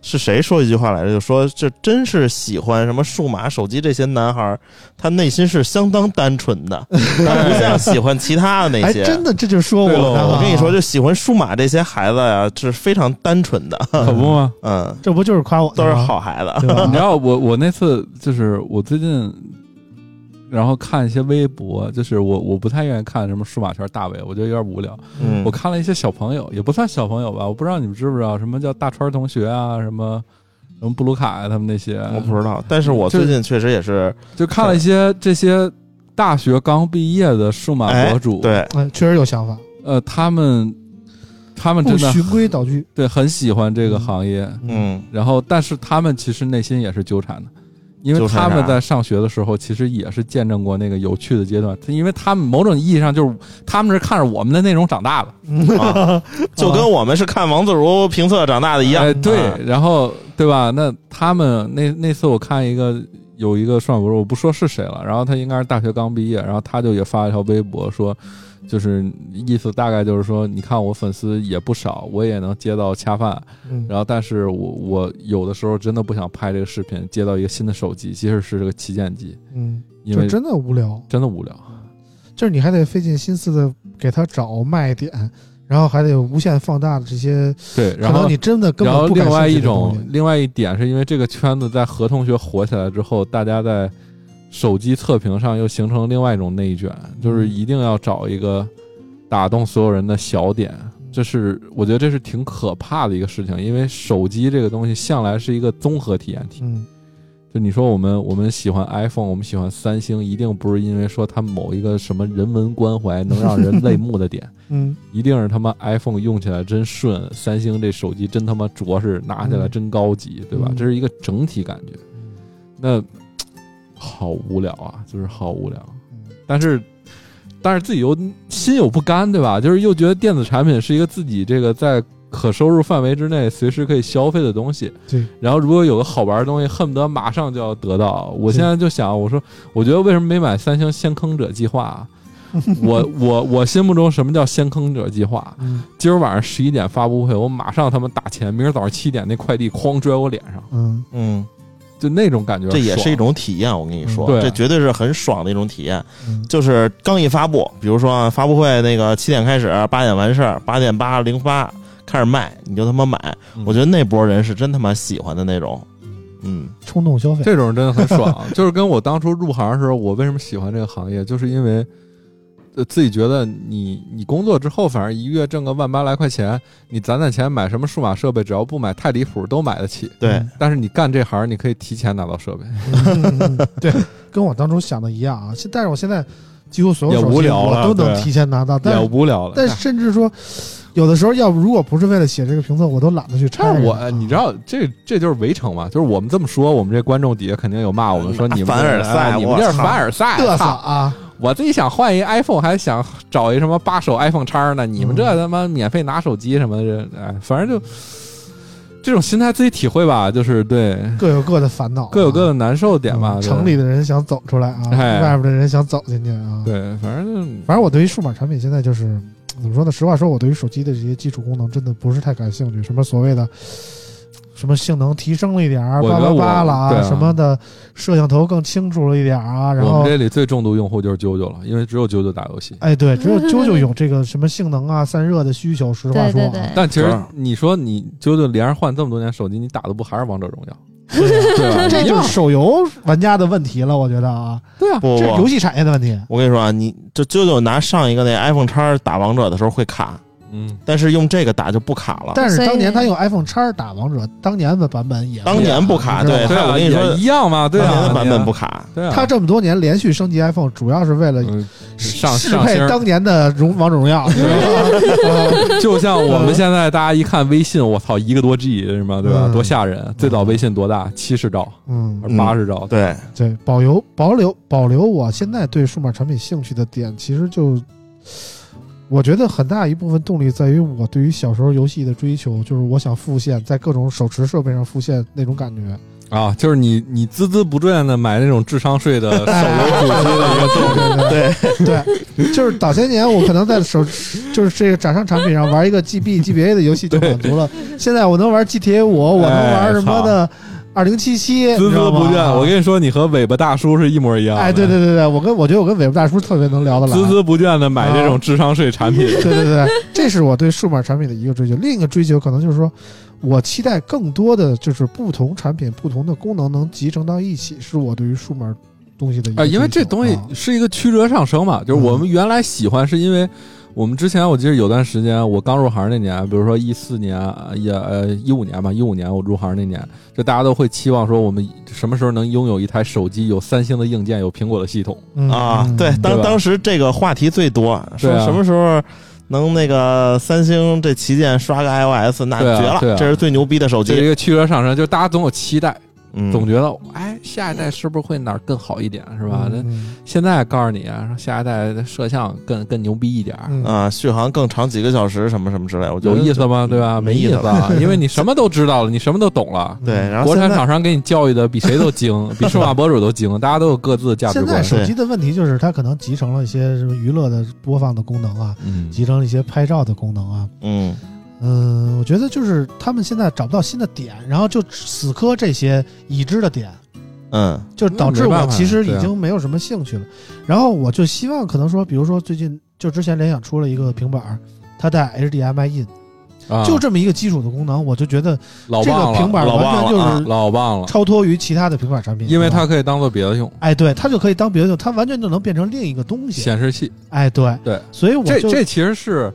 S4: 是谁说一句话来着，就说这真是喜欢什么数码手机这些男孩儿，他内心是相当单纯
S5: [LAUGHS]
S4: 的，他不像喜欢其他的那
S6: 哎，
S4: 些。
S6: 真的这就说我
S5: 对喽
S6: 呢。
S4: 我跟你说，就喜欢数码这些孩子呀，是非常单纯的，
S5: 可不吗？
S4: 嗯，
S6: 这不就是夸我
S4: 都
S6: 呢
S4: 是
S6: 吗，
S4: 好孩子。
S6: 对吧
S5: [LAUGHS] 你知道我我那次就是我最近，然后看一些微博，就是我我不太愿意看什么数码圈大 V，我觉得有点无聊。
S4: 嗯
S5: 我，看了一些小朋友，也不算小朋友吧，我不知道你们知不知道什么叫大川同学啊，什么什么布鲁卡呀、啊他们那些，
S4: 我不知道，但是我
S5: 就是
S4: 最近确实也是，
S5: 就看了一些这些大学刚毕业的数码
S4: 哎
S5: 博，主，，
S4: 对，
S6: 嗯，确实有想法，
S5: 呃，他们他们
S6: 不
S5: [LAUGHS] 真的
S6: 循规蹈
S5: [LAUGHS]
S6: 矩。
S5: 对很喜欢这个行业，
S4: 嗯，
S5: 然后，但是他们其实内心也是纠缠的，因为
S4: 纠缠
S5: 他们
S4: 啥
S5: 在上学的时候，其实也是见证过那个有趣的阶段。因为他们某种意义上就是他们是看着我们的内容长大的 [LAUGHS]
S4: 啊就跟我们是看王自如评测长大的一样
S5: 哎，，对，
S4: 啊
S5: 然后对吧？那他们那那次我看一个有一个算博主，我不说是谁了，然后他应该是大学刚毕业，然后他就也发了一条微博说，就是意思大概就是说，你看我粉丝也不少，我也能接到恰饭，
S6: 嗯
S5: 然后，但是我我有的时候真的不想拍这个视频，接到一个新的手机，即使是这个旗舰机，
S6: 嗯，
S5: 因
S6: 就
S5: 为
S6: 真的无聊，
S5: 真的无聊。
S6: 就是你还得费尽心思的给他找卖点，然后还得有无限放大的这些，
S5: 对，
S6: 可
S5: 然后
S6: 能你真的根
S5: 然后
S6: 本不感
S5: 另外
S6: 兴
S5: 一
S6: 趣的东
S5: 种
S6: 西。
S5: 另外一点是因为这个圈子在合同学火起来之后，大家在手机测评上又形成另外一种内卷，就是
S6: 嗯
S5: 一定要找一个打动所有人的小点。这是我觉得这是挺可怕的一个事情，因为手机这个东西向来是一个综合体验体。
S6: 嗯，
S5: 就你说我们我们喜欢 iPhone，我们喜欢三星，一定不是因为说它某一个什么人文关怀能让人泪目的点，
S6: 嗯，
S5: 一定是他妈 iPhone 用起来真顺，三星这手机真他妈着实，拿起来真高级，对吧？
S6: 嗯
S5: 这是一个整体感觉。那嘖好无聊啊，就是好无聊。
S6: 嗯
S5: 但是，但是自己又心有不甘，对吧？就是又觉得电子产品是一个自己这个在可收入范围之内随时可以消费的东西。
S6: 对。
S5: 然后如果有个好玩的东西，恨不得马上就要得到。我
S6: 对
S5: 现在就想，我说，我觉得为什么没买三星先坑者计划、啊？我我我心目中什么叫先坑者计划？
S6: 嗯
S5: 今儿晚上十一点发布会，我马上他妈打钱，明儿早上七点那快递哐拽我脸上，
S6: 嗯，
S4: 嗯，
S5: 就那种感觉
S4: 这
S5: 爽。
S4: 也是一种体验，我跟你说，
S5: 嗯对啊
S4: 这绝对是很爽的一种体验。
S5: [LAUGHS]
S6: 嗯
S4: 就是刚一发布，比如说啊发布会那个七点开始，八点完事儿，八点八零八开始卖，你就他妈买。
S5: 嗯
S4: 我觉得那波人是真他妈喜欢的那种，嗯，
S6: 冲动消费。
S5: [LAUGHS] 这种真的很爽， [LAUGHS] 就是跟我当初入行的时候，我为什么喜欢这个行业，就是因为。呃，自己觉得你你工作之后，反正一月挣个万八来块钱，你攒攒钱买什么数码设备，只要不买太离谱，都买得起。
S4: 对，
S6: 嗯
S5: 但是你干这行，你可以提前拿到设备，
S6: 嗯对，跟我当初想的一样啊。现但是我现在几乎所有
S5: 也
S6: 手机
S5: 无聊
S6: 我
S5: 了
S6: 都能
S5: 对
S6: 提前拿到，但
S5: 也
S6: 是
S5: 无哎聊了。
S6: 但甚至说，有的时候要不如果不是为了写这个评测，我都懒得去拆
S5: 但
S6: 了。
S5: 是我，你知道，这这就是围城嘛，就是我们这么说，我们这观众底下肯定有骂我们说
S4: 嗯
S5: 你们
S4: 凡尔赛
S5: 哎你们这是
S4: 我操
S5: 凡尔赛，
S6: 嘚瑟
S5: 操！
S6: 啊，
S5: 我自己想换一 iPhone，还想找一什么八手 iPhone 叉呢，你们这
S6: 嗯
S5: 他妈免费拿手机什么的，这哎，反正就这种心态自己体会吧，就是对
S6: 各有各的烦恼啊，
S5: 各有各的难受点吧
S6: 嗯，
S5: 对
S6: 城里的人想走出来啊，
S5: 哎
S6: 外边的人想走进去啊。，
S5: 对，反正
S6: 反正我对于数码产品现在就是怎么说呢？实话说，我对于手机的这些基础功能真的不是太感兴趣。什么所谓的什么性能提升了一点儿，
S5: 我
S6: 叭
S5: 觉得
S6: 叭
S5: 我
S6: 叭了啊，
S5: 对啊
S6: 什么的摄像头更清楚了一点儿啊，然
S5: 我
S6: 后
S5: 们这里最重度用户就是啾啾了，因为只有啾啾打游戏。
S6: 哎，对， [LAUGHS] 只有啾啾有这个什么性能啊、散热的需求。实话
S2: 对
S6: 说
S2: 对
S6: 啊，
S2: 对，
S5: 但其
S4: 主
S5: 实
S4: 要
S5: 你说你啾啾连着换这么多年手机，你打的不还是王者荣耀？
S6: 对
S5: 吧
S4: [LAUGHS]
S6: [LAUGHS] 这就是手游玩家的问题了，我觉得啊，
S5: 对啊，
S4: 不
S6: 这是
S4: 不
S6: 游戏产业的问题。
S4: 我跟你说啊，你这啾啾拿上一个那 iPhone 叉打王者的时候会卡，
S5: 嗯，
S4: 但是用这个打就不卡了。
S6: 但是
S2: 所以
S6: 当年他用 iPhone 叉打王者，当年的版本也
S4: 当年不卡
S6: 你知道
S4: 对
S6: 吗
S5: [LAUGHS] 对
S4: 我
S5: 啊，
S4: 跟你说
S5: 也一样嘛，对
S4: 当年
S5: 啊，
S4: 的版本不卡，
S5: 对啊，
S6: 他这么多年连续升级 iPhone，主要是为了
S5: 嗯
S6: 适
S5: 上
S6: 适
S5: 上
S6: 配
S5: 星儿，
S6: 当年的荣王者荣 [LAUGHS] 耀，对吧？
S5: 就像我们
S6: 嗯
S5: 现在大家一看微信，我操，一个多 G 什么，对吧？
S6: 嗯
S5: 多吓人！最早微信多大？七十兆
S6: 嗯，
S5: 还
S4: 嗯
S5: 是八十兆？
S4: 对，
S6: 对，保留保留保留我现在对数码产品兴趣的点，其实就我觉得很大一部分动力在于我对于小时候游戏的追求，就是我想复现在各种手持设备上复现那种感觉。
S5: 啊，就是你你孜孜不倦的买那种智商税的手游主机的一个作品，
S6: 对对对，就是早些年我可能在手就是这个掌上产品上玩一个 GB GBA 的游戏就满足了，现在我能玩 GTA 五，我能玩什么的二零七七，
S5: 哎孜孜不倦。我
S6: 你
S5: 跟你说，你和尾巴大叔是一模一
S6: 知道
S5: 样
S6: 吗
S5: 的。
S6: 啊哎，对对对对，我跟我觉得我跟尾巴大叔特别能聊得来，
S5: 孜孜不倦的买这种智商税产 [LAUGHS] 品。
S6: 对对对，这是我对数码产品的一个追求。另一个追求可能就是说，我期待更多的就是不同产品、不同的功能能集成到一起，是我对于数码东西的一个
S5: 啊，因为
S6: 追
S5: 这
S6: 求
S5: 东西
S6: 啊
S5: 是一个曲折上升嘛，就是我们原来喜欢，是因为我们之前我记得有段时间，我刚入行那年，比如说一四年啊也呃一五年吧，一五年我入行那年，就大家都会期望说我们什么时候能拥有一台手机，有三星的硬件，有苹果的系统。
S6: 嗯
S4: 啊，
S6: 嗯
S4: 对，当
S5: 对吧
S4: 当时这个话题最多，说
S5: 对啊
S4: 什么时候能那个三星这旗舰刷个 iOS，那
S5: 对啊
S4: 绝了
S5: 对啊，
S4: 这是最牛逼的手
S5: 这是
S4: 机
S5: 一。个曲折上升，就大家总有期待，
S4: 嗯，
S5: 总觉得哎下一代是不是会哪儿更好一点，是吧？那
S6: 嗯
S5: 现在告诉你啊，说下一代的摄像更更牛逼一点儿，
S6: 嗯
S4: 啊，续航更长几个小时，什么什么之类，我觉
S5: 有
S4: 得
S5: 意思吗？对吧？
S4: 没
S5: 没
S4: 意思
S5: 思啊，因为你什么都知道了，你什么都懂了。
S4: 对，然后
S5: 国产
S4: 现在
S5: 厂商给你教育的比谁都精，
S6: [LAUGHS]
S5: 比数码博主都精，大家都有各自的价值
S6: 现在
S5: 观。
S6: 手机的问题就是它可能集成了一些什么娱乐的播放的功能啊，
S5: 嗯，
S6: 集成了一些拍照的功能啊。
S4: 嗯，
S6: 嗯，我觉得就是他们现在找不到新的点，然后就死磕这些已知的点，
S4: 嗯
S6: 就导致
S5: 那没办
S6: 我
S5: 法啊
S6: 其实
S5: 对
S6: 已
S5: 啊
S6: 经没有什么兴趣了。然后我就希望可能说，比如说最近就之前联想出了一个平板儿，它带 HDMI in，
S5: 啊，
S6: 就这么一个基础的功能，我就觉得
S5: 老
S6: 这个
S5: 棒
S6: 平
S5: 了，
S6: 板
S4: 老
S6: 完
S4: 忘
S6: 全
S4: 了
S6: 就
S4: 啊
S6: 是
S5: 老棒了，
S6: 超脱于其他的平板产品，
S5: 因为
S6: 是吧
S5: 它可以当做别的用，
S6: 哎，对，它就可以当别的用，它完全就能变成另一个东西。
S5: 显示器。
S6: 哎，对
S5: 对，
S6: 所以我
S5: 这
S6: 就
S5: 这其实是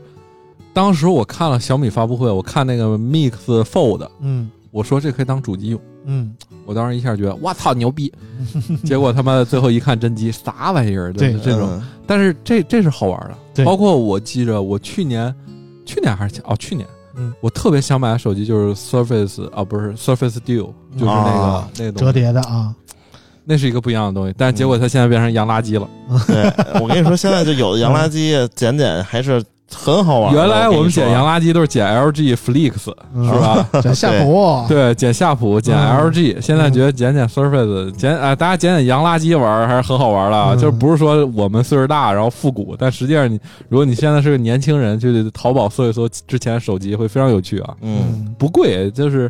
S5: 当时我看了小米发布会，我看那个 Mix Fold，
S6: 嗯
S5: 我说这可以当主机用，
S6: 嗯，
S5: 我当时一下觉得哇操牛逼， [LAUGHS] 结果他妈的最后一看真机啥玩意儿，就
S6: 对
S5: 是这种。
S4: 嗯
S5: 但是这这是好玩的，
S6: 对
S5: 包括我记着我去年，去年还是前哦去年，
S6: 嗯，
S5: 我特别想买的手机就是 Surface 啊，不是 Surface Duo，就是那个、
S4: 啊
S5: 那个东
S6: 折
S5: 西，
S6: 叠的
S5: [LAUGHS]
S6: 啊，
S5: 那是一个不一样的东西，但是结果它现在变成洋垃圾了。
S4: 嗯对，我跟你说，现在就有的洋垃圾捡捡还是很好玩的。
S5: 原来
S4: 我
S5: 我们
S4: 捡
S5: 捡洋垃圾都是捡 LG Flix 嗯是
S3: [LAUGHS]
S6: 是？
S5: 吧？
S6: 这夏普，
S5: 对，捡夏普，捡
S6: 啊嗯
S5: LG，现在觉得捡捡 Surface，捡啊、大家捡捡洋垃圾玩儿还是很好玩的啊，
S6: 嗯
S5: 就是不是说我们岁数大然后复古，但实际上你如果你现在是个年轻人，就得淘宝搜一搜之前的手机会非常有趣啊，
S4: 嗯，
S5: 不贵，就是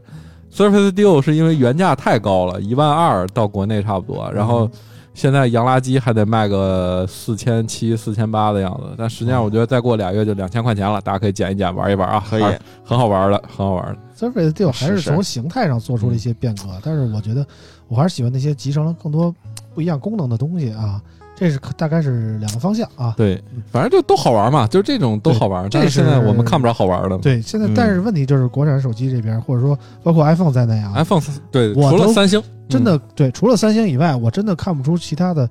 S5: Surface Duo 是因为原价太高了，一万二到国内差不多，
S6: 嗯
S5: 然后现在洋垃圾还得卖个四千七、四千八的样子，但实
S6: 嗯
S5: 际上我觉得再过俩月就两千块钱了，大家可以捡一捡玩一玩啊，
S4: 可以
S5: 还是很好玩的，很好玩的。
S6: Surface Duo 还是
S4: 是是
S6: 从形态上做出了一些变革，但是我觉得我还是喜欢那些集成了更多不一样功能的东西啊。这是可大概是两个方向啊。
S5: 对，反正就都好玩嘛，就这种都好
S6: 对
S5: 玩。但是
S6: 这
S5: 现在
S6: 是
S5: 我们看不着好玩的。
S6: 对，现在
S4: 嗯
S6: 但是问题就是国产手机这边，或者说包括 iPhone 在内啊，
S5: iPhone 四对，
S6: 我
S5: 除了
S6: 都
S5: 三星，
S6: 真的对，除了三星以外，我真的看不出其他的，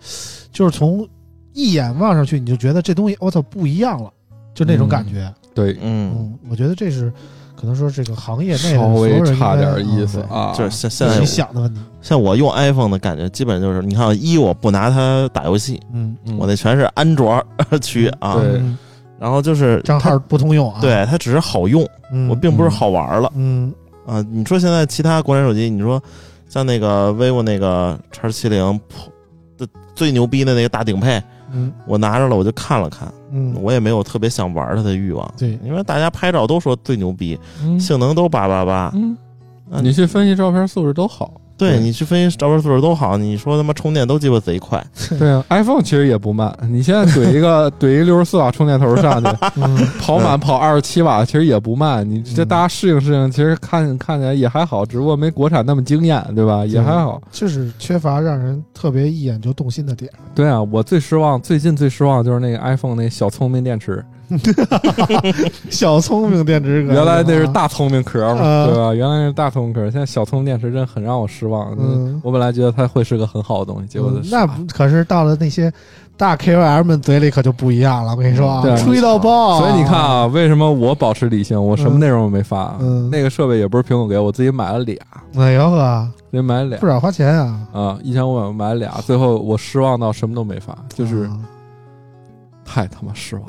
S6: 就是从一眼望上去你就觉得这东西我操不一样了，就那种感觉。
S5: 嗯对，
S4: 嗯，
S6: 嗯，我觉得这是可能说这个行业内的
S5: 稍
S6: 所
S5: 微
S6: 有人
S5: 差
S6: 应该
S5: 点意思
S6: 啊
S5: 啊，
S4: 就是现现
S6: 对
S4: 在
S6: 自己
S4: 我
S6: 想的问题。
S4: 像我用 iPhone 的感觉，基本就是你看一我不拿它打游戏，
S6: 嗯，
S5: 嗯
S4: 我那全是安卓 [LAUGHS] 区啊，
S5: 对
S6: 嗯
S4: 然后就是
S6: 账号不通用啊。
S4: 它，，对它只是好用，
S6: 嗯，
S4: 我并不是好玩了
S6: 嗯
S4: 啊。你说现在其他国产手机，你说像那个 vivo 那个叉七零，的最牛逼的那个大顶配，
S6: 嗯
S4: 我拿着了我就看了看，
S6: 嗯，
S4: 我也没有特别想玩它的欲望。
S6: 对，
S4: 因为大家拍照都说最牛逼，
S5: 嗯
S4: 性能都八八八，
S5: 嗯
S4: 那，
S5: 你去分析照片素质都好。
S4: 对你去分析照片素质都好，你说他妈充电都鸡巴贼快，
S5: 对啊，iPhone 其实也不慢，你现在怼一 [LAUGHS] 个怼一六十四瓦充电头上 [LAUGHS] 去，
S6: [LAUGHS] 嗯
S5: 跑满跑二十七瓦，其实也不慢。你这
S6: 嗯
S5: 大家适应适应，其实看看起来也还好，只不过没国产那么惊艳，对吧？也还好。
S6: 就是缺乏让人特别一眼就动心的点。
S5: 对啊，我最失望，最近最失望就是那个 iPhone 那小聪明电池，
S6: 小聪明电池，
S5: 原来那是，大聪明壳嘛，
S6: 啊
S5: 对吧？原来是大聪明壳，现在小聪明电池真很让我失望。
S6: 嗯
S5: 我本来觉得它会是个很好的东西，结果它
S6: 嗯
S5: 是
S6: 那不可是到了那些大 KOL 们嘴里可就不一样了。我跟你说
S5: 对
S6: 啊，
S5: 啊
S6: 吹到爆。
S5: 所以你看，啊，为什么我保持理性？我什么
S6: 嗯
S5: 内容也没发，啊
S6: 嗯
S5: 那个设备也不是苹果给我，我自己买了俩，
S6: 哎呦呵，
S5: 自己买了俩
S6: 不少花钱啊，
S5: 啊，一千五百买了俩，最后我失望到什么都没发，就是
S6: 啊
S5: 太他妈失望。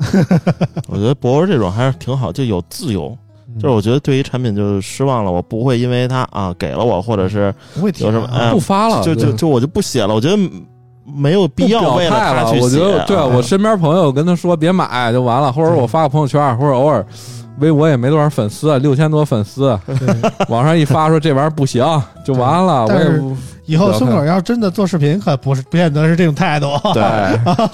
S4: 我觉得博文这种还是挺好，就有自由。
S6: 嗯
S4: 就是我觉得对于产品就是失望了，我不会因为它啊给了我，或者是
S6: 不会停
S4: 有什么
S6: 啊
S4: 哎
S5: 不发了，
S4: 就就
S5: 对
S4: 就我就不写了。我觉得没有必要
S5: 不
S4: 为
S5: 表态
S4: 它
S5: 了，
S4: 去
S5: 我觉
S4: 写。
S5: 得对
S4: 啊 [LAUGHS]
S5: 我身边朋友跟他说别买就完了，或者我发个朋友圈，或者偶尔微博也没多少粉丝，啊六千多粉丝，啊
S4: 嗯
S6: 对
S5: 网上一发说这玩意儿不行就完了，我
S6: 但
S5: 也
S6: 是
S5: 不
S6: 以后
S5: 对
S6: 村口要真的做视频，可不是不见得是这种态
S5: [LAUGHS]
S6: 度。
S4: 对，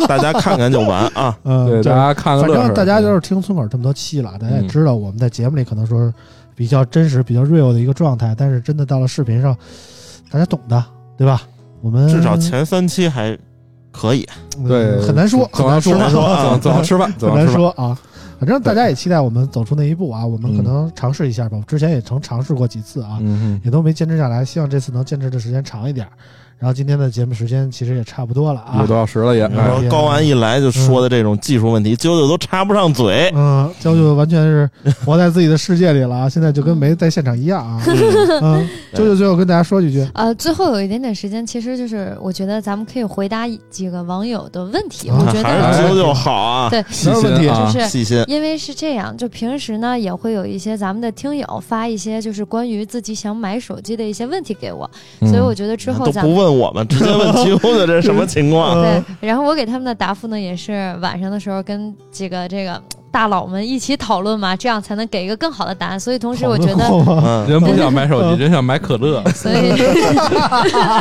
S4: 大家看看就完啊。
S6: 嗯，
S5: 对
S6: 就是
S5: 大家看个
S6: 反
S5: 乐呵嗯
S6: 正大家就是听村口这么多期了，大家也知道我们在节目里可能说是比较真实、比较 real 的一个状态，但是真的到了视频上，大家懂的，对吧？我们
S4: 至少前三期还可以。
S6: 嗯
S5: 对
S6: 很难说，
S5: 总
S6: 很
S5: 要
S6: 难
S5: 吃
S6: 说，
S5: 饭，总总要吃饭，
S6: 很
S5: 总要
S6: 难
S5: 吃饭。
S6: 说啊。反正大家也期待我们走出那一步啊，我们可能尝试一下吧。我之前也曾尝试过几次啊，
S5: 嗯
S6: 也都没坚持下来，希望这次能坚持的时间长一点儿。然后今天的节目时间其实也差不多了
S5: 哼，一
S6: 啊
S5: 个。多小时了也，
S4: 你
S5: 哎
S4: 说高安一来就说的这种技术问题，啾啾都插不上嘴。
S6: 嗯，娇舅完全是活在自己的世界里了啊！现在就跟没在现场一样啊。
S2: [LAUGHS]
S6: 嗯，舅舅最后跟大家说几
S5: [LAUGHS]
S6: 句。
S2: 呃，最后有一点点时间，其实就是我觉得咱们可以回答几个网友的问题。
S6: 啊
S2: 嗯我觉
S4: 还
S2: 得
S4: 是啾啾好啊，
S2: 对，
S5: 细
S6: 没有问
S5: 心
S6: 题
S5: 啊
S2: 就，是
S4: 细
S5: [LAUGHS]
S4: 心。
S2: 因为是这样，就平时呢也会有一些咱们的听友发一些就是关于自己想买手机的一些问题给我，
S5: 嗯
S2: 所以我觉得之后
S4: 都
S2: 咱
S4: 不
S2: 们。
S4: 问我们，直接问啾啾，这是什么情况？
S2: 对
S6: 嗯，
S2: 然后我给他们的答复呢，也是晚上的时候跟几个这个大佬们一起讨论嘛，这样才能给一个更好的答案。所以同时，我觉得
S5: 哦
S6: 好吧
S4: 嗯，
S5: 人不想买手机，人想买可乐，
S2: 所以，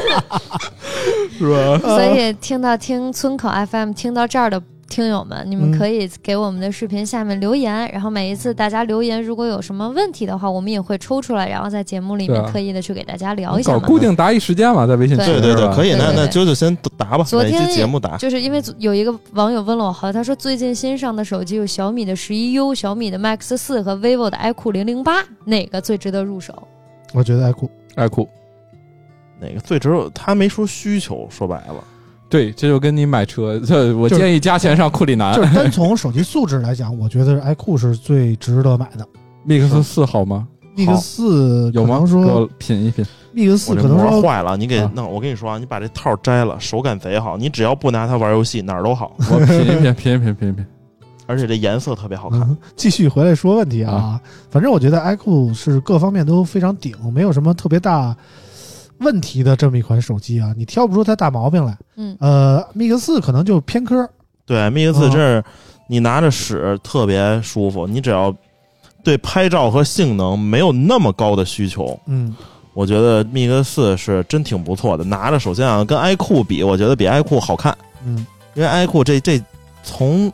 S2: [LAUGHS]
S5: 是吧？
S2: 所以听到听村口 FM 听到这儿的听友们，你们
S6: 嗯
S2: 可以给我们的视频下面留言，然后每一次大家留言如果有什么问题的话，我们也会抽出来，然后在节目里
S5: 对
S2: 面
S5: 啊
S2: 刻意的去给大家聊一下
S5: 搞
S2: 嘛。
S5: 固定答疑时间嘛，在微信群
S2: 对
S4: 对对
S5: 是
S4: 对，
S5: 吧
S4: 可以，那
S2: 对对
S4: 那
S2: 对
S4: 啾啾先答吧，
S2: 昨
S4: 哪
S2: 天
S4: 期节目答？
S2: 就是因为昨有一个网友问了我好，他说最近新上的手机有小米的十一 U、小米的 Max 四和 vivo 的 iQOO 零零八，哪个最值得入手？
S6: 我觉得爱酷，
S5: 爱酷。
S4: 哪个最值？他没说需求，说白了，
S5: 对，这就跟你买车， [LAUGHS] 这我
S6: 就是
S5: 建议加钱上库里南
S6: 就是单从手机素质来讲，我觉得爱酷是最值得买的。
S5: ，Mix 四好吗？
S6: Mix 四
S5: 有吗？
S6: 可能
S5: 给
S6: 说
S5: 我品一
S6: [LAUGHS]
S5: 品。
S6: Mix
S4: 我
S6: 四
S4: 这
S6: 可能
S4: 膜
S6: 说
S4: 坏了，你给
S5: 啊
S4: 那我跟你说啊，你把这套摘了，手感贼好，你只要不拿它玩游戏，哪儿都
S6: [LAUGHS]
S4: 好，
S5: 我品一品，品一品，品一品。
S4: 而且这颜色特别好看。
S6: 嗯继续回来说问题啊，
S4: 嗯
S6: 反正我觉得 iQOO 是各方面都非常顶，没有什么特别大问题的这么一款手机啊，你挑不出它大毛病来。
S2: 嗯，
S6: 呃，Mix 四可能就偏科，
S4: 对，Mix
S6: 嗯
S4: 真是你拿着使特别舒服，你只要对拍照和性能没有那么高的需求，
S6: 嗯，
S4: 我觉得 Mix 四是真挺不错的。拿着首先啊，跟 iQOO 比，我觉得比 iQOO 好看，
S6: 嗯，
S4: 因为 iQOO 这这从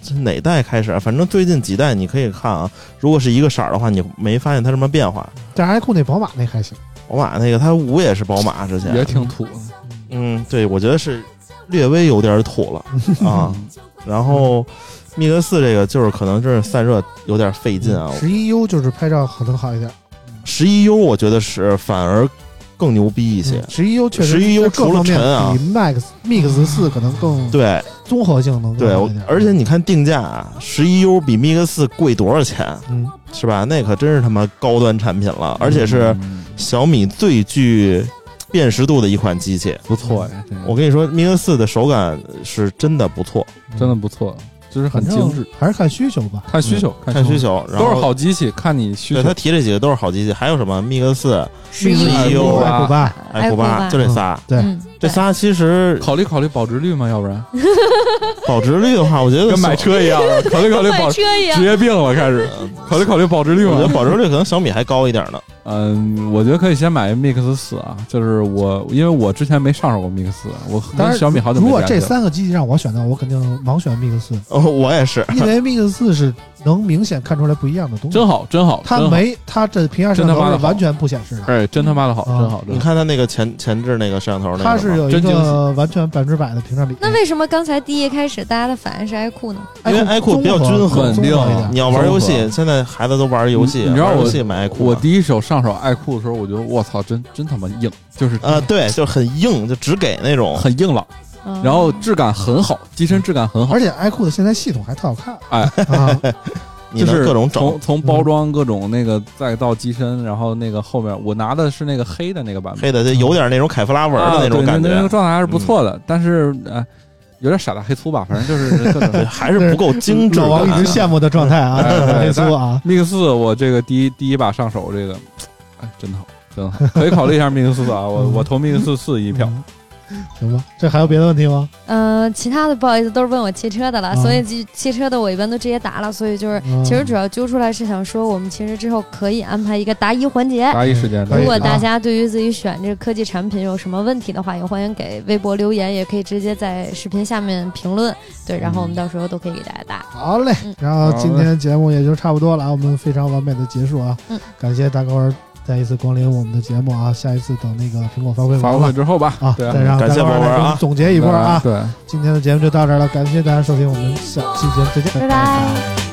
S4: 这哪代开始啊，反正最近几代你可以看啊，如果是一个色儿的话，你没发现它什么变化。
S6: 但是 iQOO 那宝马那还行，
S4: 宝马那个，它五也是宝马之前，
S5: 也挺土的。啊
S4: 嗯，对，我觉得是略微有点土了啊。然后 Mix 四这个就是可能就是散热有点费劲啊。
S6: 嗯十一 U 就是拍照可能好一点，
S4: 十一 U 我觉得是反而更牛逼一些。
S6: 嗯十一 U 确实
S4: 11U
S6: 在各方面
S4: 除了沉啊
S6: 比 Max Mix 四可能更
S4: 对
S6: 综合性能更
S4: 对，
S6: 好
S4: 我
S6: 嗯一点，
S4: 而且你看定价啊，十一 U 比 Mix 四贵多少钱？
S6: 嗯，
S4: 是吧？那可真是他妈高端产品了，而且是
S5: 嗯
S4: 小米最具辨识度的一款机器。
S5: 不错哎呀，这个
S4: 我跟你说，Mix 四的手感是真的不错，
S5: 真的不错，就是很
S6: 反正嗯
S5: 精致。
S6: 还是看需求吧。
S5: 看需求，
S4: 看需
S5: 求，
S4: 求，然
S5: 都
S4: 后
S5: 是。好机器，看你需
S4: 对
S5: 求
S4: 他。提这几个都是好机器，还有什么 Mix 四、
S2: 十一
S4: 11U
S5: 啊
S6: iQOO 八，
S4: iQOO 八，就这仨。
S6: 对
S2: 嗯，
S4: 这仨其实
S5: 考虑考虑保值率嘛，
S6: [LAUGHS]
S5: 要不然
S4: 保值率的话，我觉得
S5: 跟买车一样，啊
S6: [LAUGHS]
S5: 考虑考虑保
S2: 买
S5: 职
S2: 车一样。
S5: 业病了，开始
S6: 嗯
S5: 考虑考虑保值率
S4: 我觉得
S5: 嘛。
S4: 保值率可能小米还高一点呢。
S5: 嗯，我觉得可以先买 Mix 四啊，就是我因为我之前没上手过 Mix 四，我
S6: 当
S5: 跟
S6: 然，
S5: 小米好久
S6: 如
S5: 没
S6: 果
S5: 联系
S6: 这
S5: 了
S6: 三个机器让我选的，我肯定盲选 Mix 四，
S4: 哦，我也是，
S6: 因为 Mix 四是能明显看出来不一样的东西。
S5: 真好，真好，
S6: 它
S5: 真好，
S6: 没它这屏下摄像
S5: 真他妈
S6: 头
S5: 的
S6: 是
S5: 好
S6: 完全不显示的，
S5: 哎，真他妈的好，
S6: 啊
S5: 真好，
S4: 嗯你
S5: 真好。
S4: 看它那个前前置那个摄像头那个
S6: 它
S4: 吗
S6: 是有一
S5: 真惊
S6: 个完全百分之百的屏占比。
S2: 那为什么刚才第一开始大家的反应是 iQOO 呢？
S5: 哎
S6: 哎
S4: 因为 iQOO 比较均
S6: 综合
S4: 衡嗯
S6: 综合一点
S4: 你要玩游戏，现在孩子都玩游戏，
S5: 你知道
S4: 玩
S5: 我
S4: 游戏买啊 iQOO，
S5: 我第一手上手爱酷的时候，我觉得我操，真真他妈硬，就是
S4: 啊，对，就很硬，就只给那种。
S5: 很硬朗，
S2: 嗯
S5: 然后质感很好，机身质感
S4: 嗯
S5: 很好。
S6: 而且 iQOO 的现在系统还特好看，
S5: 哎 [LAUGHS]
S6: 啊，
S4: 你
S5: 就
S4: 能
S5: 是
S4: 各种整
S5: 从从包装各种那个，再到机身，然后那个后面，我拿的是那个黑的那个版本，
S4: 黑的，就有点那种凯夫拉纹的
S5: 啊
S4: 那种
S5: 对
S4: 感
S5: 那个
S4: 觉，嗯
S5: 状态还是不错的，但是呃，有点傻大黑粗吧，反正就
S4: [LAUGHS]
S5: 是各
S4: 对
S5: 种。
S4: 还是不够精致
S6: 老王一
S4: 感。
S6: 直 [LAUGHS] 羡慕的状态
S5: [LAUGHS]
S6: 啊，
S5: 哎哎哎
S6: 黑苏啊，
S5: Mix 四，我这个第一第一把上手，这个，哎，真好，真好，可以考虑一下 Mix 四啊，我
S6: 嗯
S5: 我投 Mix 四一
S4: 嗯
S5: 票。
S6: 行吧？这还有别的问题吗？
S2: 呃，其他的不好意思，都是问我汽车的了，
S6: 嗯
S2: 所以汽汽车的我一般都直接答了，所以就是。
S6: 嗯
S2: 其实主要揪出来是想说，我们其实之后可以安排一个答疑环节。
S5: 答疑时
S4: 嗯
S5: 间，
S6: 可以
S2: 如果
S6: 啊
S2: 大家对于自己选这个科技产品有什么问题的话，也欢迎给微博留言，也可以直接在视频下面评论。对，然后我们到时候都可以给大家答。
S6: 好嘞
S2: 嗯，
S6: 然后
S5: 好嘞
S6: 今天节目也就差不多了，我们非常完美的结束啊
S2: 嗯！
S6: 感谢大高儿再一次光临我们的节目啊！下一次等那个苹果
S4: 嗯
S6: 发布会
S5: 发
S6: 完
S5: 布会
S6: 了
S5: 之后吧
S6: 啊，，
S5: 对啊嗯
S6: 再让大
S4: 感谢
S6: 高儿
S4: 宝贝
S6: 来
S4: 儿
S6: 给我
S4: 啊
S6: 们总结一波啊！
S5: 对。
S6: 今天的节目就到这儿了，感谢大家收听，我们下期节目再见，
S2: 拜拜